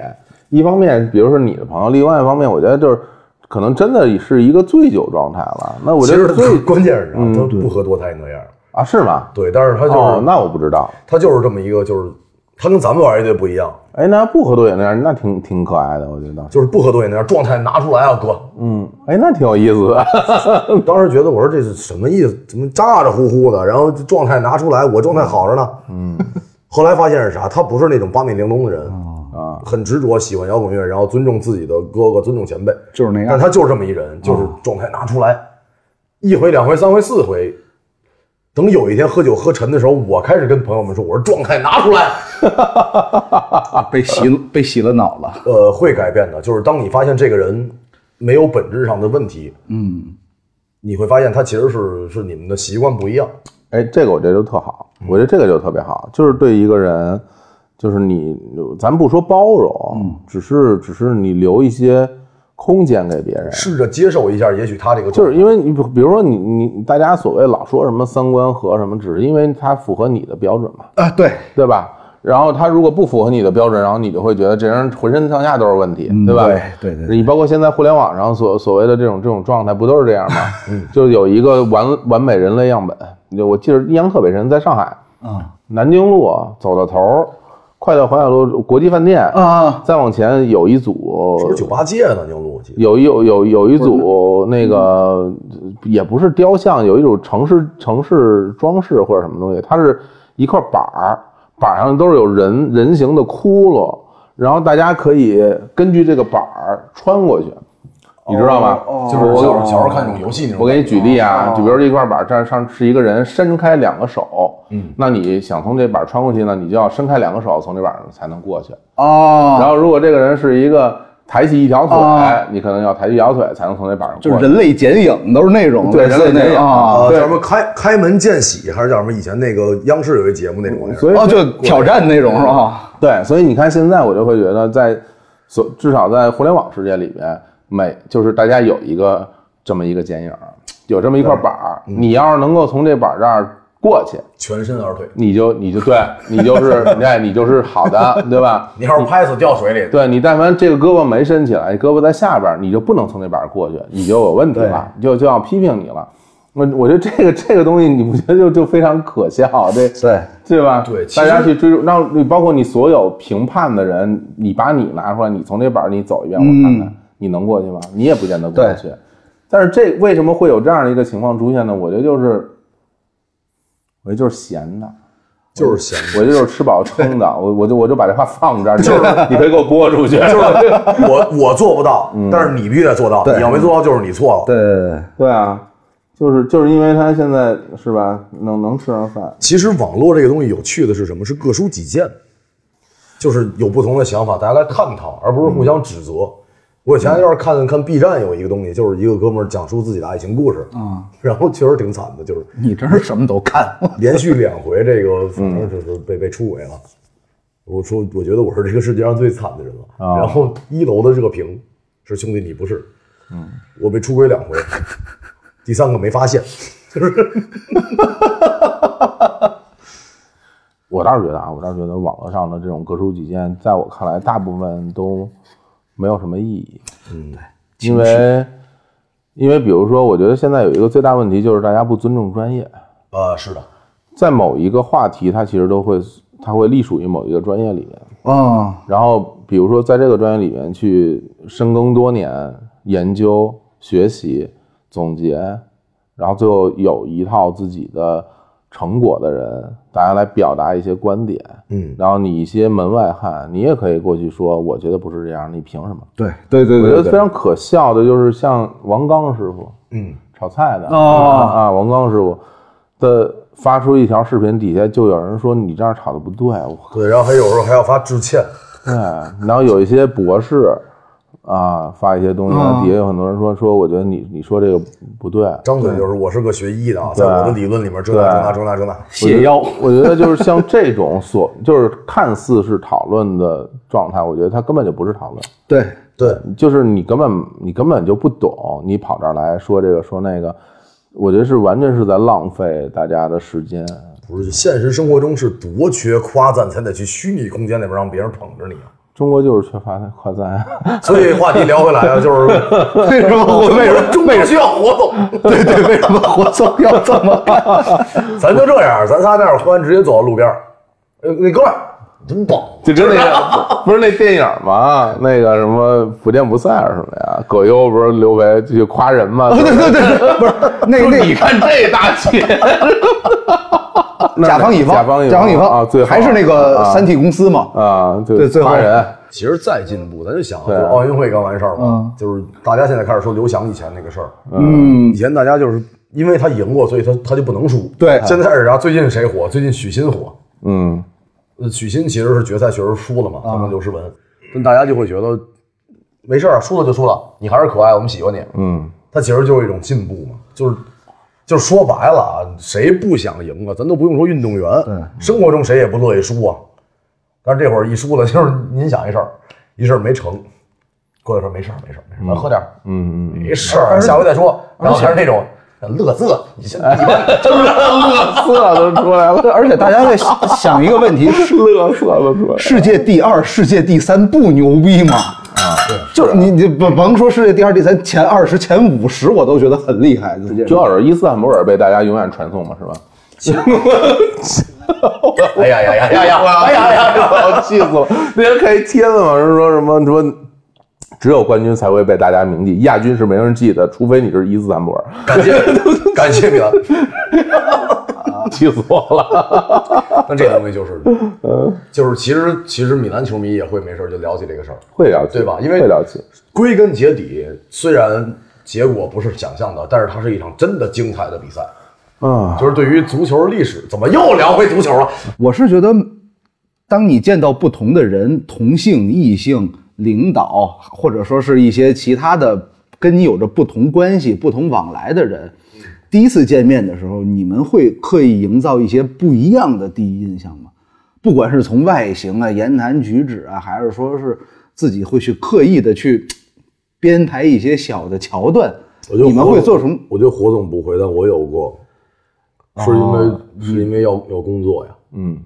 [SPEAKER 2] 一方面，比如说你的朋友；，另外一方面，我觉得就是可能真的是一个醉酒状态了。那我
[SPEAKER 1] 其
[SPEAKER 2] 觉
[SPEAKER 1] 实
[SPEAKER 2] 得醉
[SPEAKER 1] 他关键是啥？他不喝多他也那样。
[SPEAKER 2] 啊，是吗？
[SPEAKER 1] 对，但是他就是、
[SPEAKER 2] 哦，那我不知道。
[SPEAKER 1] 他就是这么一个，就是他跟咱们玩乐队不一样，
[SPEAKER 2] 哎，那不喝多也那样，那挺挺可爱的，我觉得。
[SPEAKER 1] 就是不喝多也那样，状态拿出来啊，哥。
[SPEAKER 2] 嗯，哎，那挺有意思的。
[SPEAKER 1] 当时觉得我说这是什么意思？怎么咋咋呼呼的？然后状态拿出来，我状态好着呢。嗯，后来发现是啥？他不是那种八面玲珑的人
[SPEAKER 2] 啊，
[SPEAKER 1] 很执着，喜欢摇滚乐，然后尊重自己的哥哥，尊重前辈，
[SPEAKER 3] 就是那样
[SPEAKER 1] 但他就是这么一人，就是状态拿出来，一回、两回、三回、四回。等有一天喝酒喝沉的时候，我开始跟朋友们说，我说状态拿出来，
[SPEAKER 3] 被洗 被洗了脑了。
[SPEAKER 1] 呃，会改变的。就是当你发现这个人没有本质上的问题，嗯，你会发现他其实是是你们的习惯不一样。
[SPEAKER 2] 哎，这个我觉得就特好，我觉得这个就特别好，就是对一个人，就是你，咱不说包容，只是只是你留一些空间给别人，
[SPEAKER 1] 试着接受一下，也许他这个
[SPEAKER 2] 就是因为你比如说你你大家所谓老说什么三观合什么，只是因为它符合你的标准嘛，
[SPEAKER 3] 啊，对，
[SPEAKER 2] 对吧？然后他如果不符合你的标准，然后你就会觉得这人浑身上下都是问题，嗯对吧？
[SPEAKER 3] 嗯对对对对
[SPEAKER 2] 你包括现在互联网上所所谓的这种这种状态，不都是这样吗？嗯，就是有一个完完美人类样本，就我记得印象特别深，在上海
[SPEAKER 3] 啊
[SPEAKER 2] 南京路走到头儿，快到淮海路国际饭店，
[SPEAKER 3] 啊，
[SPEAKER 2] 再往前有一组
[SPEAKER 1] 是不是酒吧界呢？宁路我记得
[SPEAKER 2] 有一有有有一组那个也不是雕像，有一种城市城市装饰或者什么东西，它是一块板儿，板上都是有人人形的窟窿，然后大家可以根据这个板儿穿过去，你知道吗？
[SPEAKER 1] 哦就是小时候小时候看那种游戏那种
[SPEAKER 2] 我给你举例
[SPEAKER 3] 哦
[SPEAKER 2] 啊，就比如这一块板儿这儿上是一个人伸开两个手，嗯，那你想从这板儿穿过去呢，你就要伸开两个手从这板儿上才能过去。
[SPEAKER 3] 哦，
[SPEAKER 2] 然后如果这个人是一个抬起一条腿，
[SPEAKER 3] 哦
[SPEAKER 2] 你可能要抬起一条腿才能从那板上
[SPEAKER 3] 就
[SPEAKER 2] 过
[SPEAKER 3] 是
[SPEAKER 2] 去。
[SPEAKER 3] 人类剪影都是那种
[SPEAKER 2] 对
[SPEAKER 3] 类似
[SPEAKER 2] 人类
[SPEAKER 3] 那
[SPEAKER 2] 剪影
[SPEAKER 3] 种啊
[SPEAKER 1] 啊，
[SPEAKER 2] 对
[SPEAKER 1] 叫什么开开门见喜，还是叫什么？以前那个央视有一节目那种玩意儿，
[SPEAKER 2] 所以
[SPEAKER 3] 哦，就挑战那种是吧？
[SPEAKER 2] 对，所以你看现在我就会觉得在，所至少在互联网世界里边，每就是大家
[SPEAKER 3] 嗯
[SPEAKER 2] 有一个这么一个剪影儿，有这么一块板儿，你要是能够从这板儿这儿过去，
[SPEAKER 1] 全身而退。
[SPEAKER 2] 你就你就对你 就是哎你就是好的，对吧？
[SPEAKER 1] 你要是拍死掉水里，
[SPEAKER 2] 对你，但凡这个胳膊没伸起来，胳膊在下边儿，你就不能从那边儿过去，你就有问题了，就就要批评你了。我我觉得这个这个东西，你不觉得就就非常可笑，这
[SPEAKER 3] 对，
[SPEAKER 2] 对吧？
[SPEAKER 1] 对其
[SPEAKER 2] 大
[SPEAKER 1] 实
[SPEAKER 2] 家去追逐，那你包括你所有评判的人，你把你拿出来，你从这板儿你走一遍，
[SPEAKER 1] 嗯
[SPEAKER 2] 我看看、你能过去吗？你也不见得过得去。但是这为什么会有这样的一个情况出现呢？我觉得就是，我觉得就是闲的。
[SPEAKER 1] 就是闲着。
[SPEAKER 2] 我就是吃饱撑的，我我就我就把这话放这 儿，就是你可以给我播出去。
[SPEAKER 1] 就是我我做不到，但是你必须得做到。
[SPEAKER 3] 对
[SPEAKER 1] 你要没做到，就是你错了。
[SPEAKER 3] 对对对，
[SPEAKER 2] 嗯对啊，就是就是因为他现在是吧，能能吃上饭，
[SPEAKER 1] 其实网络这个东西有趣的是什么？是各抒己见，就是有不同的想法，大家来探讨，而不是互相指责。
[SPEAKER 2] 嗯
[SPEAKER 1] 我前一段看看 B 站有一个东西，就是一个哥们儿讲述自己的爱情故事
[SPEAKER 2] 嗯
[SPEAKER 1] 啊，然后确实挺惨的，就是
[SPEAKER 3] 你真是什么都看。
[SPEAKER 1] 连续两回这个，反正就是被被出轨了。我说，我觉得我是这个世界上最惨的人了。
[SPEAKER 2] 啊
[SPEAKER 1] 然后一楼的热评是：“兄弟，你不是，嗯，我被出轨两回，第三个没发现。”
[SPEAKER 2] 我倒是觉得啊，我倒是觉得网络上的这种各抒己见，在我看来，大部分都没有什么意义。
[SPEAKER 1] 嗯，
[SPEAKER 2] 因为因为比如说，我觉得现在有一个最大问题就是大家不尊重专业，
[SPEAKER 1] 呃，是的，
[SPEAKER 2] 在某一个话题，它其实都会它会隶属于某一个专业里面。
[SPEAKER 3] 哦，
[SPEAKER 2] 然后比如说在这个专业里面去深耕多年，研究、学习、总结，然后最后有一套自己的成果的人，大家来表达一些观点。
[SPEAKER 1] 嗯，
[SPEAKER 2] 然后你一些门外汉，你也可以过去说，我觉得不是这样，你凭什么？
[SPEAKER 3] 对对对
[SPEAKER 2] 我觉
[SPEAKER 3] 对
[SPEAKER 2] 得非
[SPEAKER 3] 对，
[SPEAKER 2] 常可笑的就是像王刚师傅，
[SPEAKER 1] 嗯，
[SPEAKER 2] 炒菜的
[SPEAKER 3] 哦
[SPEAKER 2] 啊啊，王刚师傅的发出一条视频，底下就有人说你这样炒的不对，我
[SPEAKER 1] 对。然后还有时候还要发致歉，
[SPEAKER 2] 对，嗯然后有一些博士啊发一些东西，然后底下有很多人说说，我觉得你你说这个不对。
[SPEAKER 1] 张嘴就是我是个学医的啊，在我的理论里面，这那这那这那这那。
[SPEAKER 3] 解腰。
[SPEAKER 2] 我觉得就是像这种所，就是看似是讨论的状态，我觉得它根本就不是讨论，
[SPEAKER 3] 对，
[SPEAKER 1] 对，
[SPEAKER 2] 就是你根本你根本就不懂，你跑这儿来说这个说那个，我觉得是完全是在浪费大家的时间。
[SPEAKER 1] 不是现实生活中是多缺夸赞，才得去虚拟空间里边让别人捧着你啊。
[SPEAKER 2] 中国就是缺乏夸 赞，
[SPEAKER 1] 所以话题聊回来啊，就是
[SPEAKER 3] 为什么我为什么
[SPEAKER 1] 中国需要活动。
[SPEAKER 3] 对对为什么活总要这么干？
[SPEAKER 1] 咱就这样，咱仨那样，忽然直接走到路边儿，呃，那哥们儿真棒，
[SPEAKER 2] 就真那个，不是那电影吗？那个什么不见不散是什么呀？葛优不是刘维就夸人吗？哦对对对，
[SPEAKER 3] 那那
[SPEAKER 2] 你看这大气，
[SPEAKER 3] 甲方乙方，
[SPEAKER 2] 甲方乙
[SPEAKER 3] 甲方乙方
[SPEAKER 2] 啊，最后
[SPEAKER 3] 还是那个三 T 公司嘛？
[SPEAKER 2] 啊，
[SPEAKER 3] 对最后
[SPEAKER 2] 夸人，
[SPEAKER 1] 其实再进步，咱就想，啊就
[SPEAKER 2] 对
[SPEAKER 1] 是奥运会刚完事儿嘛
[SPEAKER 3] 嗯，
[SPEAKER 1] 就是大家现在开始说刘翔以前那个事儿，
[SPEAKER 3] 嗯
[SPEAKER 1] 以，前大家就是因为他赢过，所以他他就不能输。
[SPEAKER 3] 对
[SPEAKER 1] 现在是啥？最近谁火？最近许昕火。
[SPEAKER 2] 嗯，啊
[SPEAKER 1] 呃许昕其实是决赛确实输了嘛，他跟刘诗雯，但大家就会觉得没事儿，输了就输了，你还是可爱，我们喜欢你。
[SPEAKER 2] 嗯，
[SPEAKER 1] 它其实就是一种进步嘛，就是。就是说白了啊，谁不想赢啊？咱都不用说运动员，生活中谁也不乐意输啊。但是这会儿一输了，就是您想一事儿，一事儿没成，过来说没事儿没事儿没事儿，咱喝点儿，
[SPEAKER 2] 嗯嗯，
[SPEAKER 1] 没事儿，下回再说。然后还是那种乐色，你哎 先
[SPEAKER 2] 色都出来了，
[SPEAKER 3] 而且大家在想想一个问题：是
[SPEAKER 2] 乐色都出来了。
[SPEAKER 3] 世界第二、世界第三不牛逼吗？啊，就是你你甭甭说世界第二、第三，前二十、前五十我都觉得很厉害。世界
[SPEAKER 2] 主要是伊斯坦布尔被大家永远传颂嘛，是吧？
[SPEAKER 1] 哎呀呀呀呀呀，哎呀呀呀！
[SPEAKER 2] 我气死了！那天看一帖子嘛，是说什么说只有冠军才会被大家铭记，亚军是没人记得，除非你是伊斯坦布尔，
[SPEAKER 1] 感谢感谢米兰，
[SPEAKER 2] 气死我了。
[SPEAKER 1] 但这东西就是，
[SPEAKER 3] 嗯
[SPEAKER 1] 就是其实其实米兰球迷也会没事儿就聊起这个事儿。
[SPEAKER 2] 会聊起
[SPEAKER 1] 对吧因为
[SPEAKER 2] 会聊起，
[SPEAKER 1] 归根结底，虽然结果不是想象的，但是它是一场真的精彩的比赛。
[SPEAKER 2] 嗯，
[SPEAKER 1] 就是对于足球历史，怎么又聊回足球了？
[SPEAKER 3] 我是觉得，当你见到不同的人，同性、异性、领导，或者说是一些其他的跟你有着不同关系、不同往来的人，第一次见面的时候，你们会刻意营造一些不一样的第一印象吗？不管是从外形啊、言谈举止啊，还是说是自己会去刻意的去编排一些小的桥段，
[SPEAKER 1] 我觉得
[SPEAKER 3] 你们
[SPEAKER 1] 活
[SPEAKER 3] 会
[SPEAKER 1] 动
[SPEAKER 3] 做成
[SPEAKER 1] 我觉得火总不会，但我有过，是因
[SPEAKER 3] 哦
[SPEAKER 1] 为是因为要要工作呀，
[SPEAKER 2] 嗯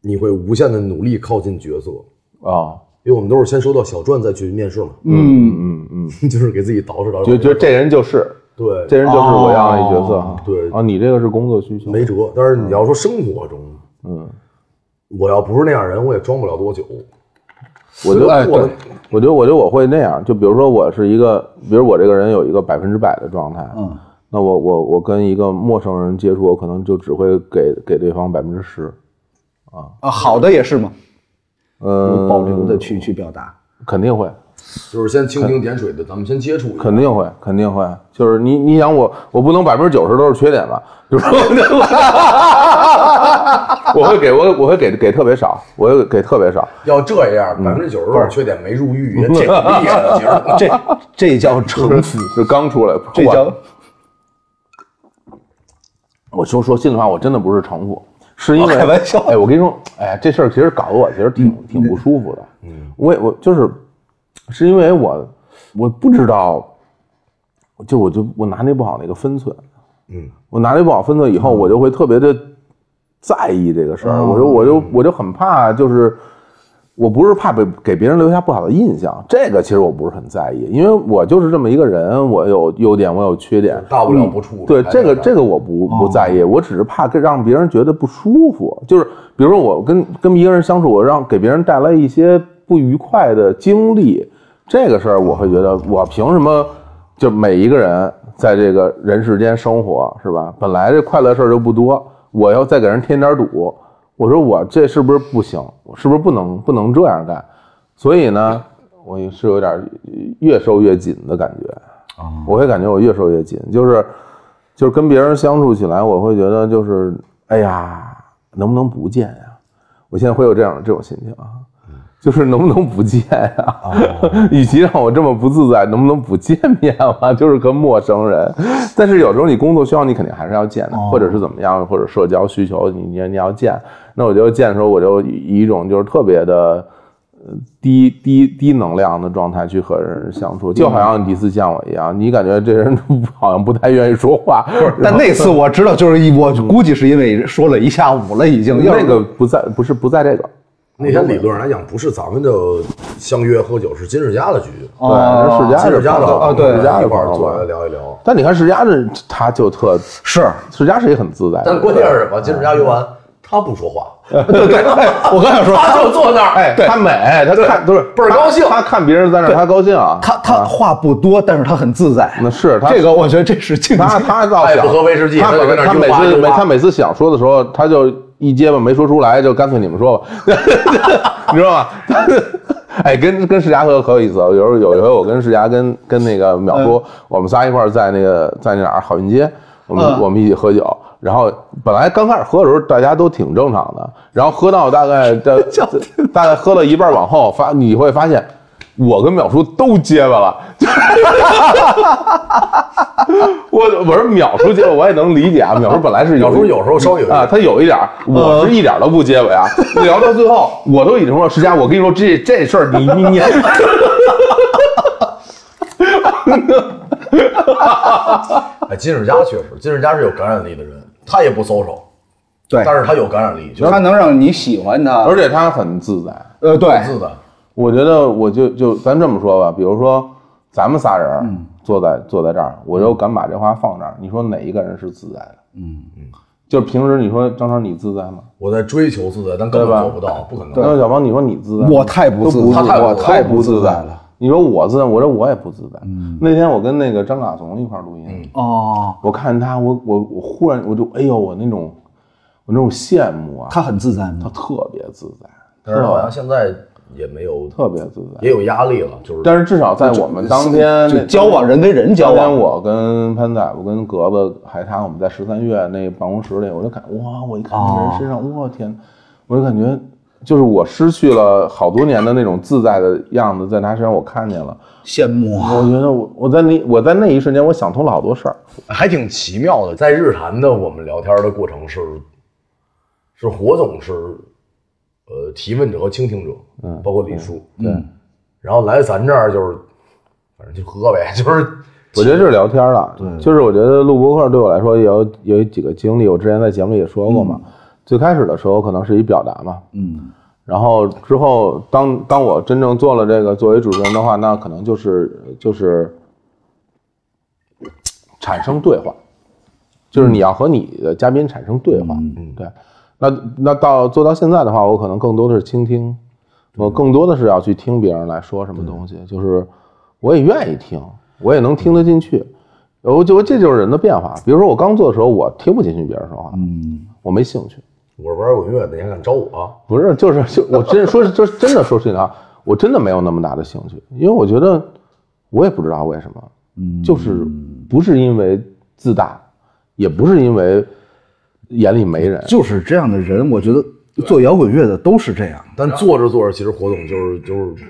[SPEAKER 1] 你会无限的努力靠近角色，
[SPEAKER 2] 啊，
[SPEAKER 1] 因为我们都是先收到小传再去面试嘛，
[SPEAKER 3] 嗯，
[SPEAKER 2] 嗯嗯嗯，
[SPEAKER 1] 就是给自己捯饬捯饬。
[SPEAKER 2] 就就这人就是，
[SPEAKER 1] 对，
[SPEAKER 2] 这人就是我要的角色
[SPEAKER 3] 哦
[SPEAKER 2] 啊。
[SPEAKER 1] 对
[SPEAKER 2] 啊，你这个是工作需求，
[SPEAKER 1] 没辙。但是你要说生活中，
[SPEAKER 2] 嗯，
[SPEAKER 1] 我要不是那样人，我也装不了多久。
[SPEAKER 2] 我觉得
[SPEAKER 1] 哎
[SPEAKER 2] 我
[SPEAKER 1] 对
[SPEAKER 2] 我觉得我觉得我会那样，就比如说我是一个，比如我这个人有一个百分之百的状态，
[SPEAKER 3] 嗯，
[SPEAKER 2] 那我我我跟一个陌生人接触，我可能就只会给给对方百分之十，
[SPEAKER 3] 啊，好的也是嘛，有
[SPEAKER 2] 嗯，
[SPEAKER 3] 保留的去去表达，
[SPEAKER 2] 肯定会，
[SPEAKER 1] 就是先蜻蜓点水的，咱们先接触一下。
[SPEAKER 2] 肯定会，肯定会，就是你你想我我不能百分之九十都是缺点吧，就是 我我会给我我会给给特别少，我会给特别 少，
[SPEAKER 1] 要这样，
[SPEAKER 2] 嗯
[SPEAKER 1] 百分之九十的缺点没入 狱也挺厉害的。其实，
[SPEAKER 3] 这这叫城府，
[SPEAKER 2] 就刚出来，
[SPEAKER 3] 这
[SPEAKER 2] 我
[SPEAKER 3] 叫
[SPEAKER 2] 我说说心里话，我真的不是城府，是
[SPEAKER 1] 哦
[SPEAKER 2] 因为
[SPEAKER 3] 开玩笑
[SPEAKER 2] 哎，我跟你说，哎，这事儿其实搞得我其实挺挺不舒服的。嗯，我也我就是是因为我我不知道，就我就我拿捏不好那个分寸。
[SPEAKER 1] 嗯，
[SPEAKER 2] 我拿捏不好分寸以后，我就会特别的在意这个事
[SPEAKER 1] 嗯
[SPEAKER 2] 儿，我就我就我就很怕就是。我不是怕被给别人留下不好的印象，这个其实我不是很在意，因为我就是这么一个人，我有优点，我有缺点，嗯
[SPEAKER 1] 大不了不处。
[SPEAKER 2] 对
[SPEAKER 1] 还
[SPEAKER 2] 这个
[SPEAKER 1] 是
[SPEAKER 2] 这个我不不在意，我只是怕跟让别人觉得不舒服。就是比如说我跟跟一个人相处，我让给别人带来一些不愉快的经历，这个事儿我会觉得我凭什么？就每一个人在这个人世间生活是吧？本来这快乐事儿就不多，我要再给人添点堵，我说我这是不是不行？我是不是不能不能这样干？所以呢，我也是有点儿越收越紧的感觉。我会感觉我越收越紧，就是就是跟别人相处起来，我会觉得就是哎呀，能不能不见呀、我现在会有这样这种心情啊，就是能不能不见呀、 与其让我这么不自在，能不能不见面嘛？ 就是跟陌生人。但是有时候你工作需要，你肯定还是要见的，或者是怎么样，或者社交需求，你你你要见。那我就见的时候，我就以一种就是特别的。呃低低低能量的状态去和人相处，就好像你第一次见我一样，你感觉这人好像不太愿意说话。
[SPEAKER 3] 但那次我知道，就是一我估计是因为说了一下午了，已经要
[SPEAKER 2] 那个不在，不是不在这个，
[SPEAKER 1] 那天理论上来讲，不是咱们的相约喝酒，是金世佳的局。
[SPEAKER 3] 哦
[SPEAKER 2] 对，人世
[SPEAKER 1] 金
[SPEAKER 2] 家
[SPEAKER 1] 世佳的
[SPEAKER 2] 啊，
[SPEAKER 1] 朋友
[SPEAKER 2] 世家
[SPEAKER 1] 哦一
[SPEAKER 2] 的
[SPEAKER 1] 块
[SPEAKER 2] 朋
[SPEAKER 1] 儿
[SPEAKER 2] 友
[SPEAKER 1] 坐下来
[SPEAKER 2] 嘛。
[SPEAKER 1] 聊一聊。
[SPEAKER 2] 但你看世家这他就特，
[SPEAKER 3] 是，
[SPEAKER 2] 世家是一个很自在的人，
[SPEAKER 1] 但关键是什么？金世佳约完，他不说话，
[SPEAKER 3] 对对，哎我刚想说，
[SPEAKER 1] 他就坐那儿，
[SPEAKER 2] 哎，他美，他看都是
[SPEAKER 1] 倍儿高兴
[SPEAKER 2] 他他看别人在那儿，他高兴啊。
[SPEAKER 3] 他他话不多，但是他很自在，
[SPEAKER 2] 那是他
[SPEAKER 3] 这个我觉得这是境界
[SPEAKER 2] 他他倒
[SPEAKER 1] 他也
[SPEAKER 2] 想
[SPEAKER 1] 不喝威士忌，
[SPEAKER 2] 他
[SPEAKER 1] 就
[SPEAKER 2] 本
[SPEAKER 1] 跟那
[SPEAKER 2] 来他
[SPEAKER 1] 儿
[SPEAKER 2] 每
[SPEAKER 1] 悠吧
[SPEAKER 2] 次
[SPEAKER 1] 悠啊
[SPEAKER 2] 每
[SPEAKER 1] 吧
[SPEAKER 2] 他每次想说的时候，他就一结巴没说出来，就干脆你们说吧， 你知道吗？ 哎，跟跟世佳可可有意思了。啊有时候有一回我跟世佳跟跟那个淼叔，我们仨一块儿在那个在那哪儿好运街，我们、
[SPEAKER 3] 嗯
[SPEAKER 2] 我们一起喝酒。然后本来刚开始喝的时候大家都挺正常的，然后喝到大概的大概喝到一半往后发，你会发现我跟淼叔都结巴了。 我我说淼叔结巴我也能理解啊，淼叔本来是
[SPEAKER 1] 有时候有时候稍微有一点
[SPEAKER 2] 啊，他有一点儿，我是一点儿都不结尾啊。聊到最后，我都已经说石佳，我跟你说这这事儿你你你，
[SPEAKER 1] 哎，金世佳确实，金世佳是有感染力的人，他也不 social，
[SPEAKER 3] 对，
[SPEAKER 1] 但是他有感染力，就是
[SPEAKER 3] 他能让你喜欢他，
[SPEAKER 2] 而且他很自在。
[SPEAKER 3] 呃，对，
[SPEAKER 1] 自的。
[SPEAKER 2] 我觉得我就就咱这么说吧，比如说咱们仨人儿坐在、坐在这儿，我就敢把这话放这儿，你说哪一个人是自在的？嗯嗯，就是平时你说张超你自在吗？
[SPEAKER 1] 我在追求自在，但
[SPEAKER 2] 对
[SPEAKER 1] 根本
[SPEAKER 2] 吧
[SPEAKER 1] 做不到，不可能。
[SPEAKER 2] 那小王你说你自在吗？
[SPEAKER 3] 我太不自在
[SPEAKER 1] 他太
[SPEAKER 3] 了，
[SPEAKER 1] 不
[SPEAKER 3] 我太不自在了。嗯
[SPEAKER 2] 你说我自在，我说我也不自在。那天我跟那个张嘎怂一块儿录音，
[SPEAKER 3] 哦，
[SPEAKER 2] 我看他，我我我忽然我就哎呦，我那种我那种羡慕啊，
[SPEAKER 3] 他很自在
[SPEAKER 2] 他
[SPEAKER 3] 吗？
[SPEAKER 2] 特别自在，
[SPEAKER 1] 但是好像现在也没有，
[SPEAKER 2] 特别自在。
[SPEAKER 1] 也有压力了，就是
[SPEAKER 2] 但是至少在我们当天
[SPEAKER 3] 就
[SPEAKER 2] 那
[SPEAKER 3] 交往人跟人交
[SPEAKER 2] 当天
[SPEAKER 3] 往，
[SPEAKER 2] 我跟潘仔，我跟格子，还有他，我们在十三月那办公室里，我就感哇，我一看那
[SPEAKER 3] 哦
[SPEAKER 2] 人身上，我天，我就感觉就是我失去了好多年的那种自在的样子，在他身上我看见了，
[SPEAKER 3] 羡慕啊！
[SPEAKER 2] 我觉得我我在那我在那一瞬间，我想通了好多事儿。
[SPEAKER 1] 还挺奇妙的。在日坛的我们聊天的过程是，是火总是，呃，提问者和倾听者，嗯，包括李叔，对。然后来咱这儿就是，反正就喝呗，就是
[SPEAKER 2] 我觉得这是聊天了，对，就是我觉得录播客对我来说也有有几个经历，我之前在节目里也说过嘛。最开始的时候可能是以表达嘛，
[SPEAKER 3] 嗯，
[SPEAKER 2] 然后之后当当我真正做了这个作为主持人的话，那可能就是就是产生对话，就是你要和你的嘉宾产生对话，对。那那到做到现在的话，我可能更多的是倾听，我更多的是要去听别人来说什么东西，就是我也愿意听，我也能听得进去。我就这就是人的变化。比如说我刚做的时候，我听不进去别人说话，
[SPEAKER 3] 嗯，
[SPEAKER 2] 我没兴趣。
[SPEAKER 1] 我玩滚乐的，你还敢找我？啊
[SPEAKER 2] 不是，就是就我真说，这真的说实话，我真的没有那么大的兴趣，因为我觉得我也不知道为什么，
[SPEAKER 3] 嗯
[SPEAKER 2] 就是不是因为自大，也不是因为眼里没人，
[SPEAKER 3] 就是这样的人，我觉得做摇滚乐的都是这样。
[SPEAKER 1] 但做着做着，其实活动就是就是，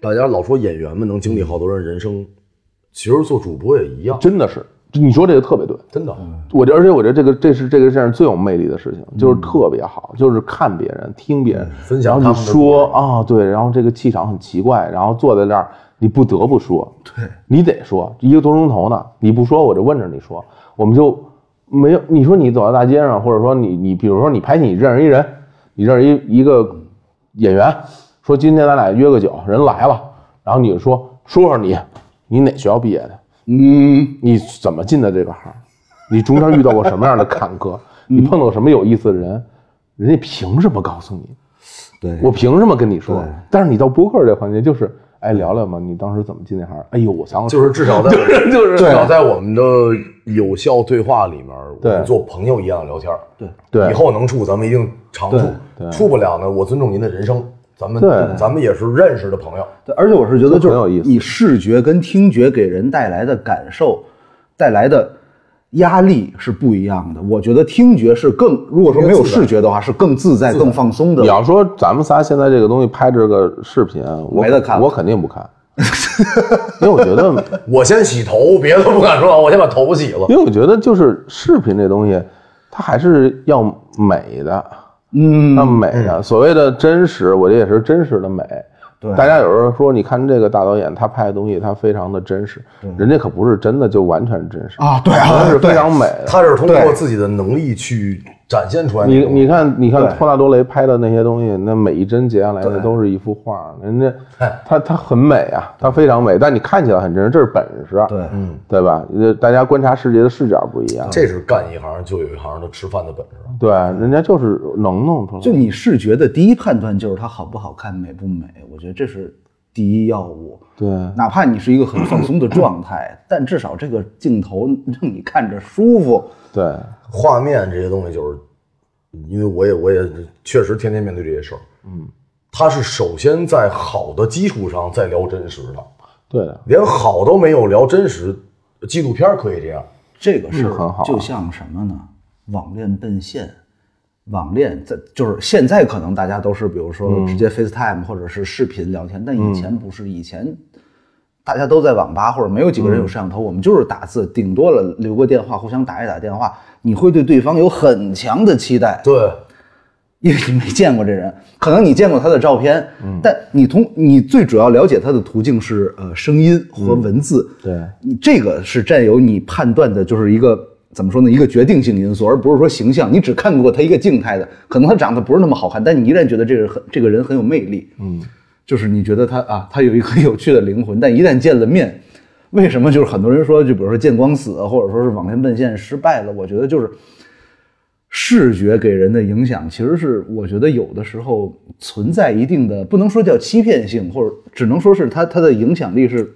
[SPEAKER 1] 大家老说演员们能经历好多人人生，其实做主播也一样，
[SPEAKER 2] 真的是你说这个特别对。
[SPEAKER 1] 真的。
[SPEAKER 2] 我觉得，而且我觉得这个这是这个世界上最有魅力的事情，就是特别好，就是看别人、听别人，
[SPEAKER 1] 嗯分
[SPEAKER 2] 然
[SPEAKER 1] 享
[SPEAKER 2] 后你
[SPEAKER 1] 他们的
[SPEAKER 2] 说啊、对，然后这个气场很奇怪，然后坐在那儿，你不得不说，对你得说一个多钟头呢，你不说我就问着你说，我们就没有你说你走到大街上，或者说你你比如说你拍戏，你认识一人，你认识一一个演员，说今天咱俩约个酒，人来了，然后你就说说说你，你哪学校毕业的？
[SPEAKER 3] 嗯，
[SPEAKER 2] 你怎么进的这个行？你中间遇到过什么 样的坎
[SPEAKER 3] 嗯
[SPEAKER 2] 坷？你碰到什么有意思的人？人家凭什么告诉你？
[SPEAKER 3] 对，
[SPEAKER 2] 我凭什么跟你说
[SPEAKER 3] 对？
[SPEAKER 2] 但是你到播客这环节，就是哎聊聊嘛，你当时怎么进那行？哎呦，我想
[SPEAKER 1] 就是至少在
[SPEAKER 2] 是 就是
[SPEAKER 1] 至少在我们的有效对话里面，我
[SPEAKER 2] 对
[SPEAKER 1] 们做朋友一样聊天。对
[SPEAKER 2] 对
[SPEAKER 1] 以后能处咱们一定常处
[SPEAKER 2] 对，对
[SPEAKER 1] 处不了呢，我尊重您的人生，咱们
[SPEAKER 2] 对
[SPEAKER 1] 咱们也是认识的朋友。
[SPEAKER 3] 对而且我是觉得，
[SPEAKER 2] 这很有
[SPEAKER 3] 就
[SPEAKER 2] 意
[SPEAKER 3] 是
[SPEAKER 2] 思
[SPEAKER 3] 你视觉跟听觉给人带来的感受，带来的压力是不一样的。我觉得听觉是更，如果说没有视觉的话，是更自在、更放松的
[SPEAKER 2] 你。要说咱们仨现在这个东西拍这个视频，我
[SPEAKER 3] 没得看了
[SPEAKER 2] 我肯定不看， 因为我觉得，
[SPEAKER 1] 我先洗头，别的不敢说，我先把头洗了。
[SPEAKER 2] 因为我觉得就是视频这东西，它还是要美的。
[SPEAKER 3] 嗯，
[SPEAKER 2] 那美啊，所谓的真实，我觉得也是真实的美。
[SPEAKER 3] 对
[SPEAKER 2] 大家有时候说，你看这个大导演，他拍的东西，他非常的真实，人家可不是真的就完全真实
[SPEAKER 3] 嗯啊对啊
[SPEAKER 2] 人家是
[SPEAKER 3] 对
[SPEAKER 2] 非常美的。
[SPEAKER 1] 他是通过
[SPEAKER 3] 对
[SPEAKER 1] 自己的能力去展现出来的
[SPEAKER 2] 你
[SPEAKER 1] 东西。
[SPEAKER 2] 你看，你看
[SPEAKER 3] 对
[SPEAKER 2] 托纳多雷拍的那些东西，那每一帧截下来的都是一幅画，人家
[SPEAKER 3] 哎
[SPEAKER 2] 他他很美啊，他非常美，但你看起来很真实，这是本事，啊
[SPEAKER 3] 对，
[SPEAKER 2] 对吧？呃大家观察世界的视角不一样，
[SPEAKER 1] 这是干一行就有一行的吃饭的本事。啊
[SPEAKER 2] 对，人家就是能弄出来。
[SPEAKER 3] 就你视觉的第一判断就是它好不好看、美不美，我觉得这是第一要务。
[SPEAKER 2] 对，
[SPEAKER 3] 哪怕你是一个很放松的状态，但至少这个镜头 让你看着舒服。
[SPEAKER 2] 对，
[SPEAKER 1] 画面这些东西，就是因为我也我也确实天天面对这些事儿。嗯，他是首先在好的基础上再聊真实的，
[SPEAKER 2] 对的，
[SPEAKER 1] 连好都没有聊真实，纪录片可以这样。
[SPEAKER 3] 这个事
[SPEAKER 2] 嗯很
[SPEAKER 3] 儿
[SPEAKER 2] 好
[SPEAKER 3] 就像什么呢？网恋奔现，网恋在就是现在可能大家都是比如
[SPEAKER 2] 嗯
[SPEAKER 3] 说直接 FaceTime 或者是视频聊天，但以前不是，以前大家都在网吧或者没有几个人有摄
[SPEAKER 2] 嗯
[SPEAKER 3] 像头，我们就是打字，顶多了留个电话，互相打一打电话，你会对对方有很强的期待。
[SPEAKER 1] 对，
[SPEAKER 3] 因为你没见过这人，可能你见过他的照片，但你通你最主要了解他的途径是呃声音和文字，
[SPEAKER 2] 对
[SPEAKER 3] 你这个是占有你判断的，就是一个怎么说呢，一个决定性因素，而不是说形象。你只看过他一个静态的，可能他长得不是那么好看，但你依然觉得这个人很这个人很有魅力，嗯，就是你觉得他啊，他有一个很有趣的灵魂，但一旦见了面。为什么就是很多人说，就比如说见光死，或者说是网恋奔现失败了？我觉得就是视觉给人的影响，其实是我觉得有的时候存在一定的，不能说叫欺骗性，或者只能说是它它的影响力是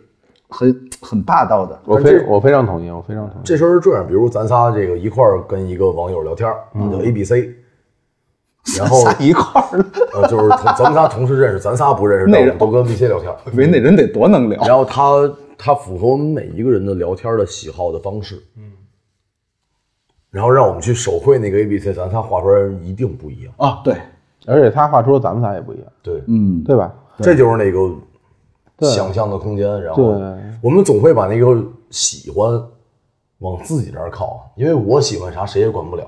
[SPEAKER 3] 很很霸道的。
[SPEAKER 2] 我非我非常同意，我非常同意。
[SPEAKER 1] 这事儿是这样，比如咱仨这个一块儿跟一个网友聊天儿，叫 A B C，然后
[SPEAKER 3] 仨一块儿了，
[SPEAKER 1] 呃就是同咱们仨同时认识，咱仨不认识，
[SPEAKER 3] 那
[SPEAKER 1] 但我
[SPEAKER 3] 人
[SPEAKER 1] 们都跟 A B C 聊天儿。
[SPEAKER 3] 以为那人得多能 聊。
[SPEAKER 1] 然后他他符合我们每一个人的聊天的喜好的方式，嗯，然后让我们去手绘那个 A B C，咱仨画出来一定不一样，
[SPEAKER 3] 啊，对，
[SPEAKER 2] 而且他话说咱们仨也不一样，
[SPEAKER 1] 对，
[SPEAKER 3] 嗯，
[SPEAKER 2] 对吧？
[SPEAKER 1] 这就是那个
[SPEAKER 2] 对
[SPEAKER 1] 想象的空间。然
[SPEAKER 3] 哦
[SPEAKER 1] 后
[SPEAKER 2] 对
[SPEAKER 1] 我们总会把那个喜欢往自己这儿靠，啊因为我喜欢啥谁也管不了，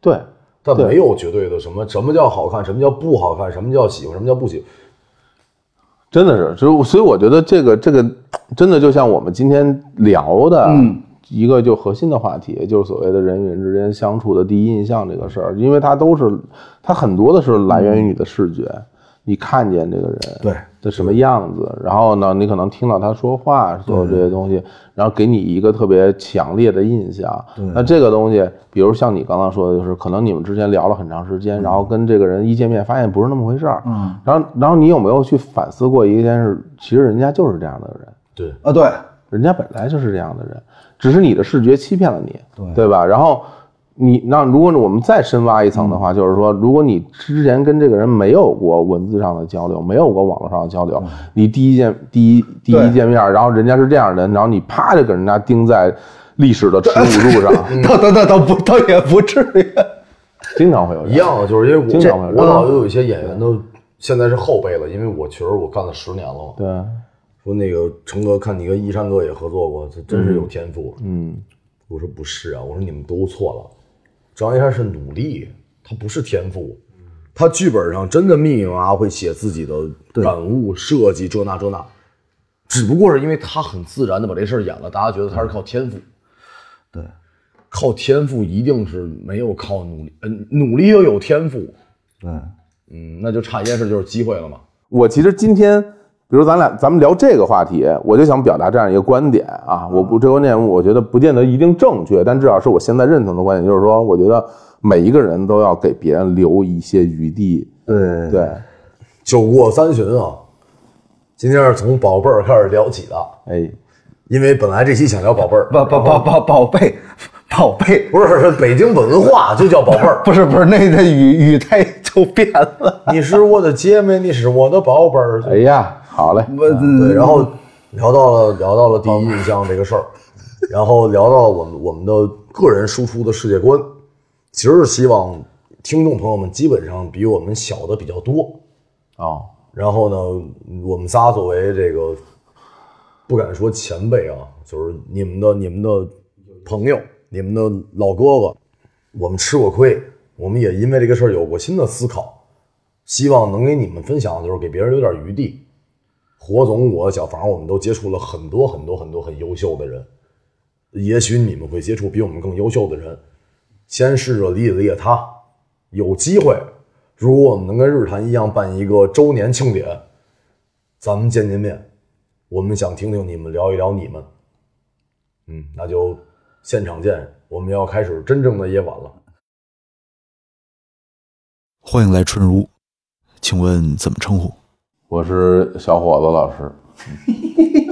[SPEAKER 2] 对，
[SPEAKER 1] 但
[SPEAKER 2] 对
[SPEAKER 1] 没有绝对的什么什么叫好看，什么叫不好看，什么叫喜欢，什么叫不喜欢。
[SPEAKER 2] 真的是，所以所以我觉得这个这个真的就像我们今天聊的一个就核心的话题，就是所谓的人与人之间相处的第一印象这个事儿，因为它都是它很多的是来源于你的视觉，你看见这个人
[SPEAKER 3] 对
[SPEAKER 2] 的什么样子，然后呢，你可能听到他说话，所有这些东西，然后给你一个特别强烈的印象。那这个东西，比如像你刚刚说的，就是可能你们之前聊了很长时间，然后跟这个人一见面发现不是那么回事儿，嗯，
[SPEAKER 3] 啊
[SPEAKER 2] 然后然后你有没有去反思过一件事？其实人家就是这样的人，
[SPEAKER 1] 对，
[SPEAKER 3] 啊，对，
[SPEAKER 2] 人家本来就是这样的人，只是你的视觉欺骗了你，
[SPEAKER 3] 对
[SPEAKER 2] 吧？然后你那如果我们再深挖一层的话，就是说，如果你之前跟这个人没有过文字上的交流，没有过网络上的交流，你第一见第一第
[SPEAKER 3] 嗯对
[SPEAKER 2] 一见面，然后人家是这样的人，然后你啪就给人家钉在历史的耻辱 柱上，
[SPEAKER 3] 倒倒倒倒不倒也不至于。
[SPEAKER 2] 经常会有这
[SPEAKER 1] 一样的，就是因为我
[SPEAKER 2] 经常会有嗯
[SPEAKER 1] 我老有一些演员都现在是后辈了，因为我确实我干了十年了嘛。
[SPEAKER 2] 对，
[SPEAKER 1] 说那个成哥，看你跟一山哥也合作过，这真是有天赋。啊
[SPEAKER 2] 嗯，
[SPEAKER 1] 我说不是啊，我说你们都错了，张一山是努力，他不是天赋，
[SPEAKER 2] 嗯
[SPEAKER 1] 他剧本上真的密密麻麻会写自己的感悟、设计这那这那，只不过是因为他很自然的把这事儿演了，大家觉得他是靠天赋。
[SPEAKER 3] 对，
[SPEAKER 1] 靠天赋一定是没有靠努力，嗯、努力又有天赋，
[SPEAKER 3] 对，
[SPEAKER 1] 嗯，那就差一件事就是机会了嘛。
[SPEAKER 2] 我其实今天，比如咱俩咱们聊这个话题，我就想表达这样一个观点啊，我不这个观点我觉得不见得一定正确，但至少是我现在认同的观点，就是说，我觉得每一个人都要给别人留一些余地。
[SPEAKER 3] 对，
[SPEAKER 2] 对，
[SPEAKER 1] 酒过三巡啊，今天是从宝贝儿开始聊起的，
[SPEAKER 2] 哎，
[SPEAKER 1] 因为本来这期想聊宝贝儿，
[SPEAKER 3] 宝宝宝宝宝贝，宝贝，
[SPEAKER 1] 不是北京文化就叫宝贝儿。
[SPEAKER 3] 不是不是，那那语语态就变了。
[SPEAKER 1] 你是我的姐妹，你是我的宝贝儿。
[SPEAKER 2] 哎呀，好嘞，
[SPEAKER 3] 我
[SPEAKER 1] 对，然后聊到了聊到了第一印象这个事儿，然后聊到了我们我们的个人输出的世界观，其实是希望听众朋友们基本上比我们小的比较多。
[SPEAKER 2] 哦，
[SPEAKER 1] 然后呢，我们仨作为这个不敢说前辈啊，就是你们的你们的朋友，你们的老哥哥，我们吃过亏，我们也因为这个事儿有过新的思考，希望能给你们分享，就是给别人留点余地。火总，我小房，我们都接触了很多很多很多很优秀的人，也许你们会接触比我们更优秀的人，先试着理解理解他，有机会，如果我们能跟日坛一样办一个周年庆典，咱们见见面，我们想听听你们聊一聊你们。嗯，那就现场见。我们要开始真正的夜晚了。
[SPEAKER 4] 欢迎来春如，请问怎么称呼？
[SPEAKER 2] 我是小伙子老师，